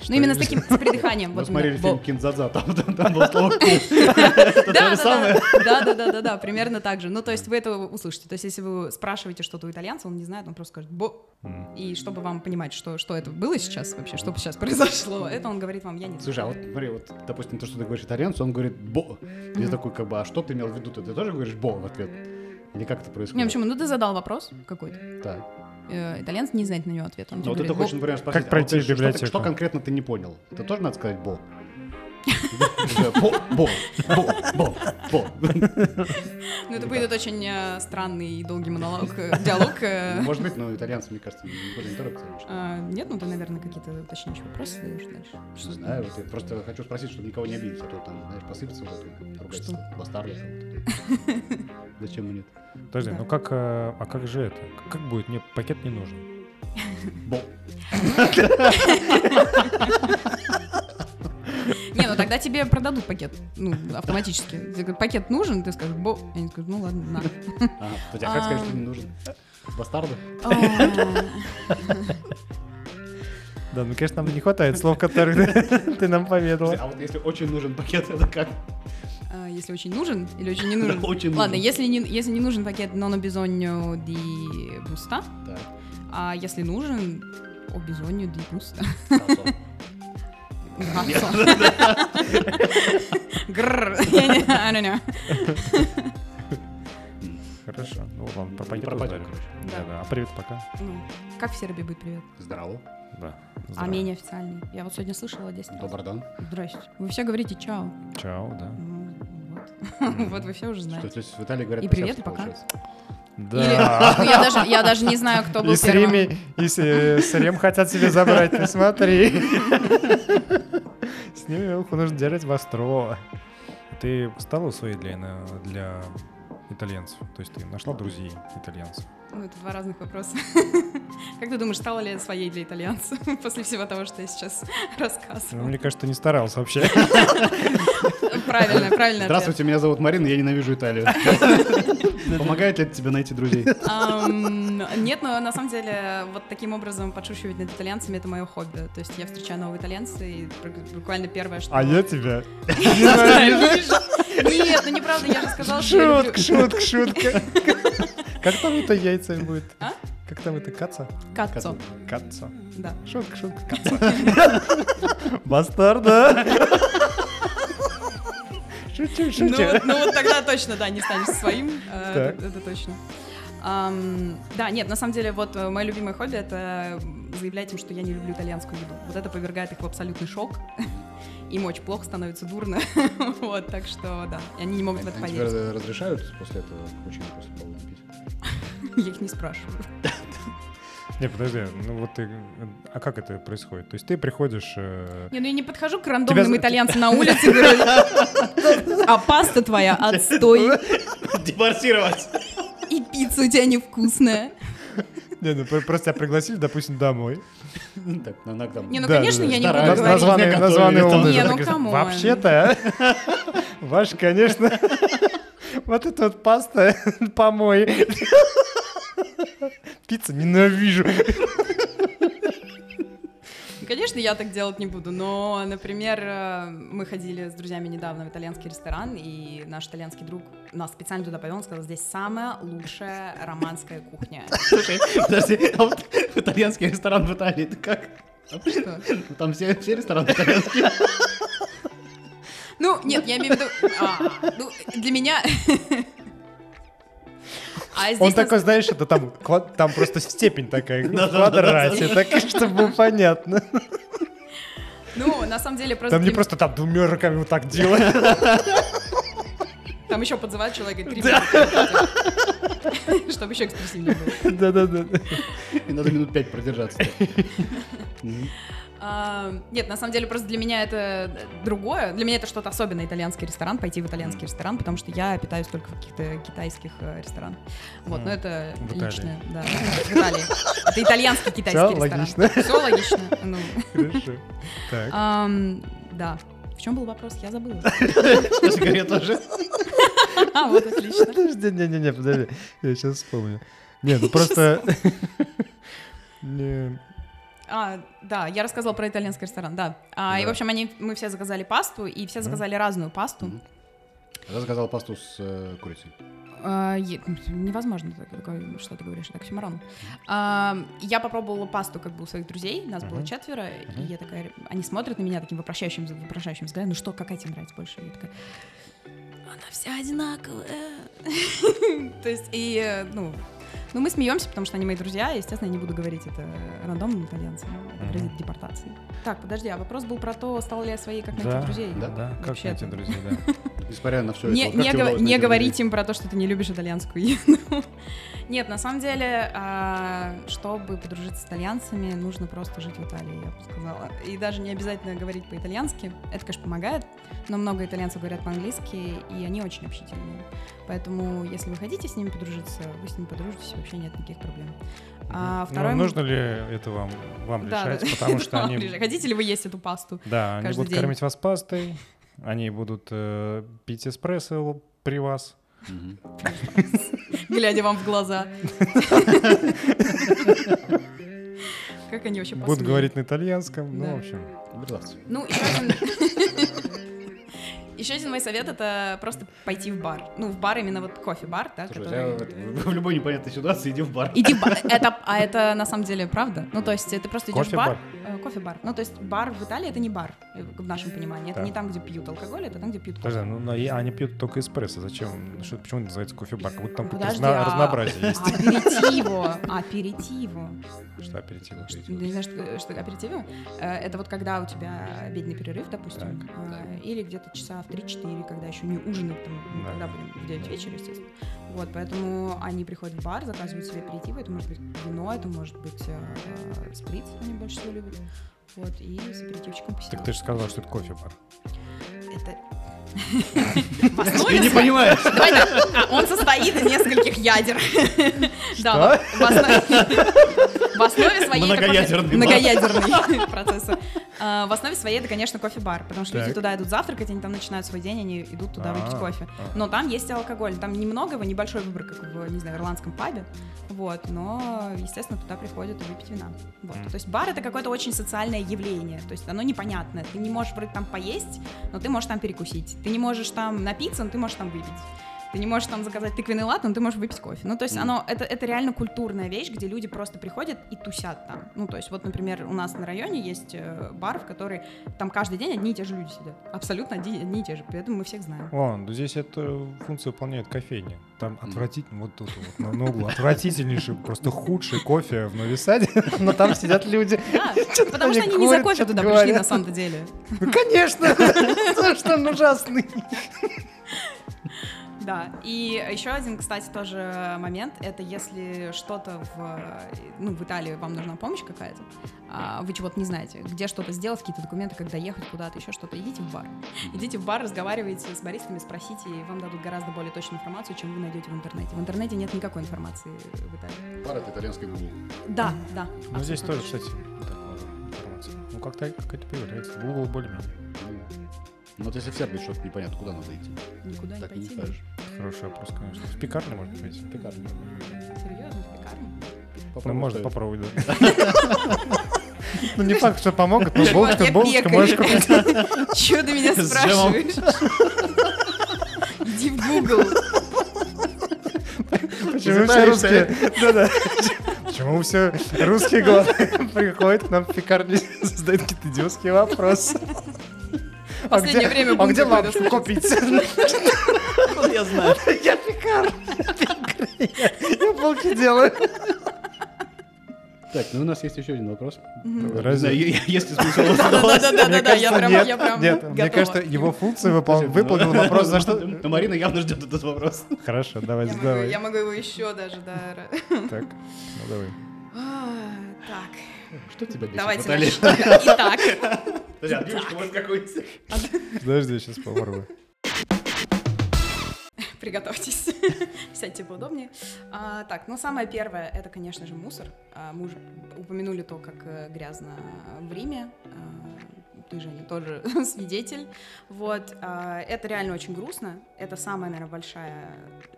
[SPEAKER 3] Что Ну,
[SPEAKER 1] Ну, именно с
[SPEAKER 3] это?
[SPEAKER 1] таким, с придыханием.
[SPEAKER 2] Мы
[SPEAKER 1] Вот у
[SPEAKER 2] смотрели
[SPEAKER 1] меня «бо».
[SPEAKER 2] фильм Кинзадза, там там было слово «ку». Это то
[SPEAKER 1] Да, да,
[SPEAKER 2] же самое.
[SPEAKER 1] да, да, да, да, да, примерно так же. Ну, то есть вы это услышите. То есть если вы спрашиваете что-то у итальянца, он не знает, он просто скажет «бо».
[SPEAKER 3] М.
[SPEAKER 1] И чтобы вам понимать, что, что это было сейчас вообще, что сейчас произошло, это он говорит вам «я не знаю».
[SPEAKER 2] Слушай, а вот смотри, вот, допустим, то, что ты говоришь итальянцу, он говорит «бо». Я такой, как бы, а что ты имел в виду? Ты тоже говоришь «бо» в ответ? Или как это
[SPEAKER 1] Не,
[SPEAKER 2] происходит?
[SPEAKER 1] почему? Ну, ты задал вопрос какой-то.
[SPEAKER 2] Так.
[SPEAKER 1] Э, Итальянец не знает на него ответа. Он
[SPEAKER 2] Ну,
[SPEAKER 1] тебе
[SPEAKER 2] вот ты
[SPEAKER 1] говорит
[SPEAKER 2] хочешь, например, спросить,
[SPEAKER 3] Как
[SPEAKER 2] а
[SPEAKER 3] пройти
[SPEAKER 2] вот ты
[SPEAKER 3] в
[SPEAKER 2] что-
[SPEAKER 3] библиотеку?
[SPEAKER 2] Что конкретно ты не понял? Ты тоже надо сказать «бо»? Бо, бо, бо, бо, бо.
[SPEAKER 1] «бо». Ну, это будет очень э, странный и долгий монолог, э, диалог. э.
[SPEAKER 2] Ну, Может быть, но итальянцы, мне кажется, не более торопятся. конечно.
[SPEAKER 1] А, Нет, ну ты, наверное, какие-то уточняющие вопросы задаешь дальше.
[SPEAKER 2] Не знаю, вот я просто хочу спросить, чтобы никого не обидеть, а то там, знаешь, посыпется вот это ругательство, бастарда. Зачем мне это?
[SPEAKER 3] Подожди, ну как, э, а как же это? Как будет? Мне пакет не нужен.
[SPEAKER 2] Бо.
[SPEAKER 1] Не, ну тогда тебе продадут пакет, ну, автоматически. Тебе говорят, Пакет нужен, ты скажешь «бо». И они скажут «ну ладно, на».
[SPEAKER 2] Ага, то есть, а как сказать,
[SPEAKER 1] Ам.
[SPEAKER 2] что не нужен? Бастарда?
[SPEAKER 1] А,
[SPEAKER 3] Да, ну, конечно, нам не хватает слов, которые ты нам поведала.
[SPEAKER 2] А вот если очень нужен пакет, это как?
[SPEAKER 1] А, Если очень нужен или очень не нужен?
[SPEAKER 2] Да, очень
[SPEAKER 1] Ладно,
[SPEAKER 2] нужен.
[SPEAKER 1] если не, если не нужен пакет «Nono bisogno di busta»,
[SPEAKER 2] Так,
[SPEAKER 1] а если нужен «O bisogno di busta».
[SPEAKER 2] хорошо.
[SPEAKER 1] Гррр, я не- I don't know. а
[SPEAKER 3] Хорошо. Ну, ладно, про пакет
[SPEAKER 2] пропадём,
[SPEAKER 3] узнали.
[SPEAKER 1] короче.
[SPEAKER 3] Да, да. А привет, пока.
[SPEAKER 1] Ну, Как в Сербии будет привет?
[SPEAKER 2] Здорово.
[SPEAKER 3] Да.
[SPEAKER 1] А
[SPEAKER 3] Здорово.
[SPEAKER 1] менее официальный. Я вот сегодня слышала 10 раз.
[SPEAKER 2] Добрый дан.
[SPEAKER 1] Здрасте. Вы все говорите «чао».
[SPEAKER 3] Чао, да.
[SPEAKER 1] Ну, Вот Вот вы все уже
[SPEAKER 2] Что,
[SPEAKER 1] знаете.
[SPEAKER 2] то есть в Италии говорят
[SPEAKER 1] И
[SPEAKER 2] по-сербски,
[SPEAKER 1] привет, и пока.
[SPEAKER 2] получается?
[SPEAKER 1] Или- ну, я, даже, я даже не знаю, кто был
[SPEAKER 3] И с
[SPEAKER 1] первым.
[SPEAKER 3] Рими, и с, э, с Рем хотят себе забрать, ты смотри. С ними ухо нужно держать востро. Ты стала своей для, на- для итальянцев? То есть ты нашла друзей итальянцев?
[SPEAKER 1] Ну, это два разных вопроса. Как ты думаешь, стала ли я своей для итальянца после всего того, что я сейчас
[SPEAKER 3] Ну,
[SPEAKER 1] рассказывала?
[SPEAKER 3] мне кажется, ты не старался вообще.
[SPEAKER 1] Правильно, правильно.
[SPEAKER 2] Здравствуйте, меня зовут Марина, я ненавижу Италию. Помогает ли это тебе найти друзей?
[SPEAKER 1] Нет, но на самом деле вот таким образом подшучивать над итальянцами — это мое хобби. То есть я встречаю нового итальянца, и бр- буквально первое, что...
[SPEAKER 3] А я тебя.
[SPEAKER 1] Ненавижу. Нет, ну неправда, я же сказала, что я
[SPEAKER 3] Шутка,
[SPEAKER 1] люблю...
[SPEAKER 3] шутка, шутка. Как там это яйца будет?
[SPEAKER 1] А?
[SPEAKER 3] Как там это каца?
[SPEAKER 1] Кацо,
[SPEAKER 3] Каца.
[SPEAKER 1] да.
[SPEAKER 3] Шутка, шутка, каца. Бастарда. Шучу,
[SPEAKER 1] Ну
[SPEAKER 3] шучу.
[SPEAKER 1] вот, ну вот тогда точно, да, не станешь своим, э,
[SPEAKER 3] Так.
[SPEAKER 1] это, это точно. Ам, да, нет, на самом деле, вот э, мое любимое хобби — это заявлять им, что я не люблю итальянскую еду. Вот это повергает их в абсолютный шок. Им очень плохо становится дурно. Вот, так что, да, и они не могут в это
[SPEAKER 2] Они тебе
[SPEAKER 1] поверить.
[SPEAKER 2] раз- разрешают после этого кучину после полудня пить?
[SPEAKER 1] Я их не спрашиваю.
[SPEAKER 3] Не, подожди, ну вот ты... А как это происходит? То есть ты приходишь... э,
[SPEAKER 1] Не, ну я не подхожу к
[SPEAKER 3] Тебя
[SPEAKER 1] рандомным
[SPEAKER 3] за-
[SPEAKER 1] итальянцам на улице и говорю, а паста твоя отстой,
[SPEAKER 4] Депортировать.
[SPEAKER 1] и пицца у тебя невкусная.
[SPEAKER 3] Не, ну про- просто тебя пригласили, допустим, домой.
[SPEAKER 2] Так, на- на- там.
[SPEAKER 1] Не, ну
[SPEAKER 3] Да,
[SPEAKER 1] конечно,
[SPEAKER 3] да,
[SPEAKER 1] я не
[SPEAKER 2] да.
[SPEAKER 4] А,
[SPEAKER 1] буду говорить.
[SPEAKER 2] Раз- раз-
[SPEAKER 3] Названный,
[SPEAKER 4] Мне
[SPEAKER 3] названный
[SPEAKER 4] готовили там.
[SPEAKER 3] он
[SPEAKER 1] Не,
[SPEAKER 3] уже
[SPEAKER 1] ну
[SPEAKER 3] так и сказал,
[SPEAKER 1] камон.
[SPEAKER 3] Вообще-то, а, ваш, конечно, вот эта вот паста помой. Пицца ненавижу.
[SPEAKER 1] Конечно, я так делать не буду, но, например, э, мы ходили с друзьями недавно в итальянский ресторан, и наш итальянский друг нас специально туда повел, он сказал, здесь самая лучшая романская кухня.
[SPEAKER 4] Слушай, подожди, а вот итальянский ресторан в Италии, это как?
[SPEAKER 1] Что?
[SPEAKER 2] Там все, все рестораны итальянские.
[SPEAKER 1] Ну, нет, я имею в виду... а, ну, для меня... А здесь
[SPEAKER 3] Он
[SPEAKER 1] на
[SPEAKER 3] такой, знаешь, это там, квад- там просто степень такая, в
[SPEAKER 4] Да-да-да-да.
[SPEAKER 3] квадрате, так, чтобы было понятно.
[SPEAKER 1] с- Ну, на самом деле просто...
[SPEAKER 3] Там не
[SPEAKER 1] для-
[SPEAKER 3] просто там двумя руками вот так делают.
[SPEAKER 1] Там еще подзывают человека, говорит, «Три минуты». чтобы еще экспрессивнее было.
[SPEAKER 3] Да-да-да.
[SPEAKER 2] И надо минут пять продержаться.
[SPEAKER 1] А, Нет, на самом деле просто для меня это э, другое. Для меня это что-то особенное, итальянский ресторан, пойти в итальянский ресторан, потому что я питаюсь только в каких-то китайских э, ресторанах. Вот,
[SPEAKER 3] М.
[SPEAKER 1] но это
[SPEAKER 3] В Италии.
[SPEAKER 1] личное. Да, в Италии. Это итальянский китайский
[SPEAKER 3] Всё
[SPEAKER 1] ресторан.
[SPEAKER 3] логично.
[SPEAKER 1] Все логично. ну.
[SPEAKER 3] Хорошо. Так.
[SPEAKER 1] Ам, Да. В чем был вопрос? Я забыла.
[SPEAKER 4] Слушай, говорю, я тоже.
[SPEAKER 1] А, вот отлично.
[SPEAKER 3] Подожди, не-не-не, подожди. Я сейчас вспомню. Не, ну просто... Не,
[SPEAKER 1] А, да, я рассказывала про итальянский ресторан, да. А, И,
[SPEAKER 3] Да.
[SPEAKER 1] в общем, они, мы все заказали пасту, и все заказали разную пасту.
[SPEAKER 2] Мгм. Я заказал пасту с э, курицей.
[SPEAKER 1] А, е- невозможно так- такое, что ты говоришь, так оксюморон. А, я попробовала пасту как бы у своих друзей, нас было
[SPEAKER 3] Мгм.
[SPEAKER 1] четверо, и
[SPEAKER 3] Мгм.
[SPEAKER 1] я такая, они смотрят на меня таким вопрошающим, вопрошающим взглядом, ну что, какая тебе нравится больше? Я такая, она вся одинаковая. То есть, и, э, ну, ну, мы смеемся, потому что они мои друзья, и, естественно, я не буду говорить это рандомным итальянцам, это
[SPEAKER 3] Мгм.
[SPEAKER 1] грозит депортацией. Так, подожди, а вопрос был про то, стала ли я своей как найти
[SPEAKER 3] Да,
[SPEAKER 1] друзей?
[SPEAKER 2] да,
[SPEAKER 3] Да, как
[SPEAKER 1] Вообще-то.
[SPEAKER 3] найти друзей, да.
[SPEAKER 2] Несмотря на все
[SPEAKER 1] Не,
[SPEAKER 2] это. вот
[SPEAKER 1] не,
[SPEAKER 2] как тебе
[SPEAKER 1] гов-
[SPEAKER 2] удалось
[SPEAKER 1] не
[SPEAKER 2] найти
[SPEAKER 1] говорить
[SPEAKER 2] друзей?
[SPEAKER 1] им про то, что ты не любишь итальянскую еду. Нет, на самом деле, а, чтобы подружиться с итальянцами, нужно просто жить в Италии, я бы сказала. И даже не обязательно говорить по-итальянски. Это, конечно, помогает, но много итальянцев говорят по-английски, и они очень общительные. Поэтому, если вы хотите с ними подружиться, вы с ними подружитесь, вообще нет никаких проблем. А
[SPEAKER 3] Ну,
[SPEAKER 1] второй... м-
[SPEAKER 3] нужно ли это вам, вам
[SPEAKER 1] Да, да.
[SPEAKER 3] решать, потому что
[SPEAKER 1] Вам
[SPEAKER 3] они...
[SPEAKER 1] ближе. Хотите ли вы есть эту пасту?
[SPEAKER 3] Да, они
[SPEAKER 1] каждый
[SPEAKER 3] будут
[SPEAKER 1] день?
[SPEAKER 3] кормить вас пастой, они будут э, пить эспрессо при вас.
[SPEAKER 2] Мгм.
[SPEAKER 1] глядя вам в глаза. Как они вообще
[SPEAKER 3] Будут
[SPEAKER 1] посмеют?
[SPEAKER 3] говорить на итальянском, ну,
[SPEAKER 1] Да.
[SPEAKER 3] в общем.
[SPEAKER 2] Мерзавцы.
[SPEAKER 1] Ну, еще один... Еще один мой совет — это просто пойти в бар. Ну, в бар именно вот кофе-бар, да,
[SPEAKER 2] Слушай,
[SPEAKER 1] который-
[SPEAKER 2] я в в любой непонятной ситуации иди в бар.
[SPEAKER 1] Иди в бар. Это, а это на самом деле правда. Ну, то есть ты просто идешь в бар.
[SPEAKER 3] Кофе-бар?
[SPEAKER 1] э, Кофе-бар. Ну, то есть бар в Италии — это не бар, э, в нашем понимании. Это
[SPEAKER 3] Да.
[SPEAKER 1] не там, где пьют алкоголь, это там, где пьют кофе.
[SPEAKER 3] Подожди, ну, но и они пьют только эспрессо. Зачем? Ну, Что, почему это называется кофе-бар? Как будто там какое-то
[SPEAKER 1] Подожди,
[SPEAKER 3] разно-
[SPEAKER 1] а-
[SPEAKER 3] разнообразие есть.
[SPEAKER 1] Аперитиво, аперитиво.
[SPEAKER 3] Что аперитивы?
[SPEAKER 1] Что- да не знаю, что, что аперитивы. Э, Это вот когда у тебя обеденный перерыв, допустим, э, или где-то часа в 3-4, когда еще не ужинают, там, мы
[SPEAKER 3] Да.
[SPEAKER 1] когда будем в 9 вечера, естественно. Вот, поэтому они приходят в бар, заказывают себе аперитивы, это может быть вино, это может быть э, сприц, они больше всего любят. Вот, и с аперитивчиком посидеть.
[SPEAKER 3] Так ты же сказал, что это кофе-бар.
[SPEAKER 1] Это... В
[SPEAKER 4] Я
[SPEAKER 1] основе
[SPEAKER 4] не
[SPEAKER 1] своей-
[SPEAKER 4] понимаю.
[SPEAKER 1] Давай так, А, он состоит из нескольких ядер. Да, в основе- в основе своей... это кофе-
[SPEAKER 4] Многоядерный бар.
[SPEAKER 1] Многоядерный процесс. А, В основе своей это, конечно, кофе-бар, потому что люди
[SPEAKER 3] Так.
[SPEAKER 1] туда идут завтракать, они там начинают свой день, они идут туда выпить
[SPEAKER 3] А,
[SPEAKER 1] кофе.
[SPEAKER 3] а.
[SPEAKER 1] Но там есть и алкоголь, там немного, его, небольшой выбор, как в, не знаю, ирландском пабе, вот, но, естественно, туда приходят и выпить вина. Вот.
[SPEAKER 3] Мгм.
[SPEAKER 1] То есть бар — это какое-то очень социальное явление, то есть оно непонятное, ты не можешь вроде там поесть, но ты можешь там перекусить, ты не можешь там напиться, но ты можешь там выпить. Ты не можешь там заказать тыквенный лад, но ты можешь выпить кофе. Ну, то есть оно, это, это реально культурная вещь, где люди просто приходят и тусят там. Ну, то есть вот, например, у нас на районе есть э, бар, в который там каждый день одни и те же люди сидят. Абсолютно одни, одни и те же. При этом мы всех знаем.
[SPEAKER 3] О, ну здесь эту функцию выполняет кофейня. Там отвратительно, вот тут вот, на, на углу, отвратительнейший, просто худший кофе в Новисаде, но там сидят люди.
[SPEAKER 1] Да,
[SPEAKER 3] Чё-то
[SPEAKER 1] потому что они не за
[SPEAKER 3] курят,
[SPEAKER 1] кофе
[SPEAKER 3] чё-то
[SPEAKER 1] туда
[SPEAKER 3] говорят.
[SPEAKER 1] пришли на самом-то деле.
[SPEAKER 3] Ну, конечно, потому что он ужасный.
[SPEAKER 1] Да. И еще один, кстати, тоже момент, это если что-то в, ну, в Италии вам нужна помощь какая-то, а вы чего-то не знаете, где что-то сделать, какие-то документы, когда ехать куда-то, еще что-то, идите в бар. Идите в бар, разговаривайте с баристами, спросите, и вам дадут гораздо более точную информацию, чем вы найдете в интернете. В интернете нет никакой информации в Италии.
[SPEAKER 2] Пара это итальянский Google.
[SPEAKER 1] Да, да.
[SPEAKER 3] Ну, здесь
[SPEAKER 1] абсолютно
[SPEAKER 3] тоже,
[SPEAKER 1] точно.
[SPEAKER 3] кстати, так много информации. Ну, как-то какая-то появляется. Google более-менее.
[SPEAKER 2] Ну, вот если в Сербии что-то непонятно, куда надо идти,
[SPEAKER 1] Никуда не
[SPEAKER 2] так и не
[SPEAKER 1] пойти.
[SPEAKER 2] скажешь.
[SPEAKER 3] Хороший вопрос, конечно. В пекарне можно пойти?
[SPEAKER 2] В пекарню.
[SPEAKER 1] Серьезно, в пекарню?
[SPEAKER 3] Ну,
[SPEAKER 2] Попробуй
[SPEAKER 3] можно
[SPEAKER 2] стоит.
[SPEAKER 3] попробовать, да. Ну, не факт, что помогут, но булочка
[SPEAKER 1] Я
[SPEAKER 3] с булочкой можешь
[SPEAKER 1] пекарь.
[SPEAKER 3] купить.
[SPEAKER 1] Чего ты меня
[SPEAKER 4] С джемом.
[SPEAKER 1] спрашиваешь? Иди в Google.
[SPEAKER 3] Почему все русские? Да-да. Почему все русские голова- приходят к нам в пекарню и задают какие-то идиотские вопросы? А
[SPEAKER 1] Последнее
[SPEAKER 3] где,
[SPEAKER 1] время
[SPEAKER 3] а
[SPEAKER 1] бум
[SPEAKER 3] где
[SPEAKER 1] такой
[SPEAKER 3] лапшу
[SPEAKER 1] достаточно.
[SPEAKER 3] купить?
[SPEAKER 4] Откуда я знаю?
[SPEAKER 3] Я пекарь. Я булки делаю.
[SPEAKER 2] Так, ну у нас есть еще один вопрос.
[SPEAKER 3] Разве-
[SPEAKER 4] Да, е- е- Если смысл удалось.
[SPEAKER 3] Мне
[SPEAKER 1] Да-да-да, я
[SPEAKER 3] кажется,
[SPEAKER 1] прям,
[SPEAKER 3] нет,
[SPEAKER 1] я прям
[SPEAKER 3] Нет, мне
[SPEAKER 1] готова.
[SPEAKER 3] кажется, его функцию выпол- выполнил вопрос, за что...
[SPEAKER 2] Ну,
[SPEAKER 4] Но Марина явно ждет этот вопрос.
[SPEAKER 3] Хорошо, давай,
[SPEAKER 1] Я могу, я
[SPEAKER 3] задавай.
[SPEAKER 1] могу его еще даже, да. ра-
[SPEAKER 3] Так, ну давай.
[SPEAKER 1] А, Так,
[SPEAKER 2] Что тебя бесит?
[SPEAKER 1] давайте
[SPEAKER 2] Наталья?
[SPEAKER 1] начнем. Итак,
[SPEAKER 4] Подожди, отбивочку может какую-то.
[SPEAKER 3] Подожди, я сейчас попробую.
[SPEAKER 1] приготовьтесь. Сядьте поудобнее. А, Так, ну самое первое, это, конечно же, мусор. А, Мы уже упомянули то, как э, грязно в Риме. А, Ты, Женя, тоже свидетель. Вот, а, это реально очень грустно. Это самая, наверное, большая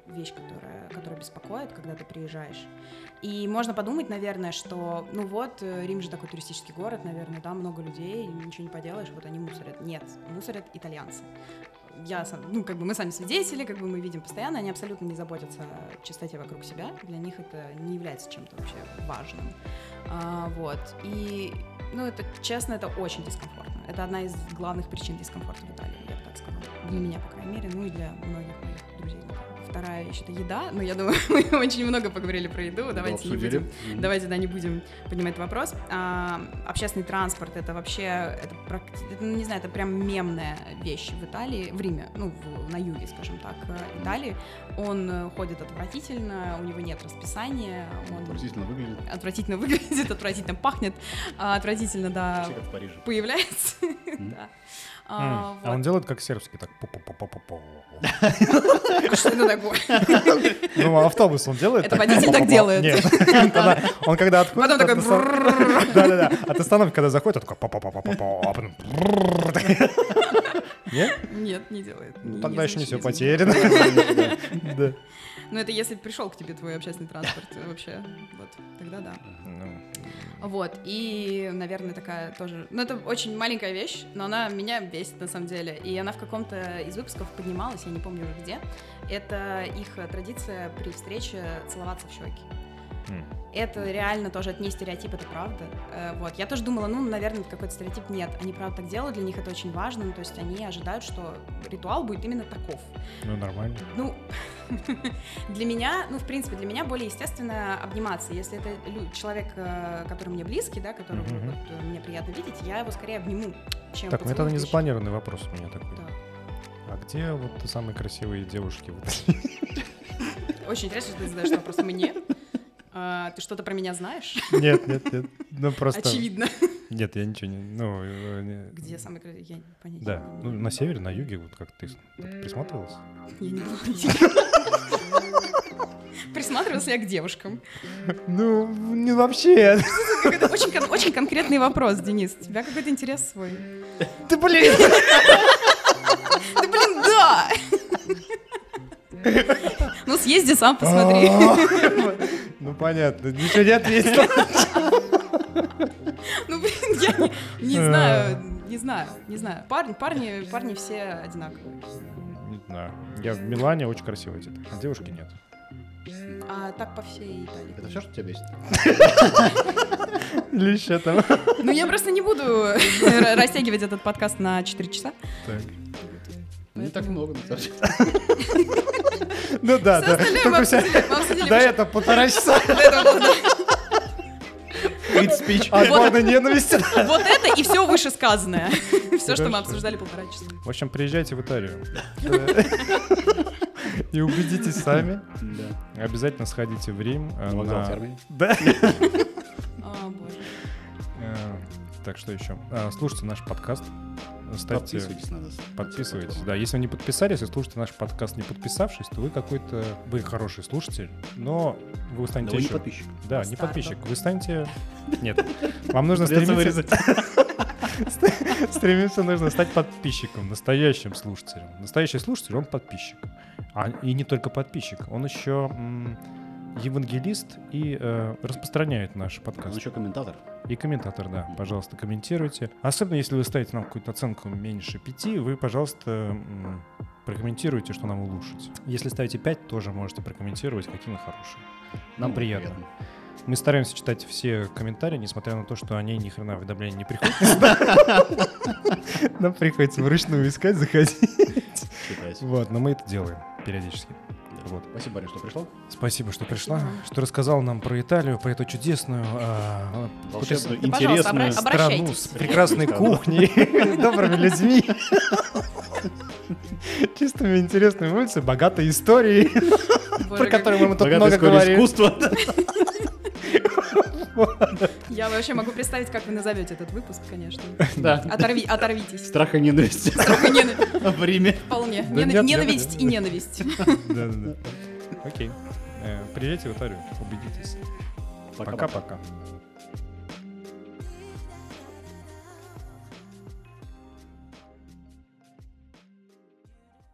[SPEAKER 1] вещь, которая, которая беспокоит, когда ты приезжаешь. И можно подумать, наверное, что, ну вот, э, Рим же такой туристический город, наверное, там много людей, ничего не поделаешь, вот они мусорят. Нет, мусорят итальянцы. Я, сам- ну, как бы мы сами свидетели, как бы мы видим постоянно, они абсолютно не заботятся о чистоте вокруг себя, для них это не является чем-то вообще важным. А, вот, и, ну, это, честно, это очень дискомфортно. Это одна из главных причин дискомфорта в Италии, я бы так сказала. Для меня, по крайней мере, ну и для многих моих друзей. Вторая вещь — это еда, но я думаю, мы очень много поговорили про еду, давайте не
[SPEAKER 2] обсудили.
[SPEAKER 1] будем
[SPEAKER 2] Мгм.
[SPEAKER 1] Давайте, да, не будем поднимать этот вопрос. А, общественный транспорт это вообще, это, практи- это, ну, не знаю, это прям мемная вещь в Италии, в Риме, ну, в- на юге, скажем так, э, Италии. Он э, ходит отвратительно, у него нет расписания, он
[SPEAKER 2] Отвратительно выглядит.
[SPEAKER 1] отвратительно выглядит, отвратительно пахнет, а, отвратительно, да,
[SPEAKER 2] Все как в Париже.
[SPEAKER 1] появляется.
[SPEAKER 2] Мгм.
[SPEAKER 1] да. А,
[SPEAKER 3] А он
[SPEAKER 1] вот.
[SPEAKER 3] делает как сербский, так пу-пу-пу-пу-пу.
[SPEAKER 1] Что это такое?
[SPEAKER 3] Ну, а автобус он делает?
[SPEAKER 1] Это водитель так
[SPEAKER 3] пу-пу-пу.
[SPEAKER 1] делает?
[SPEAKER 3] Нет, когда- он когда отходит...
[SPEAKER 1] Потом
[SPEAKER 3] от
[SPEAKER 1] такой
[SPEAKER 3] остан-
[SPEAKER 1] «Брррр».
[SPEAKER 3] Да-да-да, от остановки, когда заходит, он такой па-па-па-па-па, а потом... «Брррр». Нет?
[SPEAKER 1] Нет, не делает.
[SPEAKER 3] Ну,
[SPEAKER 1] Не-
[SPEAKER 3] Тогда еще не все
[SPEAKER 1] замечу,
[SPEAKER 3] потеряно. Да.
[SPEAKER 1] Ну, это если пришел к тебе твой общественный транспорт э, вообще. Вот, тогда да.
[SPEAKER 3] Ну,
[SPEAKER 1] Вот, и, наверное, такая тоже... Ну, это очень маленькая вещь, но она меня бесит на самом деле. И она в каком-то из выпусков поднималась, я не помню уже где. Это их э, традиция при встрече целоваться в щеки.
[SPEAKER 3] м.
[SPEAKER 1] Это реально тоже, это не стереотип, это правда. Э, Вот, я тоже думала, ну, наверное, это какой-то стереотип. Нет, они правда так делают, для них это очень важно. Ну, то есть они ожидают, что ритуал будет именно таков.
[SPEAKER 3] Ну, нормально.
[SPEAKER 1] Ну, для меня, ну, в принципе, для меня более естественно обниматься. Если это лю- человек, э, который мне близкий, да, которого
[SPEAKER 3] Мгм.
[SPEAKER 1] вот, э, мне приятно видеть, я его скорее обниму, чем
[SPEAKER 3] Так, ну
[SPEAKER 1] поцелую
[SPEAKER 3] это
[SPEAKER 1] в
[SPEAKER 3] не
[SPEAKER 1] плечо.
[SPEAKER 3] запланированный вопрос у меня такой.
[SPEAKER 1] Да.
[SPEAKER 3] А где вот самые красивые девушки? Вот.
[SPEAKER 1] Очень интересно, что ты задаешь вопрос мне. А, ты что-то про меня знаешь?
[SPEAKER 3] Нет, нет, нет. Ну просто...
[SPEAKER 1] Очевидно.
[SPEAKER 3] Нет, я ничего не... Ну, э, не-
[SPEAKER 1] Где самый красивый? Я понятия
[SPEAKER 3] Да,
[SPEAKER 1] не
[SPEAKER 3] ну
[SPEAKER 1] имею.
[SPEAKER 3] на севере, на юге, вот как ты с- так присматривалась?
[SPEAKER 1] Я не помню. Присматривалась ли я к девушкам.
[SPEAKER 3] Ну, не вообще.
[SPEAKER 1] Это очень, кон- очень конкретный вопрос, Денис. У тебя какой-то интерес свой.
[SPEAKER 3] Ты, блин!
[SPEAKER 1] Да блин, да! Ну, съезди сам, посмотри.
[SPEAKER 3] Ну, понятно, ничего не ответил.
[SPEAKER 1] Ну, блин, я не-
[SPEAKER 3] Э.
[SPEAKER 1] не знаю, не знаю, не знаю. Парни, парни, парни все одинаковые.
[SPEAKER 3] Не знаю. Я в Милане очень красиво одет, а девушки нет.
[SPEAKER 1] А так по всей Италии.
[SPEAKER 2] Это все, что тебя бесит?
[SPEAKER 3] Или еще там.
[SPEAKER 1] Ну, я просто не буду ра- растягивать этот подкаст на 4 часа.
[SPEAKER 2] Не так много, на самом деле.
[SPEAKER 3] Ну да,
[SPEAKER 1] Все
[SPEAKER 3] да.
[SPEAKER 1] остальное мы
[SPEAKER 3] Только вся...
[SPEAKER 1] обсудили- мы обсудили
[SPEAKER 3] Да,
[SPEAKER 1] вообще
[SPEAKER 3] это полтора часа
[SPEAKER 1] до этого было.
[SPEAKER 4] Hate speech.
[SPEAKER 1] Вот.
[SPEAKER 3] от главной ненависти.
[SPEAKER 1] Вот это и все вышесказанное. Все, что мы
[SPEAKER 3] Хорошо.
[SPEAKER 1] обсуждали полтора часа.
[SPEAKER 3] В общем, приезжайте в Италию. И убедитесь сами.
[SPEAKER 2] Да.
[SPEAKER 3] Обязательно сходите в Рим. э,
[SPEAKER 2] Вокзал
[SPEAKER 3] на-
[SPEAKER 2] Ферми.
[SPEAKER 3] Да.
[SPEAKER 1] О, А, боже.
[SPEAKER 3] Э, Так, что еще? А, Слушайте наш подкаст. Ставьте,
[SPEAKER 2] Подписывайтесь на нас.
[SPEAKER 3] подписывайтесь. Да, если вы не подписались, если слушаете наш подкаст не подписавшись, то вы какой-то... Вы хороший слушатель, но вы
[SPEAKER 2] Но
[SPEAKER 3] станете
[SPEAKER 2] вы не
[SPEAKER 3] еще...
[SPEAKER 2] подписчик.
[SPEAKER 3] Да, не
[SPEAKER 1] Бастардом.
[SPEAKER 3] подписчик. Вы станете... Нет. Вам нужно
[SPEAKER 4] Придется
[SPEAKER 3] стремиться...
[SPEAKER 4] вырезать.
[SPEAKER 3] Стремиться нужно стать подписчиком, настоящим слушателем. Настоящий слушатель, он подписчик. А, и не только подписчик, он еще м, евангелист и э, распространяет наш
[SPEAKER 2] Он
[SPEAKER 3] подкаст.
[SPEAKER 2] еще комментатор.
[SPEAKER 3] И комментатор, да, пожалуйста, комментируйте. Особенно если вы ставите нам какую-то оценку меньше 5, вы, пожалуйста, м, прокомментируйте, что нам улучшить. Если ставите 5, тоже можете прокомментировать, какие мы хорошие. Нам
[SPEAKER 2] Ну,
[SPEAKER 3] приятно. Мы стараемся читать все комментарии, несмотря на то, что они ни хрена уведомления не приходят. Нам приходится вручную искать, заходить.
[SPEAKER 2] Считайте.
[SPEAKER 3] Вот, но мы это делаем периодически.
[SPEAKER 2] Да.
[SPEAKER 3] Вот.
[SPEAKER 2] Спасибо, Барин, что пришел.
[SPEAKER 3] Спасибо, что пришла, что рассказал нам про Италию, про эту чудесную а,
[SPEAKER 2] Волшебную,
[SPEAKER 1] Да, пожалуйста,
[SPEAKER 2] интересную.
[SPEAKER 1] обра- обра-
[SPEAKER 3] страну с
[SPEAKER 1] Обращайтесь.
[SPEAKER 3] прекрасной кухней, добрыми людьми, чистыми интересными улицами, богатой историей,
[SPEAKER 1] Боже,
[SPEAKER 3] про
[SPEAKER 1] как-
[SPEAKER 3] которую мы тут
[SPEAKER 2] Богатая
[SPEAKER 3] много
[SPEAKER 2] история
[SPEAKER 3] говорили.
[SPEAKER 2] искусства.
[SPEAKER 1] Я вообще могу представить, как вы назовете этот выпуск, конечно.
[SPEAKER 4] Да.
[SPEAKER 1] Оторви, оторвитесь.
[SPEAKER 2] Страх и ненависть
[SPEAKER 1] Только нена-
[SPEAKER 4] В Риме.
[SPEAKER 1] Вполне.
[SPEAKER 3] Да
[SPEAKER 1] Нена-
[SPEAKER 3] нет,
[SPEAKER 1] Ненависть
[SPEAKER 3] нет.
[SPEAKER 1] и ненависть.
[SPEAKER 3] Да-да-да. Окей. Э, Приезжайте в Италию, убедитесь.
[SPEAKER 2] Пока-пока.
[SPEAKER 3] Пока-пока.